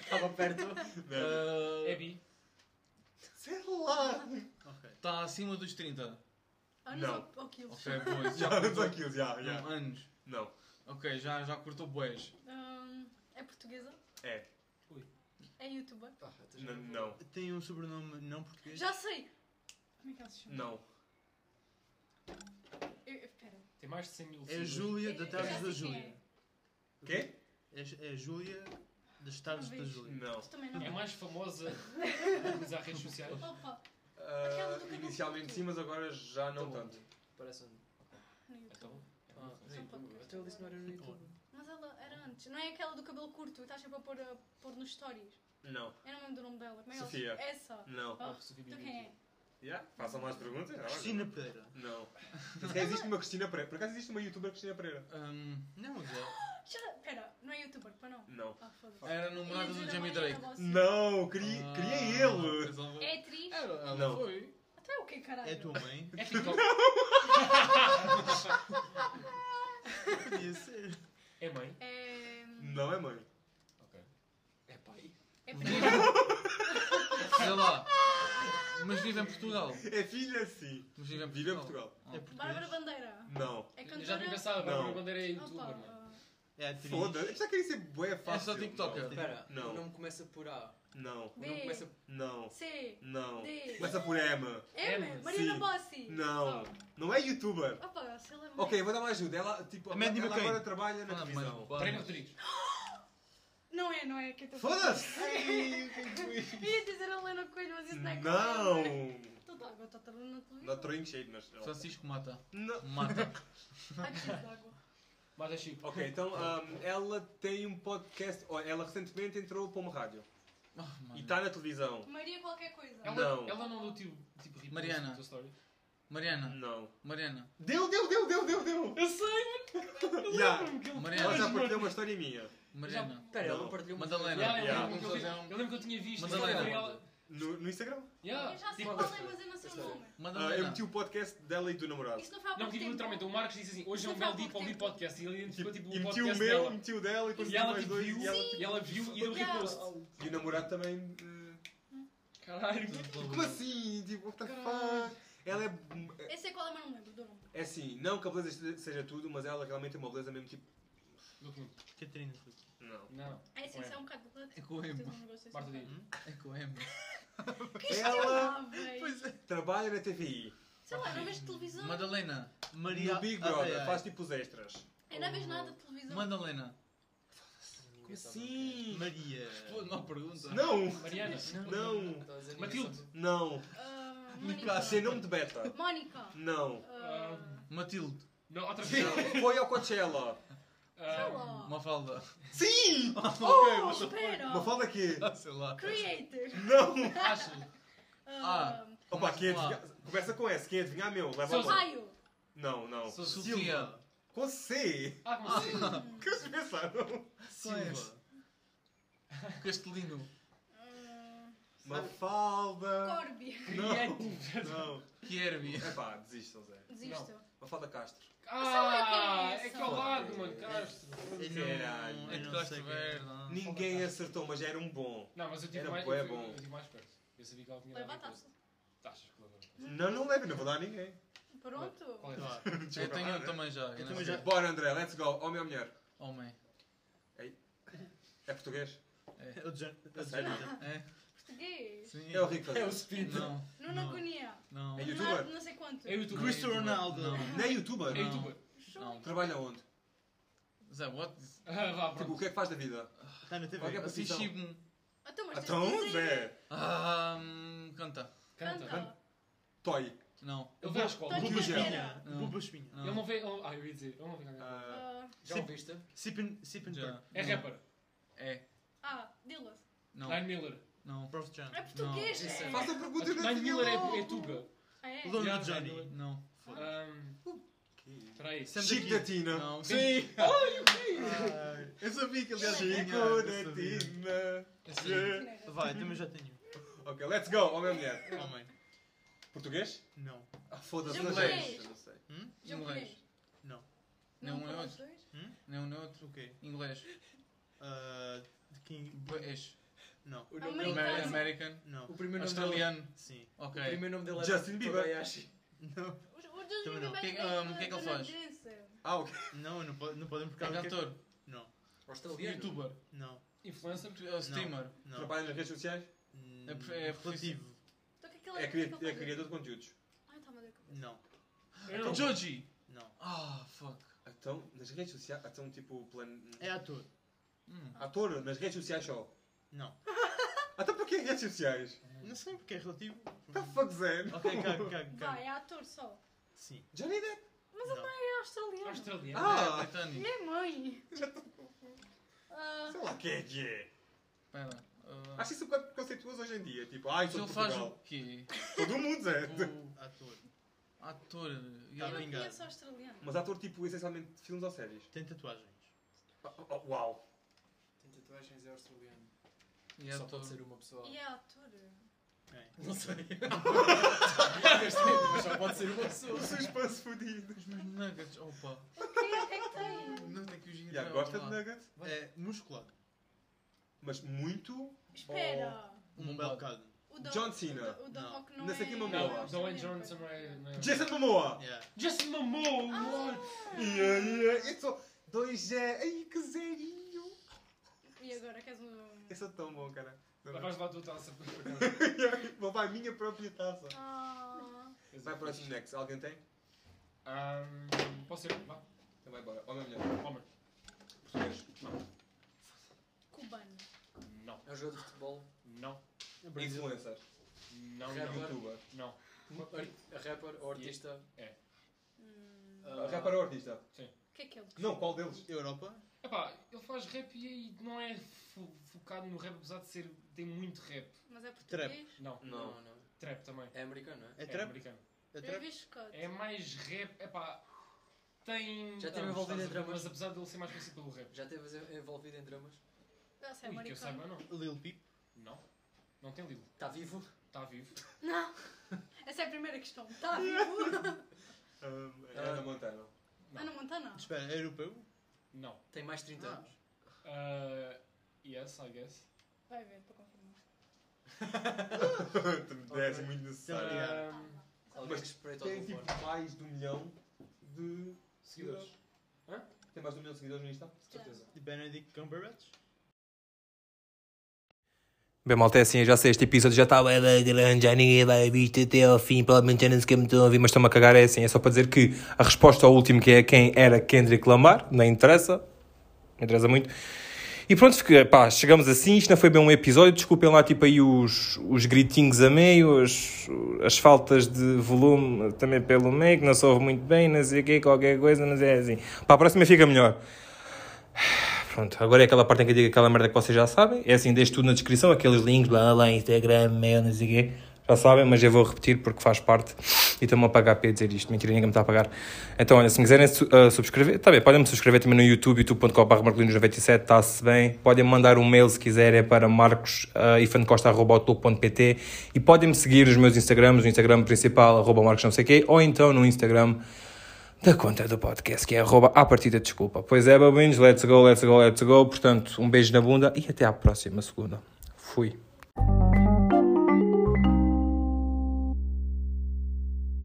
Speaker 7: estava perto.
Speaker 1: Não.
Speaker 3: É bi.
Speaker 1: Ah, Sei lá.
Speaker 2: Ok.
Speaker 4: Está Tá acima dos 30.
Speaker 6: Anos
Speaker 1: Não.
Speaker 6: ou- ou quilos?
Speaker 4: Ok, boas.
Speaker 1: Já
Speaker 4: Já
Speaker 1: vamos
Speaker 4: cortou
Speaker 1: aqui, já,
Speaker 4: Não,
Speaker 1: já.
Speaker 4: anos.
Speaker 1: Não.
Speaker 4: Ok, já, já cortou boés.
Speaker 6: Hum, é portuguesa?
Speaker 1: É.
Speaker 6: É youtuber?
Speaker 7: Ah, até já
Speaker 1: N-
Speaker 7: não vou-
Speaker 1: Não.
Speaker 2: Tem um sobrenome não português?
Speaker 6: Já sei! Como é que ela se chama?
Speaker 1: Não.
Speaker 6: Eu, eu- espera.
Speaker 3: Tem mais de 100 mil
Speaker 2: É a
Speaker 6: assim
Speaker 3: seguidores.
Speaker 2: Júlia da
Speaker 6: Eu já
Speaker 2: Tardes da
Speaker 6: sei quem
Speaker 2: Júlia.
Speaker 1: Quê?
Speaker 2: É, é a Júlia das tardes da
Speaker 6: Talvez.
Speaker 2: Júlia.
Speaker 1: Não.
Speaker 6: Tu também não.
Speaker 3: É mais famosa de usar redes sociais.
Speaker 6: Opa,
Speaker 1: Ah,
Speaker 6: do cabelo
Speaker 1: inicialmente
Speaker 6: curto.
Speaker 1: sim, mas agora já não tanto.
Speaker 7: Parece um.
Speaker 6: no YouTube.
Speaker 3: Então,
Speaker 7: Ah,
Speaker 6: Isso é um podcast.
Speaker 7: então ele disse que não era no YouTube.
Speaker 6: Mas ela era antes. Não é aquela do cabelo curto e estás sempre a pôr, a pôr nos stories.
Speaker 1: Não.
Speaker 6: Eu não lembro do nome dela. Como é que
Speaker 1: Sofia.
Speaker 6: ela se-
Speaker 1: Hum.
Speaker 6: Essa.
Speaker 1: Não.
Speaker 6: Ah,
Speaker 3: se
Speaker 6: Tu quem é?
Speaker 1: Yeah? Façam mais perguntas? Ah,
Speaker 2: Cristina Pereira.
Speaker 1: Não. Por acaso existe uma Cristina Pereira. Por acaso existe uma youtuber Cristina Pereira?
Speaker 4: Hum, não, Zé.
Speaker 6: Já, pera, não é youtuber, para não.
Speaker 1: Não.
Speaker 6: Ah, foda-se.
Speaker 4: Era a
Speaker 6: Ia
Speaker 4: namorada
Speaker 6: dizer
Speaker 4: do
Speaker 6: a
Speaker 4: Jamie
Speaker 6: Mariana
Speaker 4: Drake.
Speaker 6: Rossi.
Speaker 1: Não, queria, queria ele.
Speaker 4: ele.
Speaker 6: É atriz?
Speaker 4: Era, ela
Speaker 1: Ah. Não.
Speaker 4: foi.
Speaker 6: Até o que, caralho?
Speaker 2: É a tua mãe?
Speaker 3: É TikTok.
Speaker 2: Podia ser.
Speaker 3: É mãe.
Speaker 6: É.
Speaker 1: Não é mãe.
Speaker 3: É pai.
Speaker 6: É prima.
Speaker 4: Sei lá. Mas vive em Portugal.
Speaker 1: É filha sim.
Speaker 4: Mas vive em
Speaker 1: Vive em
Speaker 4: Portugal.
Speaker 1: Portugal.
Speaker 2: É português.
Speaker 6: Bárbara Bandeira.
Speaker 1: Não.
Speaker 6: É
Speaker 3: Eu
Speaker 6: cantora.
Speaker 3: já tinha pensado,
Speaker 1: Não.
Speaker 3: mas quando era
Speaker 6: Opa,
Speaker 3: youtuber, mano.
Speaker 6: ah,
Speaker 2: É atriz.
Speaker 1: Foda-se. Isto já queria ser boé fácil.
Speaker 4: É só TikToker.
Speaker 7: Espera,
Speaker 1: Não.
Speaker 7: o nome começa por A.
Speaker 1: Não.
Speaker 7: O nome
Speaker 6: B,
Speaker 7: começa
Speaker 1: Não.
Speaker 6: C,
Speaker 1: Não.
Speaker 6: D.
Speaker 1: Começa por M.
Speaker 6: M,
Speaker 3: M,
Speaker 6: Mariana
Speaker 1: sim.
Speaker 6: Bossi.
Speaker 1: Não.
Speaker 6: Oh.
Speaker 1: Não é youtuber.
Speaker 6: Opa, sei lá.
Speaker 1: Ok, vou dar uma ajuda. Ela, tipo,
Speaker 2: A Mandy
Speaker 1: ela
Speaker 2: McCain.
Speaker 1: agora trabalha na
Speaker 4: Ah, mas-
Speaker 1: televisão.
Speaker 3: Treino Rodrigues.
Speaker 6: Não é, não é que eu tô-
Speaker 1: Foda-se!
Speaker 6: Ia dizer a Helena Coelho, mas isso não é Então tá,
Speaker 1: Não!
Speaker 6: Estou de água, estou na televisão.
Speaker 1: Dá throwing shade, mas. ela-
Speaker 4: Francisco mata.
Speaker 1: Não.
Speaker 4: Mata.
Speaker 6: Ai, preciso de água.
Speaker 3: Mas é Chico.
Speaker 1: Ok, então ahm, ela tem um podcast. ó, Ela recentemente entrou para uma rádio
Speaker 4: Ah, mano.
Speaker 1: e está na televisão.
Speaker 6: Maria qualquer coisa.
Speaker 3: Ela
Speaker 1: Não.
Speaker 3: ela não deu tipo, tipo repost
Speaker 4: Mariana.
Speaker 3: na tua story.
Speaker 4: Mariana.
Speaker 1: Não.
Speaker 4: Mariana.
Speaker 1: Deu, deu, deu, deu, deu, deu!
Speaker 3: Eu sei,
Speaker 1: Yeah.
Speaker 3: mano, que ele
Speaker 4: Mariana.
Speaker 1: Ela já partilhou uma história minha.
Speaker 4: Mariana.
Speaker 7: Espera, ela
Speaker 1: Não.
Speaker 7: não partilhou uma
Speaker 4: Madalena.
Speaker 3: Yeah,
Speaker 1: Yeah.
Speaker 3: eu, lembro que eu, vi- eu lembro que eu tinha visto.
Speaker 4: Mas
Speaker 3: só que
Speaker 4: ela
Speaker 3: eu vi
Speaker 4: é
Speaker 3: ela-
Speaker 1: No, no Instagram?
Speaker 3: Yeah.
Speaker 6: Eu já sei
Speaker 3: Tipo,
Speaker 6: qual é, mas eu não sei o
Speaker 7: Tipo-
Speaker 6: nome.
Speaker 1: Ah, eu
Speaker 4: Madalena.
Speaker 1: meti o podcast dela e do namorado.
Speaker 6: Isso não foi há
Speaker 3: Não,
Speaker 6: pouco
Speaker 3: porque
Speaker 6: tempo.
Speaker 3: literalmente o Marcos disse assim: hoje é o
Speaker 6: Isso foi há
Speaker 3: Mel Deep
Speaker 6: pouco
Speaker 3: Oldie
Speaker 6: tempo.
Speaker 3: Podcast. E ele identificou tipo
Speaker 1: E
Speaker 3: o
Speaker 1: meti o
Speaker 3: podcast
Speaker 1: meu,
Speaker 3: dela.
Speaker 1: meti o dela e depois
Speaker 3: E
Speaker 1: meti
Speaker 3: ela
Speaker 1: mais
Speaker 3: tipo
Speaker 1: dois.
Speaker 3: viu
Speaker 1: E ela,
Speaker 3: e
Speaker 1: tipo,
Speaker 3: ela viu e deu
Speaker 6: Yeah.
Speaker 3: repost.
Speaker 1: e o namorado também. eh,
Speaker 3: Caralho.
Speaker 1: Como assim? Tipo, what the
Speaker 6: Caralho.
Speaker 1: fuck? Ela é.
Speaker 6: Eu sei qual é, mas não me lembro do nome.
Speaker 1: É assim, não que a beleza seja tudo, mas ela realmente é uma beleza mesmo tipo.
Speaker 2: Catarina Filipe.
Speaker 1: Não.
Speaker 3: Não.
Speaker 6: Ah, esse
Speaker 3: Ué.
Speaker 6: é um bocado de
Speaker 4: É com M.
Speaker 3: Marta
Speaker 6: Que
Speaker 3: Dias.
Speaker 1: Hum?
Speaker 4: É com M.
Speaker 1: Ela é.
Speaker 6: velho.
Speaker 1: trabalha na TVI.
Speaker 6: Sei lá, não vejo televisão.
Speaker 4: Madalena.
Speaker 2: Maria.
Speaker 1: No Big
Speaker 2: Ah,
Speaker 1: Brother,
Speaker 2: ai, ai.
Speaker 1: faz tipo os extras.
Speaker 6: Eu não vejo nada de televisão.
Speaker 4: Madalena.
Speaker 7: é
Speaker 1: Como assim?
Speaker 2: Maria.
Speaker 4: Não pergunta.
Speaker 1: Não!
Speaker 3: Mariana.
Speaker 1: Não!
Speaker 7: Estás a dizer
Speaker 3: Matilde.
Speaker 7: ninguém
Speaker 1: Não!
Speaker 6: Ah,
Speaker 1: Sem
Speaker 6: Mónica.
Speaker 1: nome de beta.
Speaker 6: Mónica.
Speaker 1: Não!
Speaker 6: Ah,
Speaker 4: Matilde.
Speaker 3: Não, outra vez.
Speaker 1: Foi ao Coachella!
Speaker 6: Sei
Speaker 3: Ah,
Speaker 6: lá.
Speaker 4: Mafalda.
Speaker 1: Sim!
Speaker 6: Oh, espera.
Speaker 1: Uma falda aqui!
Speaker 4: Ah, sei lá.
Speaker 6: Creator.
Speaker 1: Não!
Speaker 4: Acho.
Speaker 6: Ah,
Speaker 1: Opa, quem
Speaker 4: Vamos lá.
Speaker 1: adivinha... Começa com S, quem adivinhar meu, leva a
Speaker 3: Sousa.
Speaker 1: bola.
Speaker 6: Raio.
Speaker 1: Não, não.
Speaker 4: Sou Sofia.
Speaker 2: Silva.
Speaker 1: Com C!
Speaker 3: Ah, como assim?
Speaker 1: O que eles pensaram?
Speaker 4: Silva.
Speaker 2: Silva.
Speaker 4: Castelino.
Speaker 6: Ah,
Speaker 1: Uma falda!
Speaker 6: Corby.
Speaker 1: Não! Não!
Speaker 4: Kierby.
Speaker 1: Epá, desistam, Zé.
Speaker 6: Desisto.
Speaker 1: Uma falda Castro.
Speaker 3: Ah,
Speaker 6: Mas ela é quem é
Speaker 3: é
Speaker 6: essa?
Speaker 3: que ao lado, mano. Castro.
Speaker 2: Eu
Speaker 1: Caralho.
Speaker 2: não- eu
Speaker 4: É que
Speaker 2: não
Speaker 4: gosto
Speaker 2: sei
Speaker 4: de
Speaker 2: quem
Speaker 4: ver.
Speaker 2: é.
Speaker 4: não.
Speaker 1: Ninguém acertou, mas era um bom.
Speaker 3: Não, mas eu tive
Speaker 1: Era
Speaker 3: mais,
Speaker 1: bué
Speaker 3: eu, fui-
Speaker 1: bom.
Speaker 3: eu tive mais perto. Eu sabia que ela tinha
Speaker 6: Leva a
Speaker 3: dado
Speaker 6: taça.
Speaker 3: coisa. Taxas, pelo amor de Deus.
Speaker 1: Não, não leve, não vou dar a ninguém.
Speaker 6: Pronto.
Speaker 3: Qual é?
Speaker 2: Tá.
Speaker 4: Eu tenho um também já. Eu não
Speaker 2: também
Speaker 4: sei.
Speaker 2: já.
Speaker 1: Bora, André, let's go. Homem ou mulher?
Speaker 4: Homem.
Speaker 1: É português?
Speaker 2: É o Jan- é o
Speaker 1: sério?
Speaker 2: Jonathan.
Speaker 4: É?
Speaker 6: Português.
Speaker 4: Sim.
Speaker 1: É o Rico.
Speaker 7: É o Speed.
Speaker 4: Não.
Speaker 6: Nuna
Speaker 4: Não.
Speaker 6: Agonia.
Speaker 4: Não.
Speaker 1: É
Speaker 4: Não.
Speaker 1: youtuber?
Speaker 6: Leonardo Não sei quanto.
Speaker 3: É youtuber.
Speaker 2: Cristiano Ronaldo.
Speaker 4: Não.
Speaker 1: Nem youtuber?
Speaker 3: É
Speaker 4: Não.
Speaker 3: youtuber. [LAUGHS]
Speaker 4: Não.
Speaker 1: Trabalha onde?
Speaker 4: Zé, what?
Speaker 3: Ah, vá,
Speaker 1: Tipo, o
Speaker 3: pronto.
Speaker 1: que é que faz da vida?
Speaker 2: Está na TV.
Speaker 1: Qual é a posição?
Speaker 4: Assiste-me.
Speaker 6: Então, mas tens
Speaker 1: Então,
Speaker 6: de dizer.
Speaker 1: Zé!
Speaker 4: Ah, hum, canta.
Speaker 3: Canta.
Speaker 1: Toy.
Speaker 4: Não.
Speaker 3: Ele vai à escola.
Speaker 6: Toy
Speaker 1: Bubu
Speaker 6: Bandeira.
Speaker 1: Gel.
Speaker 4: Não.
Speaker 2: Buba Espinha.
Speaker 4: Não.
Speaker 3: Ele não veio. ele- Ah, eu ia dizer. Ele não veio cantar.
Speaker 1: Ah,
Speaker 6: Ah,
Speaker 7: Já
Speaker 2: Sim.
Speaker 7: ouviste?
Speaker 2: Sip Sipin
Speaker 4: Já.
Speaker 2: [LAUGHS] Perk.
Speaker 3: É
Speaker 4: Não.
Speaker 3: rapper.
Speaker 4: É.
Speaker 6: Ah, Dillas.
Speaker 4: Não.
Speaker 3: Nine Miller.
Speaker 4: Não.
Speaker 2: Prof. John.
Speaker 6: É português,
Speaker 7: Isso
Speaker 6: é?
Speaker 7: é-
Speaker 1: Faz Ah, a pergunta da
Speaker 3: Nine
Speaker 1: minha
Speaker 3: Miller
Speaker 1: logo.
Speaker 3: é, é Tuga.
Speaker 6: Ah, é?
Speaker 2: Lonely
Speaker 3: Yeah,
Speaker 2: Johnny.
Speaker 3: Nine
Speaker 4: Não.
Speaker 3: Miller. Ahm, Espera aí.
Speaker 4: Sam
Speaker 1: Chico
Speaker 4: daqui.
Speaker 1: da Tina.
Speaker 4: Não.
Speaker 1: Sim!
Speaker 2: Ai, Eu sabia que ele ia adivinhar,
Speaker 1: Chico
Speaker 2: eu
Speaker 1: da
Speaker 2: sabia.
Speaker 1: Tina.
Speaker 4: Eu sabia.
Speaker 2: Vai, também já tenho.
Speaker 1: Ok, let's go. Homem ou mulher?
Speaker 2: Homem.
Speaker 1: Português?
Speaker 2: Não.
Speaker 1: Ah, Foda-se, não
Speaker 6: Japonês.
Speaker 1: sei. Eu não sei.
Speaker 2: Hum?
Speaker 6: Japonês.
Speaker 4: Inglês.
Speaker 2: Não.
Speaker 4: Não,
Speaker 6: Não,
Speaker 4: é
Speaker 6: qual dos
Speaker 4: outro.
Speaker 6: dois?
Speaker 4: Não, não é outro.
Speaker 2: O quê?
Speaker 4: Inglês.
Speaker 2: Ah, de quem?
Speaker 4: Boés.
Speaker 2: Não.
Speaker 7: O nome dele-
Speaker 4: Amer-
Speaker 6: Americano.
Speaker 4: American.
Speaker 2: Não.
Speaker 7: o primeiro nome dele.
Speaker 4: Australiano.
Speaker 2: Sim.
Speaker 7: O
Speaker 4: Ok.
Speaker 7: primeiro nome dele é
Speaker 1: Justin Bieber.
Speaker 7: Kobayashi.
Speaker 2: Não.
Speaker 6: Os- os dois
Speaker 2: Também não.
Speaker 6: bem
Speaker 4: Que-
Speaker 6: bem
Speaker 4: ah,
Speaker 6: do-
Speaker 4: o que é que ele
Speaker 6: do
Speaker 4: faz?
Speaker 6: Nandinse.
Speaker 1: Ah, ok.
Speaker 2: Não, não, po- não podem porque
Speaker 4: É
Speaker 2: ela quer-
Speaker 4: cantor.
Speaker 2: Não.
Speaker 7: Australiano.
Speaker 4: Youtuber.
Speaker 2: Não.
Speaker 3: Influencer.
Speaker 4: É o Steamer.
Speaker 2: Não.
Speaker 1: Trabalha nas redes sociais?
Speaker 2: Hum,
Speaker 4: É pre- é
Speaker 2: relativo.
Speaker 6: Então, o que é que
Speaker 1: É
Speaker 6: ele o que é que
Speaker 1: cri- é
Speaker 6: ele faz?
Speaker 1: criador de conteúdos.
Speaker 6: Ai, está-me a dar cabeça.
Speaker 2: Não.
Speaker 3: Eu não.
Speaker 4: Joji.
Speaker 2: Não.
Speaker 4: Ah, fuck.
Speaker 1: Então, nas redes sociais, então tipo, plan...
Speaker 2: É ator.
Speaker 8: Ator nas redes sociais só. [LAUGHS]
Speaker 2: Não.
Speaker 8: Até porque em redes sociais? Tá
Speaker 2: Não sei porque é relativo.
Speaker 8: The fuck Zen?
Speaker 2: Ok, cago, cago, [LAUGHS]
Speaker 6: Vai,
Speaker 2: cago.
Speaker 6: é ator só.
Speaker 2: Sim.
Speaker 8: Johnny Depp?
Speaker 2: Não.
Speaker 6: É australiano.
Speaker 3: Australiano.
Speaker 8: Ah!
Speaker 4: Britânico.
Speaker 6: Minha mãe. Ah,
Speaker 8: Sei lá quem é que é.
Speaker 4: Espera. ah,
Speaker 8: Acho isso um bocado preconceituoso hoje em dia. Tipo, ai,
Speaker 4: mas
Speaker 8: sou
Speaker 4: ele
Speaker 8: de
Speaker 4: faz o
Speaker 8: Portugal.
Speaker 4: quê?
Speaker 8: Todo mundo, Zé.
Speaker 4: O
Speaker 2: Ator.
Speaker 4: ator. E
Speaker 6: eu
Speaker 4: ele- é
Speaker 6: não
Speaker 2: vingado.
Speaker 6: conheço australiano.
Speaker 8: Mas ator, tipo, essencialmente de filmes ou séries?
Speaker 2: Tem tatuagens.
Speaker 8: Ah, ah, ah, Uau.
Speaker 7: Tem tatuagens é australiano.
Speaker 4: e
Speaker 7: Só
Speaker 4: ator.
Speaker 7: pode ser uma pessoa.
Speaker 6: E é ator.
Speaker 7: Não sei. Mas só pode ser uma pessoa.
Speaker 8: O suspense fodido.
Speaker 4: Os meus nuggets, opa.
Speaker 6: Quem é que tem?
Speaker 4: Não tem que os
Speaker 8: Já gosta de nugget?
Speaker 2: É musculado.
Speaker 8: Mas muito...
Speaker 6: Espera.
Speaker 2: Um
Speaker 4: Um
Speaker 2: belo
Speaker 4: bocado.
Speaker 2: bocado.
Speaker 6: O Dom-
Speaker 8: John Cena.
Speaker 6: O
Speaker 2: Não.
Speaker 6: Doc não,
Speaker 8: Nesse
Speaker 6: é...
Speaker 8: aqui,
Speaker 6: não
Speaker 8: Momoa.
Speaker 6: é
Speaker 3: Não, Dwayne
Speaker 6: australiano,
Speaker 3: Johnson
Speaker 6: pois.
Speaker 3: não é... não é-
Speaker 8: Jason Momoa!
Speaker 2: Yeah.
Speaker 3: Jason Momoa!
Speaker 8: Yeah, yeah. Eu sou... Dois é... Ai, que zerinho.
Speaker 6: E agora queres um...
Speaker 8: Eu sou tão bom, cara. [LAUGHS]
Speaker 3: Lá Vais lá tu taça.
Speaker 8: Vou levar a minha própria taça.
Speaker 6: Ah,
Speaker 8: Vai para o next. Alguém tem?
Speaker 3: Ahm, Um, Posso ir? Vá.
Speaker 8: Então vai embora. Homem ou mulher?
Speaker 3: Homer.
Speaker 8: Português.
Speaker 6: cubano.
Speaker 3: Não.
Speaker 7: É um jogador de futebol.
Speaker 3: Não.
Speaker 8: Influencer.
Speaker 3: Não,
Speaker 7: Rapper.
Speaker 3: não.
Speaker 8: É Youtuber.
Speaker 3: Não.
Speaker 7: ar- Rapper ou artista.
Speaker 6: Hum,
Speaker 7: ah,
Speaker 8: Rapper ou artista?
Speaker 6: O que é que ele...
Speaker 8: Não, qual deles?
Speaker 2: Europa.
Speaker 3: Epá, ele faz rap e e não é fo- focado no rap, apesar de ser... Tem muito rap.
Speaker 6: Mas é português?
Speaker 3: Não.
Speaker 7: Não, não.
Speaker 3: Trap também.
Speaker 7: É americano, não é?
Speaker 2: É trap?
Speaker 3: americano.
Speaker 2: É
Speaker 6: Eu
Speaker 2: trap?
Speaker 6: vi Scott.
Speaker 3: É mais rap, epá, tem...
Speaker 7: Já teve
Speaker 3: Ah,
Speaker 7: envolvido
Speaker 3: Estados
Speaker 7: em
Speaker 3: Unidos,
Speaker 7: dramas?
Speaker 3: Mas apesar dele ser mais conhecido pelo rap.
Speaker 7: Já esteve envolvido em dramas?
Speaker 6: Não sei, é
Speaker 3: Ui, que eu
Speaker 6: americano.
Speaker 3: saiba, não.
Speaker 2: Lil Peep.
Speaker 3: Não. Não tem livro.
Speaker 7: Está vivo?
Speaker 3: Está vivo. [LAUGHS]
Speaker 6: Não. Essa é a primeira questão. Tá vivo?
Speaker 8: Um,
Speaker 1: é.
Speaker 7: Ah.
Speaker 8: Ana [LAUGHS] Montana.
Speaker 3: Não.
Speaker 6: Ana Montana.
Speaker 2: Espera, é europeu?
Speaker 3: Não.
Speaker 7: Tem mais de 30
Speaker 2: Ah.
Speaker 7: anos?
Speaker 3: Ah, yes, I guess.
Speaker 6: Vai ver, para confirmar.
Speaker 8: Desce muito
Speaker 7: Tá,
Speaker 8: necessário.
Speaker 2: Obrigado.
Speaker 3: Ahm,
Speaker 7: Alguém
Speaker 8: Mas
Speaker 7: que é espreita
Speaker 8: Tem
Speaker 7: ao
Speaker 8: tipo
Speaker 7: telefone.
Speaker 8: mais de um milhão de seguidores.
Speaker 3: Hã?
Speaker 8: Tem mais de um milhão de seguidores no Insta?
Speaker 6: certeza.
Speaker 2: De Benedict Cumberbatch.
Speaker 1: Bem, malta, é assim, eu já sei, este episódio já está bué da grande, já ninguém vai ouvir isto até ao fim, pelo menos já nem sequer me estão a ouvir, mas estão-me a cagar, é assim, é só para dizer que a resposta ao último, que é quem era Kendrick Lamar, não interessa, não interessa muito, e pronto, fica- pá, chegamos assim, isto não foi bem um episódio, desculpem lá, tipo, aí os, os gritinhos a meio, as, as faltas de volume também pelo meio, que não se ouve muito bem, não sei o quê, qualquer coisa, mas é assim, para a próxima fica melhor. Pronto, agora é aquela parte em que eu digo aquela merda que vocês já sabem. É assim, deixo tudo na descrição, aqueles links, blá blá, Instagram, mail, não sei o quê. Já sabem, mas eu vou repetir porque faz parte e estão-me a pagar para eu dizer isto. Mentira, ninguém me está a pagar. Então, olha, se me quiserem su- ah, subscrever, tá bem, podem-me subscrever também no YouTube, youtube.com.br, marcolinos97, está-se bem. Podem mandar um mail se quiserem para ah, marcosifancosta.pt e podem-me seguir os meus Instagrams, o Instagram principal, arroba marcos não sei o quê, ou então no Instagram da conta do podcast, que é arroba à partida desculpa. Pois é, babinhos, let's go, let's go, let's go. Portanto, um beijo na bunda e até à próxima segunda. Fui.